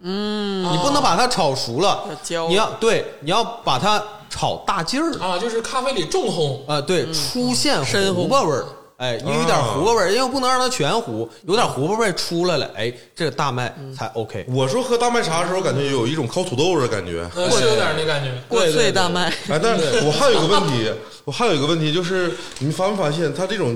[SPEAKER 4] 嗯，你不能把它炒熟了
[SPEAKER 2] 要，焦哦
[SPEAKER 4] 你要对，你要把它炒大劲儿，
[SPEAKER 1] 啊，就是咖啡里重烘，
[SPEAKER 4] 啊，对，出现
[SPEAKER 2] 嗯深哦
[SPEAKER 4] 胡
[SPEAKER 2] 红
[SPEAKER 4] 萝卜味儿。哎，有一点胡萝卜味儿，因为不能让它全糊，有点胡萝卜味儿出来了，哎，这个大麦
[SPEAKER 2] 嗯
[SPEAKER 4] 才 OK。
[SPEAKER 3] 我说喝大麦茶的时候，感觉有一种烤土豆的感觉。
[SPEAKER 1] 呃，是有点那感觉，
[SPEAKER 2] 过
[SPEAKER 4] 对对
[SPEAKER 2] 碎
[SPEAKER 4] 对
[SPEAKER 2] 大麦，
[SPEAKER 3] 哎，但是我还有一个问题，我还有一个问题就是，你们发没发现它这种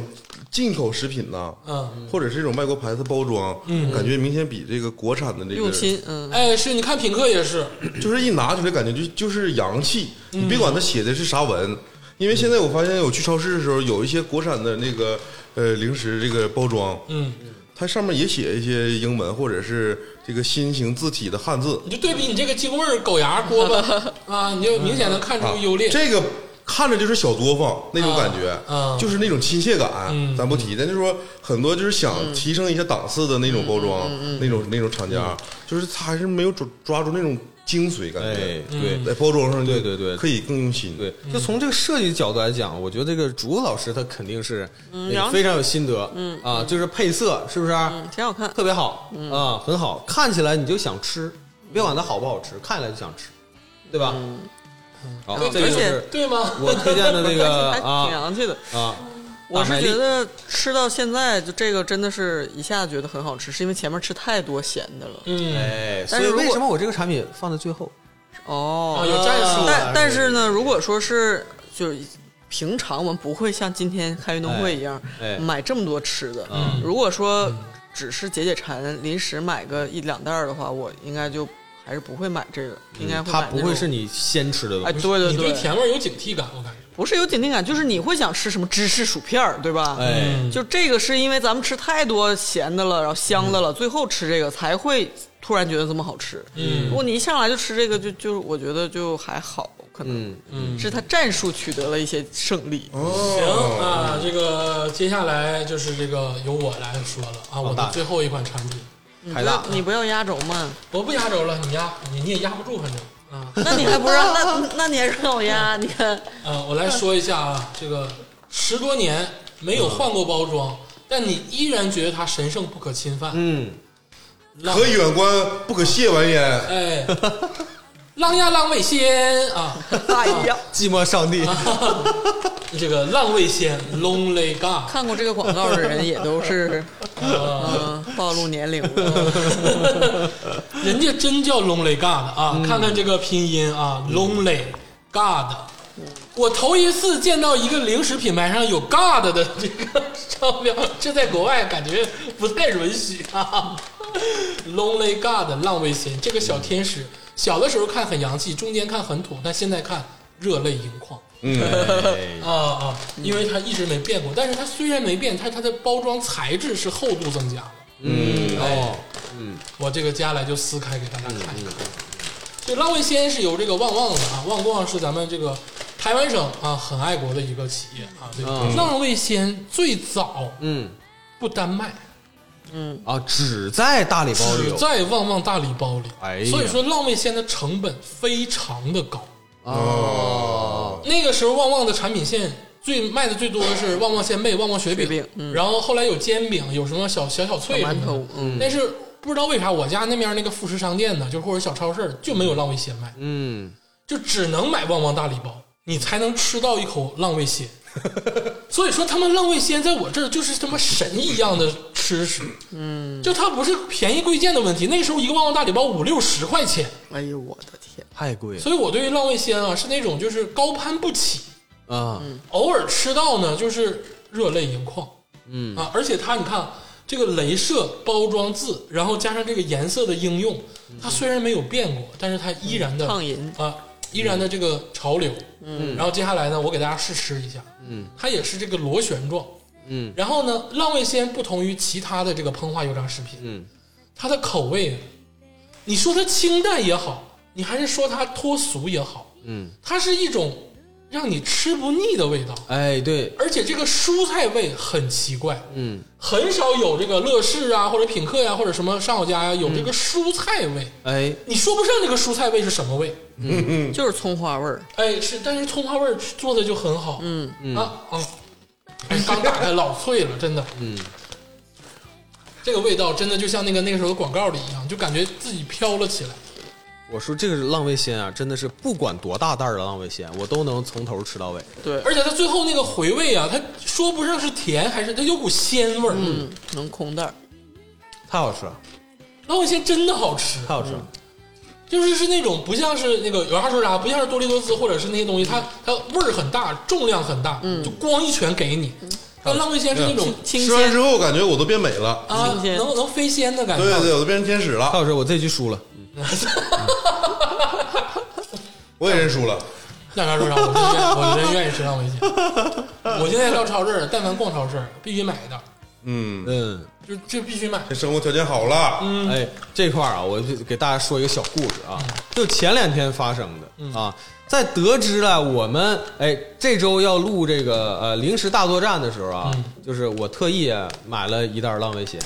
[SPEAKER 3] 进口食品呐，
[SPEAKER 1] 嗯，
[SPEAKER 3] 或者是这种外国牌子包装，感觉明显比这个国产的这
[SPEAKER 2] 用
[SPEAKER 3] 个
[SPEAKER 2] 心，嗯，
[SPEAKER 1] 哎，是你看品客也是，
[SPEAKER 3] 就是一拿出来感觉就就是洋气，你别管它写的是啥文，因为现在我发现我去超市的时候，有一些国产的那个呃零食这个包装，
[SPEAKER 1] 嗯，
[SPEAKER 3] 它上面也写一些英文或者是这个新型字体的汉字
[SPEAKER 1] 你就对比你这个鸡公味儿狗牙锅 巴啊，你就明显能看出
[SPEAKER 3] 啊
[SPEAKER 1] 优劣，
[SPEAKER 3] 这个。看着就是小作坊那种感觉，
[SPEAKER 1] 啊啊
[SPEAKER 3] 就是那种亲切感，咱不提。但就是说，很多就是想提升一下档次的那种包装，那种那种厂家，就是他还是没有抓抓住那种精髓感觉嗯
[SPEAKER 4] 哎。对
[SPEAKER 3] 在包装上就
[SPEAKER 4] 对对对
[SPEAKER 3] 可以更用心。
[SPEAKER 4] 对，就从这个设计角度来讲，我觉得这个竹子老师他肯定是
[SPEAKER 2] 然后
[SPEAKER 4] 非常有心得，嗯啊，就是配色是不是啊？
[SPEAKER 2] 嗯挺好看。
[SPEAKER 4] 特别好
[SPEAKER 2] 嗯
[SPEAKER 4] 啊，很好，看起来你就想吃，别管它好不好吃，看起来就想吃，对吧？好，
[SPEAKER 2] 嗯
[SPEAKER 4] 这个就
[SPEAKER 2] 而且
[SPEAKER 4] 是
[SPEAKER 1] 对吗？
[SPEAKER 4] 我推荐的那 个
[SPEAKER 2] 还挺
[SPEAKER 4] 啊
[SPEAKER 2] 洋气的。
[SPEAKER 4] 啊，
[SPEAKER 2] 我
[SPEAKER 4] 大
[SPEAKER 2] 是
[SPEAKER 4] 麦粒
[SPEAKER 2] 觉得吃到现在，就这个真的是一下觉得很好吃，是因为前面吃太多咸的了。
[SPEAKER 1] 嗯，
[SPEAKER 4] 哎，所
[SPEAKER 2] 但
[SPEAKER 4] 以
[SPEAKER 2] 是如果
[SPEAKER 4] 为什么我这个产品放在最后？
[SPEAKER 2] 哦
[SPEAKER 1] 啊，有战术，
[SPEAKER 2] 但但是呢，如果说是就是平常我们不会像今天开运动会一样、
[SPEAKER 4] 哎哎嗯
[SPEAKER 2] 买这么多吃的，如果说只是解解馋，临时买个一两袋儿的话，我应该就还是不会买这个，应该会
[SPEAKER 4] 嗯它
[SPEAKER 2] 买
[SPEAKER 4] 不
[SPEAKER 2] 那种
[SPEAKER 4] 会是你先吃的
[SPEAKER 2] 哎，
[SPEAKER 4] 东西，
[SPEAKER 2] 对
[SPEAKER 1] 你对，
[SPEAKER 2] 对
[SPEAKER 1] 甜味儿有警惕感，我感觉，
[SPEAKER 2] 不是有紧定感，就是你会想吃什么芝士薯片儿，对嗯吧？
[SPEAKER 4] 哎，
[SPEAKER 2] 就这个是因为咱们吃太多咸的了，然后香的了，最后吃这个才会突然觉得这么好吃。
[SPEAKER 1] 嗯
[SPEAKER 2] 如果你一上来就吃这个，就就我觉得就还好，可能、
[SPEAKER 4] 嗯
[SPEAKER 1] 嗯，
[SPEAKER 2] 是他战术取得了一些胜利。
[SPEAKER 3] 哦嗯
[SPEAKER 1] 行啊，这个接下来就是这个由我来说了啊，我的
[SPEAKER 4] 大
[SPEAKER 1] 最后一款产品，
[SPEAKER 2] 你不
[SPEAKER 4] 海
[SPEAKER 2] 要
[SPEAKER 4] 大
[SPEAKER 2] 你不要压轴嘛？
[SPEAKER 1] 我不压轴了，你压你你也压不住，反正啊
[SPEAKER 2] 那你还不让那那你还让我压？你 看，
[SPEAKER 1] 呃，我来说一下啊，这个十多年没有换过包装，但你依然觉得它神圣不可侵犯，
[SPEAKER 4] 嗯，
[SPEAKER 1] 浪
[SPEAKER 3] 可远观不可亵玩焉。
[SPEAKER 1] 哎，浪呀浪味仙啊，
[SPEAKER 2] 哎呀，
[SPEAKER 4] 寂寞 上帝，
[SPEAKER 1] 这个浪味仙 Lonely God，
[SPEAKER 2] 看过这个广告的人也都是，嗯、暴露年龄了。
[SPEAKER 1] 嗯人家真叫 Lonely God 啊，看看这个拼音啊，Lonely God 我头一次见到一个零食品牌上有 God 的这个商标，这在国外感觉不太允许啊。Lonely God，浪味仙，这个小天使，小的时候看很洋气，中间看很土，但现在看热泪盈眶。 啊啊，因为它一直没变过，但是它虽然没变，但是它的包装材质是厚度增加了。嗯，哦，嗯，我这个接下来就撕开给大家看
[SPEAKER 4] 嗯
[SPEAKER 1] 一看。这浪味仙是由这个旺旺的啊，旺旺是咱们这个台湾省啊很爱国的一个企业啊。这个浪味仙最早
[SPEAKER 4] 嗯
[SPEAKER 1] 不单卖，
[SPEAKER 4] 啊，只在大礼包里
[SPEAKER 1] 只
[SPEAKER 4] 有
[SPEAKER 1] 在旺旺大礼包里，
[SPEAKER 4] 哎呀
[SPEAKER 1] 所以说浪味仙的成本非常的高。
[SPEAKER 4] 哦，
[SPEAKER 1] 那个时候旺旺的产品线最卖的最多的是旺旺鲜贝、旺旺雪饼，
[SPEAKER 2] 雪饼嗯
[SPEAKER 1] 然后后来有煎饼，有什么小小小脆
[SPEAKER 2] 小馒
[SPEAKER 1] 什么的
[SPEAKER 2] 头嗯
[SPEAKER 1] 但是不知道为啥我家那边那个副食商店呢，就是或者小超市就没有浪味仙卖，
[SPEAKER 4] 嗯，
[SPEAKER 1] 就只能买旺旺大礼包，你才能吃到一口浪味 仙。所以说，他们浪味仙在我这儿就是他妈神一样的吃食，嗯，就它不是便宜贵贱的问题。那时候一个旺旺大礼包五六十块钱，
[SPEAKER 2] 哎呦我的天，
[SPEAKER 4] 太贵了
[SPEAKER 1] 所以我对于浪味仙啊是那种就是高攀不起，
[SPEAKER 4] 啊，
[SPEAKER 2] 嗯
[SPEAKER 1] 偶尔吃到呢，就是热泪盈眶。嗯啊，而且它你看这个镭射包装字，然后加上这个颜色的应用，它虽然没有变过，但是它依然的
[SPEAKER 2] 嗯畅饮
[SPEAKER 1] 啊，依然的这个潮流。嗯，然后接下来呢，我给大家试吃一下。嗯，它也是这个螺旋状。
[SPEAKER 4] 嗯，
[SPEAKER 1] 然后呢，浪味仙不同于其他的这个膨化油炸食品，
[SPEAKER 4] 嗯，
[SPEAKER 1] 它的口味呢，你说它清淡也好，你还是说它脱俗也好，
[SPEAKER 4] 嗯，
[SPEAKER 1] 它是一种让你吃不腻的味道。
[SPEAKER 4] 哎，对，
[SPEAKER 1] 而且这个蔬菜味很奇怪，
[SPEAKER 4] 嗯，
[SPEAKER 1] 很少有这个乐事啊，或者品客呀、或者什么上好佳呀、有这个蔬菜味。
[SPEAKER 4] 哎，
[SPEAKER 1] 你说不上这个蔬菜味是什么味，
[SPEAKER 2] 就是葱花味儿，
[SPEAKER 1] 哎，是，但是葱花味儿做的就很好，嗯嗯啊啊，哎，刚打开老脆了，真的，嗯，这个味道真的就像那个那个时候的广告里一样，就感觉自己飘了起来。
[SPEAKER 4] 我说这个浪味仙啊，真的是不管多大袋儿的浪味仙，我都能从头吃到尾。
[SPEAKER 2] 对，
[SPEAKER 1] 而且它最后那个回味啊，它说不上是甜还是它有股鲜味儿，嗯，
[SPEAKER 2] 嗯，能空袋儿，
[SPEAKER 4] 太好吃了，
[SPEAKER 1] 老味仙真的好吃，
[SPEAKER 4] 太好吃了。
[SPEAKER 1] 就是是那种不像是那个有啥说啥，不像是多利多滋或者是那些东西，它它味儿很大，重量很大，就光一拳给你。但浪味仙是那种
[SPEAKER 2] 清
[SPEAKER 3] 吃完
[SPEAKER 2] 鲜
[SPEAKER 3] 之后感觉我都变美了，
[SPEAKER 1] 啊，
[SPEAKER 2] 新鲜
[SPEAKER 1] 能能飞仙的感
[SPEAKER 3] 对
[SPEAKER 1] 觉。
[SPEAKER 3] 对，我都变成天使
[SPEAKER 4] 太
[SPEAKER 3] 了，
[SPEAKER 4] 好吃，我这局输了。
[SPEAKER 3] 我也认输了。
[SPEAKER 1] 那啥说啥，我真愿我真愿意吃浪味仙。我现在到超市，但凡逛超市必须买的，
[SPEAKER 3] 嗯，
[SPEAKER 4] 嗯，
[SPEAKER 1] 就就必须买。
[SPEAKER 3] 这生活条件好了，
[SPEAKER 1] 嗯
[SPEAKER 4] 哎，这块儿啊，我就给大家说一个小故事啊，就前两天发生
[SPEAKER 1] 嗯
[SPEAKER 4] 的啊。在得知了我们哎这周要录这个呃零食大作战的时候啊，
[SPEAKER 1] 嗯
[SPEAKER 4] 就是我特意啊买了一袋儿浪味仙，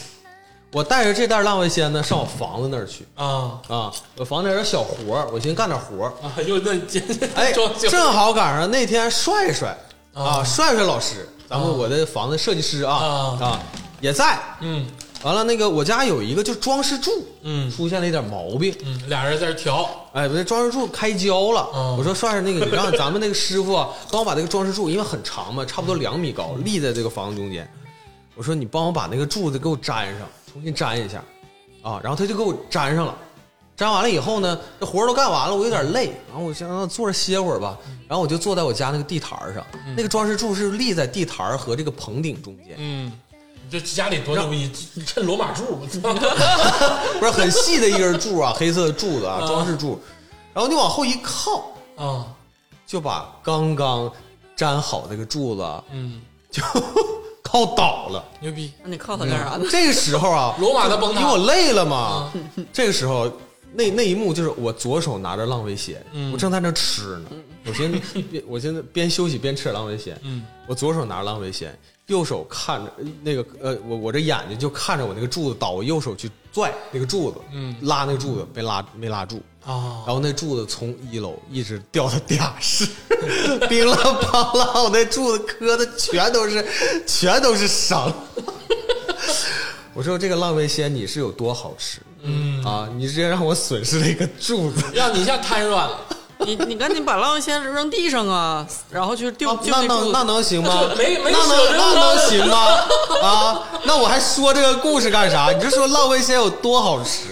[SPEAKER 4] 我带着这袋儿浪味仙呢上我房子那儿去
[SPEAKER 1] 啊
[SPEAKER 4] 啊，我房子有点小活儿，我寻思干点活儿，
[SPEAKER 1] 啊！又那今天
[SPEAKER 4] 哎，
[SPEAKER 1] 装修
[SPEAKER 4] 正好赶上那天帅帅
[SPEAKER 1] 啊
[SPEAKER 4] 啊，帅帅老师，咱们我的房子设计师啊
[SPEAKER 1] 啊
[SPEAKER 4] 啊也在。
[SPEAKER 1] 嗯
[SPEAKER 4] 完了，那个我家有一个就装饰柱，
[SPEAKER 1] 嗯
[SPEAKER 4] 出现了一点毛病。
[SPEAKER 1] 嗯，俩人在这调，
[SPEAKER 4] 哎，不是装饰柱开胶了。
[SPEAKER 1] 嗯
[SPEAKER 4] 我说帅帅，那个你让咱们那个师傅啊帮我把这个装饰柱，因为很长嘛，差不多两米高，立在这个房子中间。我说你帮我把那个柱子给我粘上，重新粘一下啊。然后他就给我粘上了。粘完了以后呢，这活儿都干完了，我有点累，然后我想让坐着歇会儿吧。然后我就坐在我家那个地毯儿上，那个装饰柱是立在地毯儿和这个棚顶中间，
[SPEAKER 1] 嗯，这家里多牛逼，你趁罗马柱，我操！
[SPEAKER 4] 不是很细的一根柱啊，黑色的柱子啊，装饰柱。然后你往后一靠，
[SPEAKER 1] 啊
[SPEAKER 4] 就把刚刚粘好那个柱子啊
[SPEAKER 1] 嗯，
[SPEAKER 4] 就 靠倒了。
[SPEAKER 1] 牛逼，
[SPEAKER 2] 那你靠它干啥呢？
[SPEAKER 4] 这个时候啊，
[SPEAKER 1] 罗马的崩塌嗯
[SPEAKER 4] 因为我累了嘛。 这个时候，那那一幕就是我左手拿着浪味仙，
[SPEAKER 1] 嗯
[SPEAKER 4] 我正在那吃呢。 我先边我现在边休息边吃浪味仙，
[SPEAKER 1] 嗯
[SPEAKER 4] 我左手拿着浪味仙，右手看着呃那个呃，我我这眼睛就看着我那个柱子倒，我右手去拽那个柱子，
[SPEAKER 1] 嗯
[SPEAKER 4] 拉那个柱子没拉没拉住，
[SPEAKER 1] 啊
[SPEAKER 4] 然。后那柱子从一楼一直掉到地下室， 乒啷乓啷，我那柱子磕的全都是，全都是伤。我说这个浪味仙你是有多好吃，嗯啊，你直接让我损失了一个柱子。
[SPEAKER 1] 让你一下瘫软 了，
[SPEAKER 2] 你你赶紧把浪味仙扔地上啊，然后去丢
[SPEAKER 4] 啊
[SPEAKER 2] 丢那
[SPEAKER 4] 那能那
[SPEAKER 2] 柱子。
[SPEAKER 4] 能行吗？
[SPEAKER 1] 没没
[SPEAKER 4] 那
[SPEAKER 1] 舍得
[SPEAKER 4] 能那能行吗？啊，那我还说这个
[SPEAKER 1] 嗯
[SPEAKER 4] 故事干啥？你就说浪味仙有多好吃，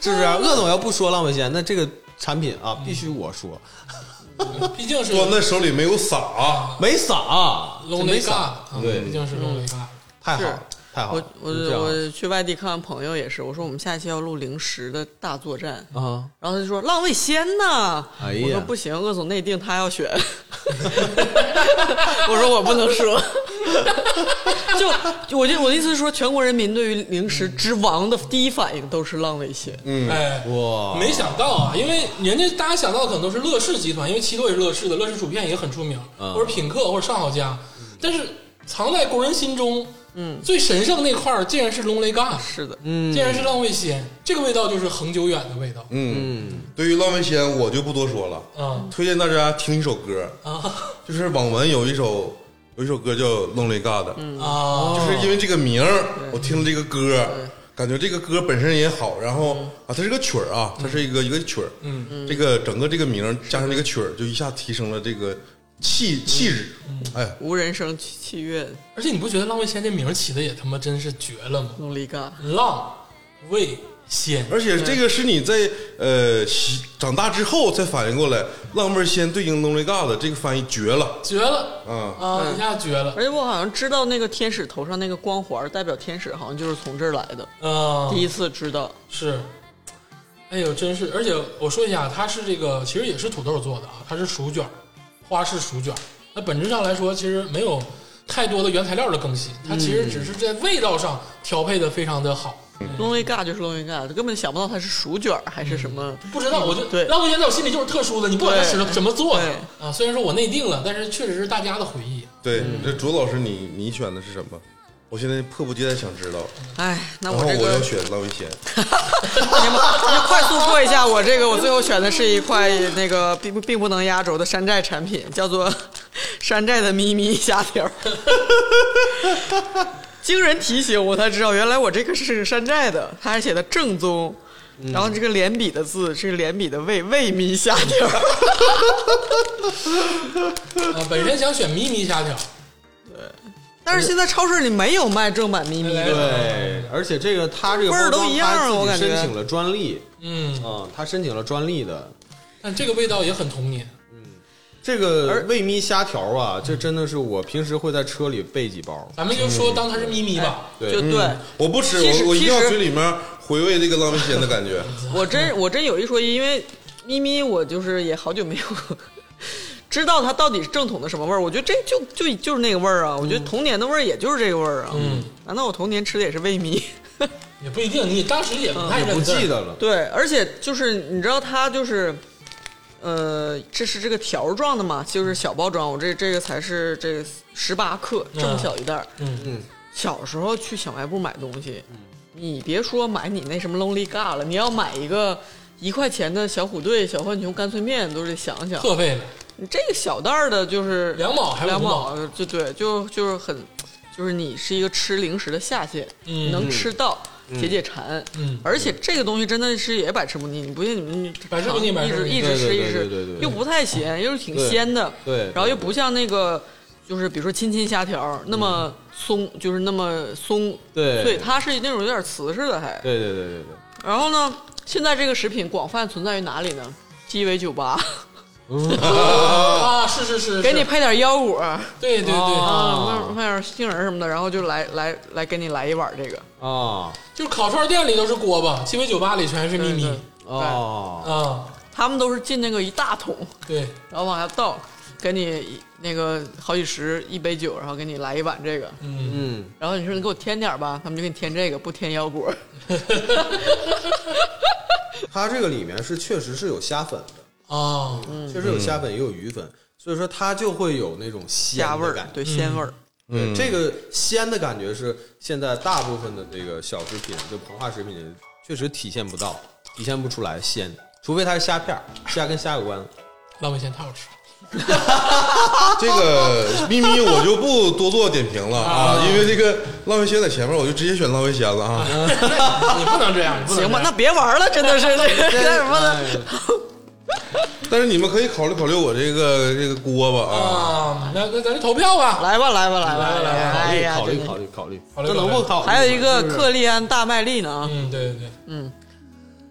[SPEAKER 4] 是不是？鄂总要不说浪味仙，那这个产品啊，必须我说，
[SPEAKER 1] 毕竟是
[SPEAKER 3] 端在手里没有撒，啊
[SPEAKER 4] 没撒，
[SPEAKER 1] 龙
[SPEAKER 4] 真没
[SPEAKER 1] 雷
[SPEAKER 4] 撒，
[SPEAKER 1] 嘎，
[SPEAKER 4] 对
[SPEAKER 1] 毕竟是龙雷嘎。
[SPEAKER 4] 太好
[SPEAKER 2] 是
[SPEAKER 4] 了，太好
[SPEAKER 2] 我
[SPEAKER 4] 了，
[SPEAKER 2] 我
[SPEAKER 4] 就这样
[SPEAKER 2] 我去外地看望朋友也是，我说我们下期要录零食的大作战，
[SPEAKER 4] 啊，
[SPEAKER 2] 然后他就说浪味仙呐，
[SPEAKER 4] 哎呀
[SPEAKER 2] 我说不行，鄂总内定他要选， 我说我不能说，就我就我的意思是说，全国人民对于零食之王的第一反应都是浪味仙，
[SPEAKER 4] 嗯
[SPEAKER 1] 哎，
[SPEAKER 4] 哇
[SPEAKER 1] 没想到啊，因为人家大家想到可能都是乐事集团，因为七朵也是乐事的，乐事薯片也很出名，
[SPEAKER 4] 嗯
[SPEAKER 1] 或者品客或者上好佳，但是藏在国人心中，嗯，最神圣那块儿竟然是龙雷嘎，
[SPEAKER 2] 是的，
[SPEAKER 4] 嗯
[SPEAKER 1] 竟然是浪味仙，这个味道就是恒久远的味道，嗯
[SPEAKER 3] 对于浪味仙，我就不多说了。
[SPEAKER 4] 嗯
[SPEAKER 1] 啊
[SPEAKER 3] 推荐大家听一首歌，
[SPEAKER 1] 啊
[SPEAKER 3] 就是网文有一首有一首歌叫《Lonely God》，
[SPEAKER 1] 啊！
[SPEAKER 3] 就是因为这个名儿，我听了这个歌，感觉这个歌本身也好，然后啊，它是个曲儿啊，它是一个一个曲儿，嗯，这个整个这个名儿加上这个曲儿，就一下提升了这个气气质，哎，
[SPEAKER 2] 无人声器器乐
[SPEAKER 1] 而且你不觉得浪味仙这名儿起的也他妈真是绝了吗？
[SPEAKER 2] 弄了一个，
[SPEAKER 1] 浪味仙，
[SPEAKER 4] 嗯
[SPEAKER 3] 而且这个是你在呃喜长大之后才反应过来，《浪味仙》对应《Lonely God》这个翻译绝了，
[SPEAKER 1] 绝了
[SPEAKER 3] 啊，
[SPEAKER 1] 啊！一下绝了
[SPEAKER 2] 而且我好像知道那个天使头上那个光环代表天使，好像就是从这儿来的，
[SPEAKER 1] 啊！
[SPEAKER 2] 第一次知道，
[SPEAKER 1] 是，哎呦，真是！而且我说一下，它是这个其实也是土豆做的啊，它是薯卷儿，花式薯卷儿。那本质上来说，其实没有太多的原材料的更新，它其实
[SPEAKER 2] 嗯
[SPEAKER 1] 只是在味道上调配的非常的好。
[SPEAKER 2] 弄了一个就是弄了一个，根本想不到它是薯卷儿还是什么，
[SPEAKER 1] 不知道，我就
[SPEAKER 2] 嗯对
[SPEAKER 1] 浪味仙在我心里就是特殊的，你不管它
[SPEAKER 2] 对
[SPEAKER 1] 使了怎么做的
[SPEAKER 2] 对
[SPEAKER 1] 啊，虽然说我内定了，但是确实是大家的回忆。
[SPEAKER 3] 对，
[SPEAKER 2] 嗯
[SPEAKER 3] 这卓老师你你选的是什么？我现在迫不及待想知道，
[SPEAKER 2] 哎，那
[SPEAKER 3] 然
[SPEAKER 2] 我
[SPEAKER 3] 后
[SPEAKER 2] 这
[SPEAKER 3] 我
[SPEAKER 2] 个
[SPEAKER 3] 要选浪味仙，
[SPEAKER 2] 你们你快速说一下，我这个我最后选的是一块那个并并不能压轴的山寨产品，叫做 山寨的咪咪虾条。经人提醒，我才知道原来我这个是山寨的，它还写的正宗。然后这个连笔的字是连笔的未未咪虾条，
[SPEAKER 1] 啊，本身想选咪咪虾条，
[SPEAKER 2] 但是现在超市里没有卖正版咪咪
[SPEAKER 1] 来来
[SPEAKER 2] 的，
[SPEAKER 4] 对，而且这个他这个
[SPEAKER 2] 味儿都
[SPEAKER 4] 包装
[SPEAKER 2] 一样
[SPEAKER 4] 他自己
[SPEAKER 2] 我感觉
[SPEAKER 4] 申请了专利，
[SPEAKER 1] 嗯，
[SPEAKER 4] 嗯，他申请了专利的。
[SPEAKER 1] 但这个味道也很童年。
[SPEAKER 4] 这个味咪虾条啊，这真的是我平时会在车里备几包。
[SPEAKER 1] 咱们就说
[SPEAKER 2] 嗯
[SPEAKER 1] 当它是咪咪吧，
[SPEAKER 4] 对
[SPEAKER 2] 就对。
[SPEAKER 3] 我不吃，
[SPEAKER 2] 其实
[SPEAKER 3] 我我一定
[SPEAKER 2] 其
[SPEAKER 3] 要
[SPEAKER 2] 实
[SPEAKER 3] 嘴里面回味这个浪味仙 的感觉。
[SPEAKER 1] 嗯
[SPEAKER 2] 我真我真有一说一，因为咪咪我就是也好久没有 知道它到底是正统的什么味儿。我觉得这就就就是那个味儿啊，我觉得童年的味儿也就是这个味儿啊。
[SPEAKER 1] 嗯，
[SPEAKER 2] 难道我童年吃的也是味咪？
[SPEAKER 1] 也不一定，你当时也不
[SPEAKER 2] 嗯
[SPEAKER 1] 太
[SPEAKER 4] 也不
[SPEAKER 1] 认字儿
[SPEAKER 4] 记得了。
[SPEAKER 2] 对，而且就是你知道它就是。呃，这是这个条儿状的嘛，就是小包装，我这这个才是这十八克，这么小一袋儿。
[SPEAKER 1] 嗯
[SPEAKER 4] 嗯
[SPEAKER 2] 小时候去小卖部买东西，你别说买你那什么 Lonely God 了，你要买一个一块钱的小虎队、小浣熊干脆面，都得想想。
[SPEAKER 1] 破费了。
[SPEAKER 2] 你这个小袋儿的，就是
[SPEAKER 1] 两毛还是
[SPEAKER 2] 两
[SPEAKER 1] 五
[SPEAKER 2] 毛，呃就对，就就是很，就是你是一个吃零食的下限，
[SPEAKER 1] 嗯
[SPEAKER 2] 能吃到解解馋，
[SPEAKER 1] 嗯
[SPEAKER 2] 而且这个东西真的是也百吃不腻，你不信你们
[SPEAKER 1] 百吃不腻百
[SPEAKER 2] 一
[SPEAKER 1] 吃不
[SPEAKER 2] 直
[SPEAKER 1] 腻
[SPEAKER 2] 一直吃
[SPEAKER 4] 对对
[SPEAKER 2] 一
[SPEAKER 4] 对
[SPEAKER 2] 直
[SPEAKER 4] 对对对，对
[SPEAKER 2] 又不太咸，又是挺鲜的，
[SPEAKER 4] 对对对
[SPEAKER 2] 然后又不像那个就是比如说亲亲虾条那么松，就是那么松，
[SPEAKER 4] 对
[SPEAKER 2] 对，它是那种有点瓷实的还，
[SPEAKER 4] 对对对对对，
[SPEAKER 2] 然后呢，现在这个食品广泛存在于哪里呢？鸡尾酒吧，
[SPEAKER 1] 啊，是是是，是
[SPEAKER 2] 给你配点腰果。
[SPEAKER 1] 对对对，
[SPEAKER 2] 啊，卖卖点杏仁儿什么的，然后就来来来给你来一碗这个
[SPEAKER 4] 啊
[SPEAKER 1] 就是烤串店里都是锅巴，鸡尾酒吧里全是咪咪
[SPEAKER 2] 对，
[SPEAKER 4] 哦，
[SPEAKER 1] 啊，
[SPEAKER 2] 他们都是进那个一大桶，
[SPEAKER 1] 对，
[SPEAKER 2] 然后往下倒，给你一那个好几十一杯酒，然后给你来一碗这个，
[SPEAKER 1] 嗯，
[SPEAKER 4] 嗯，
[SPEAKER 2] 然后你说你给我添点儿吧，他们就给你添这个，不添腰果。
[SPEAKER 4] 它这个里面是确实是有虾粉的，
[SPEAKER 1] 啊，
[SPEAKER 2] 嗯
[SPEAKER 4] 确实有虾粉也有鱼粉，所以说它就会有那种鲜
[SPEAKER 2] 虾
[SPEAKER 4] 的
[SPEAKER 2] 味儿
[SPEAKER 4] 感，觉。
[SPEAKER 2] 对鲜味儿，
[SPEAKER 4] 对，这个鲜的感觉是现在大部分的这个小食品，就膨化食品，确实体现不到，体现不出来鲜，除非它是虾片儿，虾跟虾有关。
[SPEAKER 1] 浪味仙太好吃，
[SPEAKER 3] 这个咪咪我就不多做点评了啊，因为这个浪味仙在前面，我就直接选浪味仙了啊。
[SPEAKER 1] 你不能这样，你不能
[SPEAKER 2] 行吧，
[SPEAKER 1] 这
[SPEAKER 2] 那
[SPEAKER 1] 样
[SPEAKER 2] 别玩了，真的 是这这什么的。
[SPEAKER 4] 哎
[SPEAKER 3] 但是你们可以考虑考虑我这个这个锅巴啊，
[SPEAKER 1] 啊，那那咱就投票吧，
[SPEAKER 2] 来吧，来吧，来
[SPEAKER 1] 来
[SPEAKER 2] 吧，
[SPEAKER 1] 吧来吧
[SPEAKER 2] 哎呀，
[SPEAKER 4] 考虑
[SPEAKER 2] 真的
[SPEAKER 4] 考虑考虑
[SPEAKER 1] 考
[SPEAKER 4] 考
[SPEAKER 1] 虑
[SPEAKER 4] 虑，这能不考虑吗？
[SPEAKER 2] 还有一个
[SPEAKER 4] 是不是
[SPEAKER 2] 克利安大麦粒呢，啊，
[SPEAKER 1] 嗯，对对对，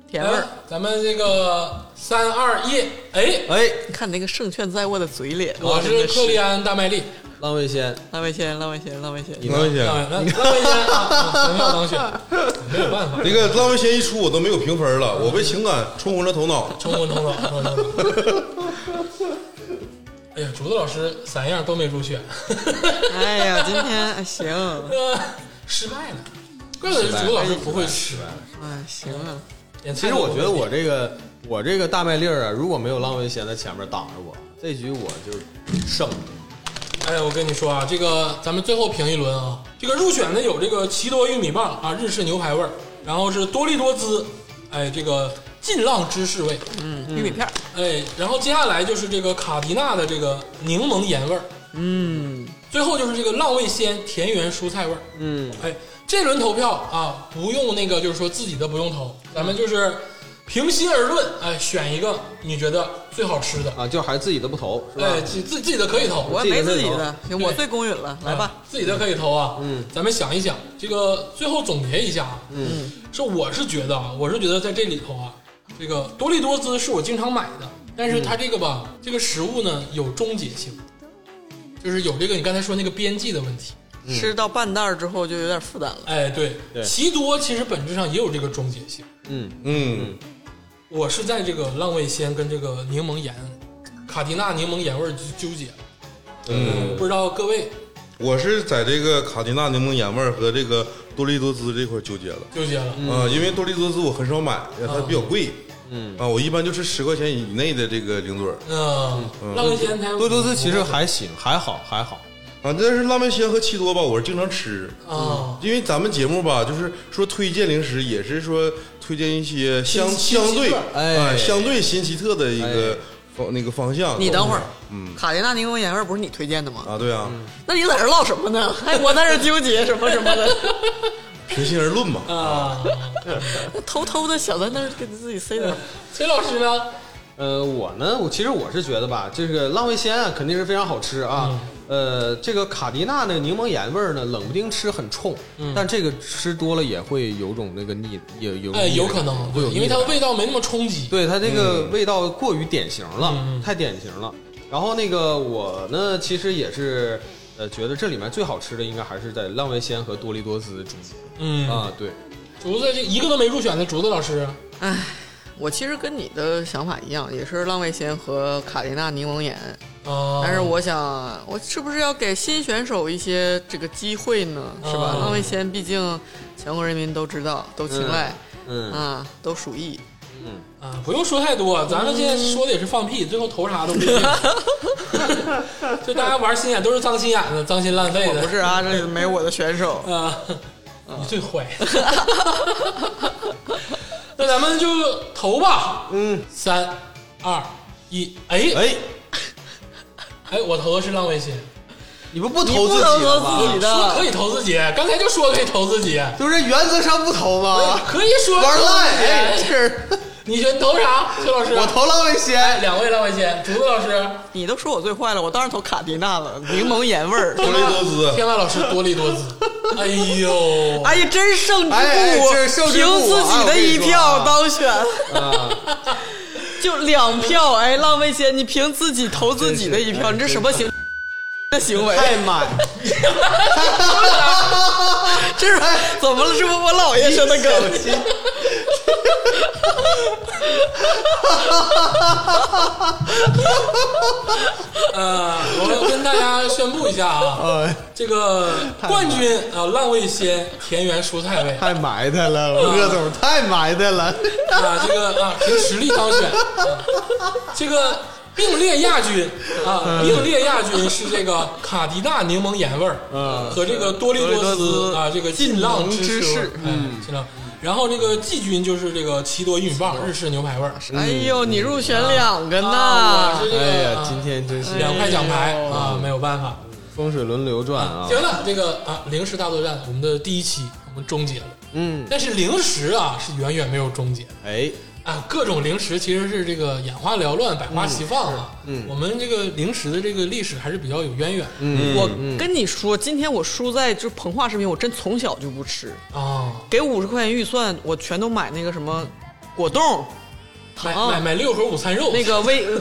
[SPEAKER 2] 甜味儿
[SPEAKER 1] 来。咱们这个三二一，哎，
[SPEAKER 4] 哎，
[SPEAKER 2] 看那个胜券在握的嘴脸，
[SPEAKER 1] 我是克利安大麦粒，
[SPEAKER 4] 浪味仙，
[SPEAKER 2] 浪味仙，浪味仙，浪味仙，
[SPEAKER 3] 浪味
[SPEAKER 1] 大麦
[SPEAKER 2] 啊
[SPEAKER 3] 仙，
[SPEAKER 1] 粒，大麦粒啊，肯定要当选，没有办法，
[SPEAKER 3] 那个浪味仙一出，我都没有评分了，我被情感冲昏了头脑。
[SPEAKER 1] 冲昏头脑，冲昏头脑。哎呀，竹子老师三样都没入选，
[SPEAKER 2] 哎呀，今天哎行，
[SPEAKER 1] 失败了。怪不得竹子老师不会吃饭。
[SPEAKER 2] 哎行啊，
[SPEAKER 1] 其
[SPEAKER 4] 其实我觉得我这个我这个大麦粒儿啊，如果没有浪味仙在前面挡着我，这局我就胜了。
[SPEAKER 1] 哎呀，我跟你说啊，这个咱们最后评一轮啊，这个入选的有这个奇多玉米棒啊，日式牛排味儿，然后是多利多滋，哎，这个劲浪芝士味，
[SPEAKER 2] 嗯，玉米片儿，
[SPEAKER 1] 哎，然后接下来就是这个卡迪娜的这个柠檬盐味儿，
[SPEAKER 2] 嗯，
[SPEAKER 1] 最后就是这个浪味仙田园蔬菜味儿，嗯，哎，这轮投票啊，不用那个，就是说自己的不用投，咱们就是平心而论，哎，选一个你觉得最好吃的，
[SPEAKER 4] 啊，就还是自己的不投，是吧？
[SPEAKER 1] 哎，自自自己的可以投，
[SPEAKER 2] 我没自己
[SPEAKER 4] 这个
[SPEAKER 2] 的，行，我最公允了，嗯来吧，
[SPEAKER 1] 啊，自己的可以投啊。嗯，咱们想一想，这个最后总结一下啊。嗯，是我是觉得啊，我是觉得在这里头啊，这个多利多滋是我经常买的，但是它这个吧，这个食物呢有终结性，就是有这个你刚才说那个边际的问题。
[SPEAKER 2] 吃到半袋儿之后就有点负担了，
[SPEAKER 1] 哎，对，
[SPEAKER 4] 对
[SPEAKER 1] 奇多其实本质上也有这个终结性。
[SPEAKER 4] 嗯，
[SPEAKER 3] 嗯，
[SPEAKER 1] 我是在这个浪味仙跟这个柠檬盐、卡迪娜柠檬盐味儿纠纠结，
[SPEAKER 3] 嗯，
[SPEAKER 1] 不知道各位
[SPEAKER 3] 我是在这个卡迪娜柠檬盐味儿和这个多利多滋这块儿纠结了。
[SPEAKER 1] 纠结了。
[SPEAKER 3] 啊，因为多利多滋我很少买，呃它比较贵。嗯啊，我一般就吃十块钱以内的这个零嘴儿
[SPEAKER 1] 嗯，浪味仙才
[SPEAKER 4] 多多滋其实还行，还好，还好。
[SPEAKER 3] 啊。但是拉面鲜和奇多吧，我是经常吃，
[SPEAKER 1] 啊，
[SPEAKER 3] 因为咱们节目吧，就是说推荐零食，也是说推荐一些相
[SPEAKER 1] 新
[SPEAKER 3] 相
[SPEAKER 1] 新奇
[SPEAKER 3] 对
[SPEAKER 1] 特
[SPEAKER 4] 哎
[SPEAKER 3] 啊相对新奇特的一个方那个方向。
[SPEAKER 2] 你等会儿，嗯，卡迪娜柠檬盐味儿不是你推荐的吗？
[SPEAKER 3] 啊，对啊，
[SPEAKER 2] 那你在这儿唠什么呢？还我在这儿纠结什么什么的，
[SPEAKER 3] 平心而论嘛。
[SPEAKER 1] 啊，
[SPEAKER 2] 偷偷的想在那儿给自己塞点儿，
[SPEAKER 1] 崔老师呢？
[SPEAKER 4] 呃，我呢，我其实我是觉得吧，这个浪味仙啊，肯定是非常好吃
[SPEAKER 1] 嗯
[SPEAKER 4] 啊。呃，这个卡迪娜的柠檬盐味儿呢，冷不丁吃很冲，
[SPEAKER 1] 嗯
[SPEAKER 4] 但这个吃多了也会有种那个腻，有有
[SPEAKER 1] 哎，
[SPEAKER 4] 腻
[SPEAKER 1] 有
[SPEAKER 4] 的
[SPEAKER 1] 可能，
[SPEAKER 4] 会有
[SPEAKER 1] 对，
[SPEAKER 4] 腻
[SPEAKER 1] 因为它
[SPEAKER 4] 的
[SPEAKER 1] 的味道没那么冲击。
[SPEAKER 4] 对它这个味道过于典型了，
[SPEAKER 1] 嗯嗯
[SPEAKER 4] 太典型了。然后那个我呢，其实也是呃，觉得这里面最好吃的应该还是在浪味仙和多利多滋中间、
[SPEAKER 1] 嗯，
[SPEAKER 4] 啊。对，
[SPEAKER 1] 竹子这一个都没入选的竹子老师，
[SPEAKER 2] 唉。我其实跟你的想法一样，也是浪味仙和卡迪娜柠檬盐，
[SPEAKER 1] 啊，
[SPEAKER 2] 但是我想，我是不是要给新选手一些这个机会呢？是吧？
[SPEAKER 1] 嗯
[SPEAKER 2] 浪味仙毕竟全国人民都知道，都青睐、
[SPEAKER 4] 嗯，
[SPEAKER 2] 啊，都属意。
[SPEAKER 1] 啊，不用说太多，咱们现在说的也是放屁，最后投啥都不一样。就大家玩心眼都是脏心眼子，脏心烂肺
[SPEAKER 2] 我
[SPEAKER 1] 的。
[SPEAKER 2] 不是啊，这里没有我的选手。
[SPEAKER 1] 啊，你最坏。那咱们就投吧。嗯，三二一，哎
[SPEAKER 4] 哎，
[SPEAKER 1] 哎，我投的是浪味仙，
[SPEAKER 4] 你们不
[SPEAKER 2] 你不
[SPEAKER 4] 投自己
[SPEAKER 2] 能
[SPEAKER 4] 了
[SPEAKER 2] 说自
[SPEAKER 4] 吗？
[SPEAKER 2] 己
[SPEAKER 1] 说可
[SPEAKER 2] 的，
[SPEAKER 1] 以投自己，刚才就说可以投自己，
[SPEAKER 4] 就是原则上不投吗？
[SPEAKER 1] 可以说
[SPEAKER 4] 玩
[SPEAKER 1] 投自己哎
[SPEAKER 4] 赖，哎这是
[SPEAKER 1] 你觉得投啥，崔老师？
[SPEAKER 4] 我投浪味
[SPEAKER 1] 哎，
[SPEAKER 4] 仙，
[SPEAKER 1] 两位浪费仙，竹子老师、
[SPEAKER 2] 你都说我最坏了，我当然投卡迪娜了，柠檬盐味 儿。
[SPEAKER 3] 多利多啊滋，
[SPEAKER 1] 天霸老师多利多姿。哎呦，
[SPEAKER 2] 哎呀，真胜之不武，
[SPEAKER 4] 哎哎这是胜之
[SPEAKER 2] 凭
[SPEAKER 4] 不武啊
[SPEAKER 2] 自己的一票当选，
[SPEAKER 4] 啊，
[SPEAKER 2] 就两票。哎，浪味仙，你凭自己投自己的一
[SPEAKER 4] 哎
[SPEAKER 2] 票，你这什么行 的行为？
[SPEAKER 4] 太满，
[SPEAKER 2] 这是怎么了？是不是我姥爷说的
[SPEAKER 4] 哎
[SPEAKER 2] 梗？
[SPEAKER 1] 呃，我跟大家宣布一下啊，
[SPEAKER 4] 呃，
[SPEAKER 1] 这个冠军啊，浪味仙田园蔬菜味啊，
[SPEAKER 4] 太埋汰 了，我鄂总太埋汰了，
[SPEAKER 1] 这个啊凭实力当选，啊这个并列亚军啊，并列亚军是这个卡迪娜柠檬盐味儿
[SPEAKER 4] 嗯
[SPEAKER 1] 和这个多利多斯啊，这个劲浪芝
[SPEAKER 2] 劲浪芝
[SPEAKER 1] 士
[SPEAKER 2] 士，
[SPEAKER 1] 嗯，劲浪。然后这个季军就是这个奇多玉米棒日式牛排味儿，
[SPEAKER 2] 哎呦，你入选两个
[SPEAKER 1] 啊，我
[SPEAKER 2] 呢
[SPEAKER 1] 是！这
[SPEAKER 4] 哎
[SPEAKER 1] 个
[SPEAKER 4] 呀，今天真是
[SPEAKER 1] 两派奖牌啊，没有办法。
[SPEAKER 4] 风水轮流转啊，
[SPEAKER 1] 行了，这个啊，零食大作战我们的第一期我们终结了，
[SPEAKER 4] 嗯，
[SPEAKER 1] 但是零食啊是远远没有终结的
[SPEAKER 4] 哎，
[SPEAKER 1] 啊，各种零食其实是这个眼花缭乱，百花齐放啊。嗯，我们这个零食的这个历史还是比较有渊源
[SPEAKER 2] 我
[SPEAKER 4] 嗯
[SPEAKER 2] 跟你说，今天我输在就是膨化食品，我真从小就不吃。
[SPEAKER 1] 啊。
[SPEAKER 2] 给五十块钱预算，我全都买那个什么果冻、
[SPEAKER 1] 买
[SPEAKER 2] 糖
[SPEAKER 1] 买买六盒午餐肉，
[SPEAKER 2] 那个 微牛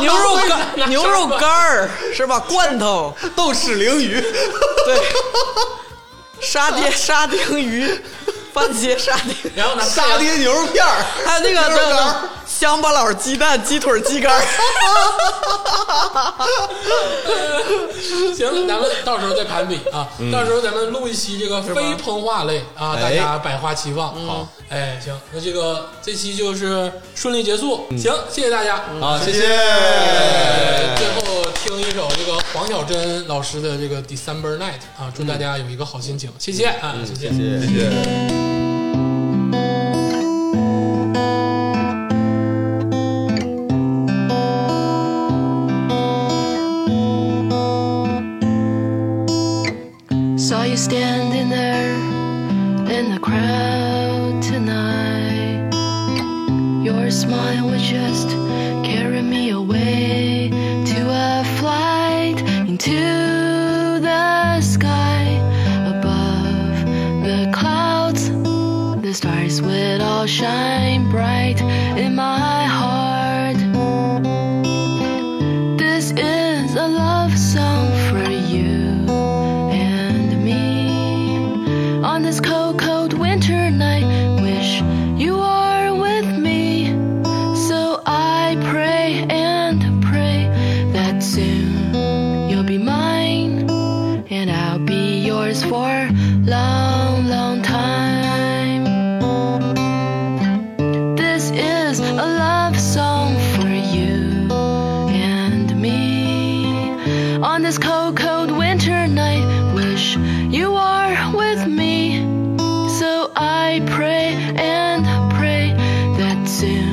[SPEAKER 1] 牛
[SPEAKER 2] 肉 干、牛肉干儿是吧？罐头、
[SPEAKER 4] 豆豉鲮鱼，
[SPEAKER 2] 对，沙爹、 沙丁鱼、番茄沙丁，
[SPEAKER 1] 然后拿
[SPEAKER 4] 沙爹牛肉片儿，
[SPEAKER 2] 还有那个
[SPEAKER 4] 牛肉干儿
[SPEAKER 2] 那个乡巴佬鸡蛋、鸡腿、鸡肝儿。
[SPEAKER 1] 行，咱们到时候再盘比啊，到时候咱们录一期这个非膨化类啊，大
[SPEAKER 4] 嗯哎
[SPEAKER 1] 家百花齐放。好，哎，行，那这个这期就是顺利结束。行，谢谢大家。
[SPEAKER 4] 嗯好，谢谢。
[SPEAKER 1] 哎最后听一首这个黄小珍老师的这个《December Night》啊，祝大家有一个好心情，谢谢啊，谢谢。
[SPEAKER 3] 谢谢。
[SPEAKER 5] Saw you standing there in the crowd tonight. Your smile would just carry me away to a flight into the sky above the clouds. The stars would all shine bright in my heart. This is a love song for you and me. On this cold, cold winter night, wish you are with me. So I pray and pray that soon you'll be mine and I'll be yours for a long, long time. This is a love song for you and me. On this cold, cold winter night, wish you are with me. So I pray and pray that soon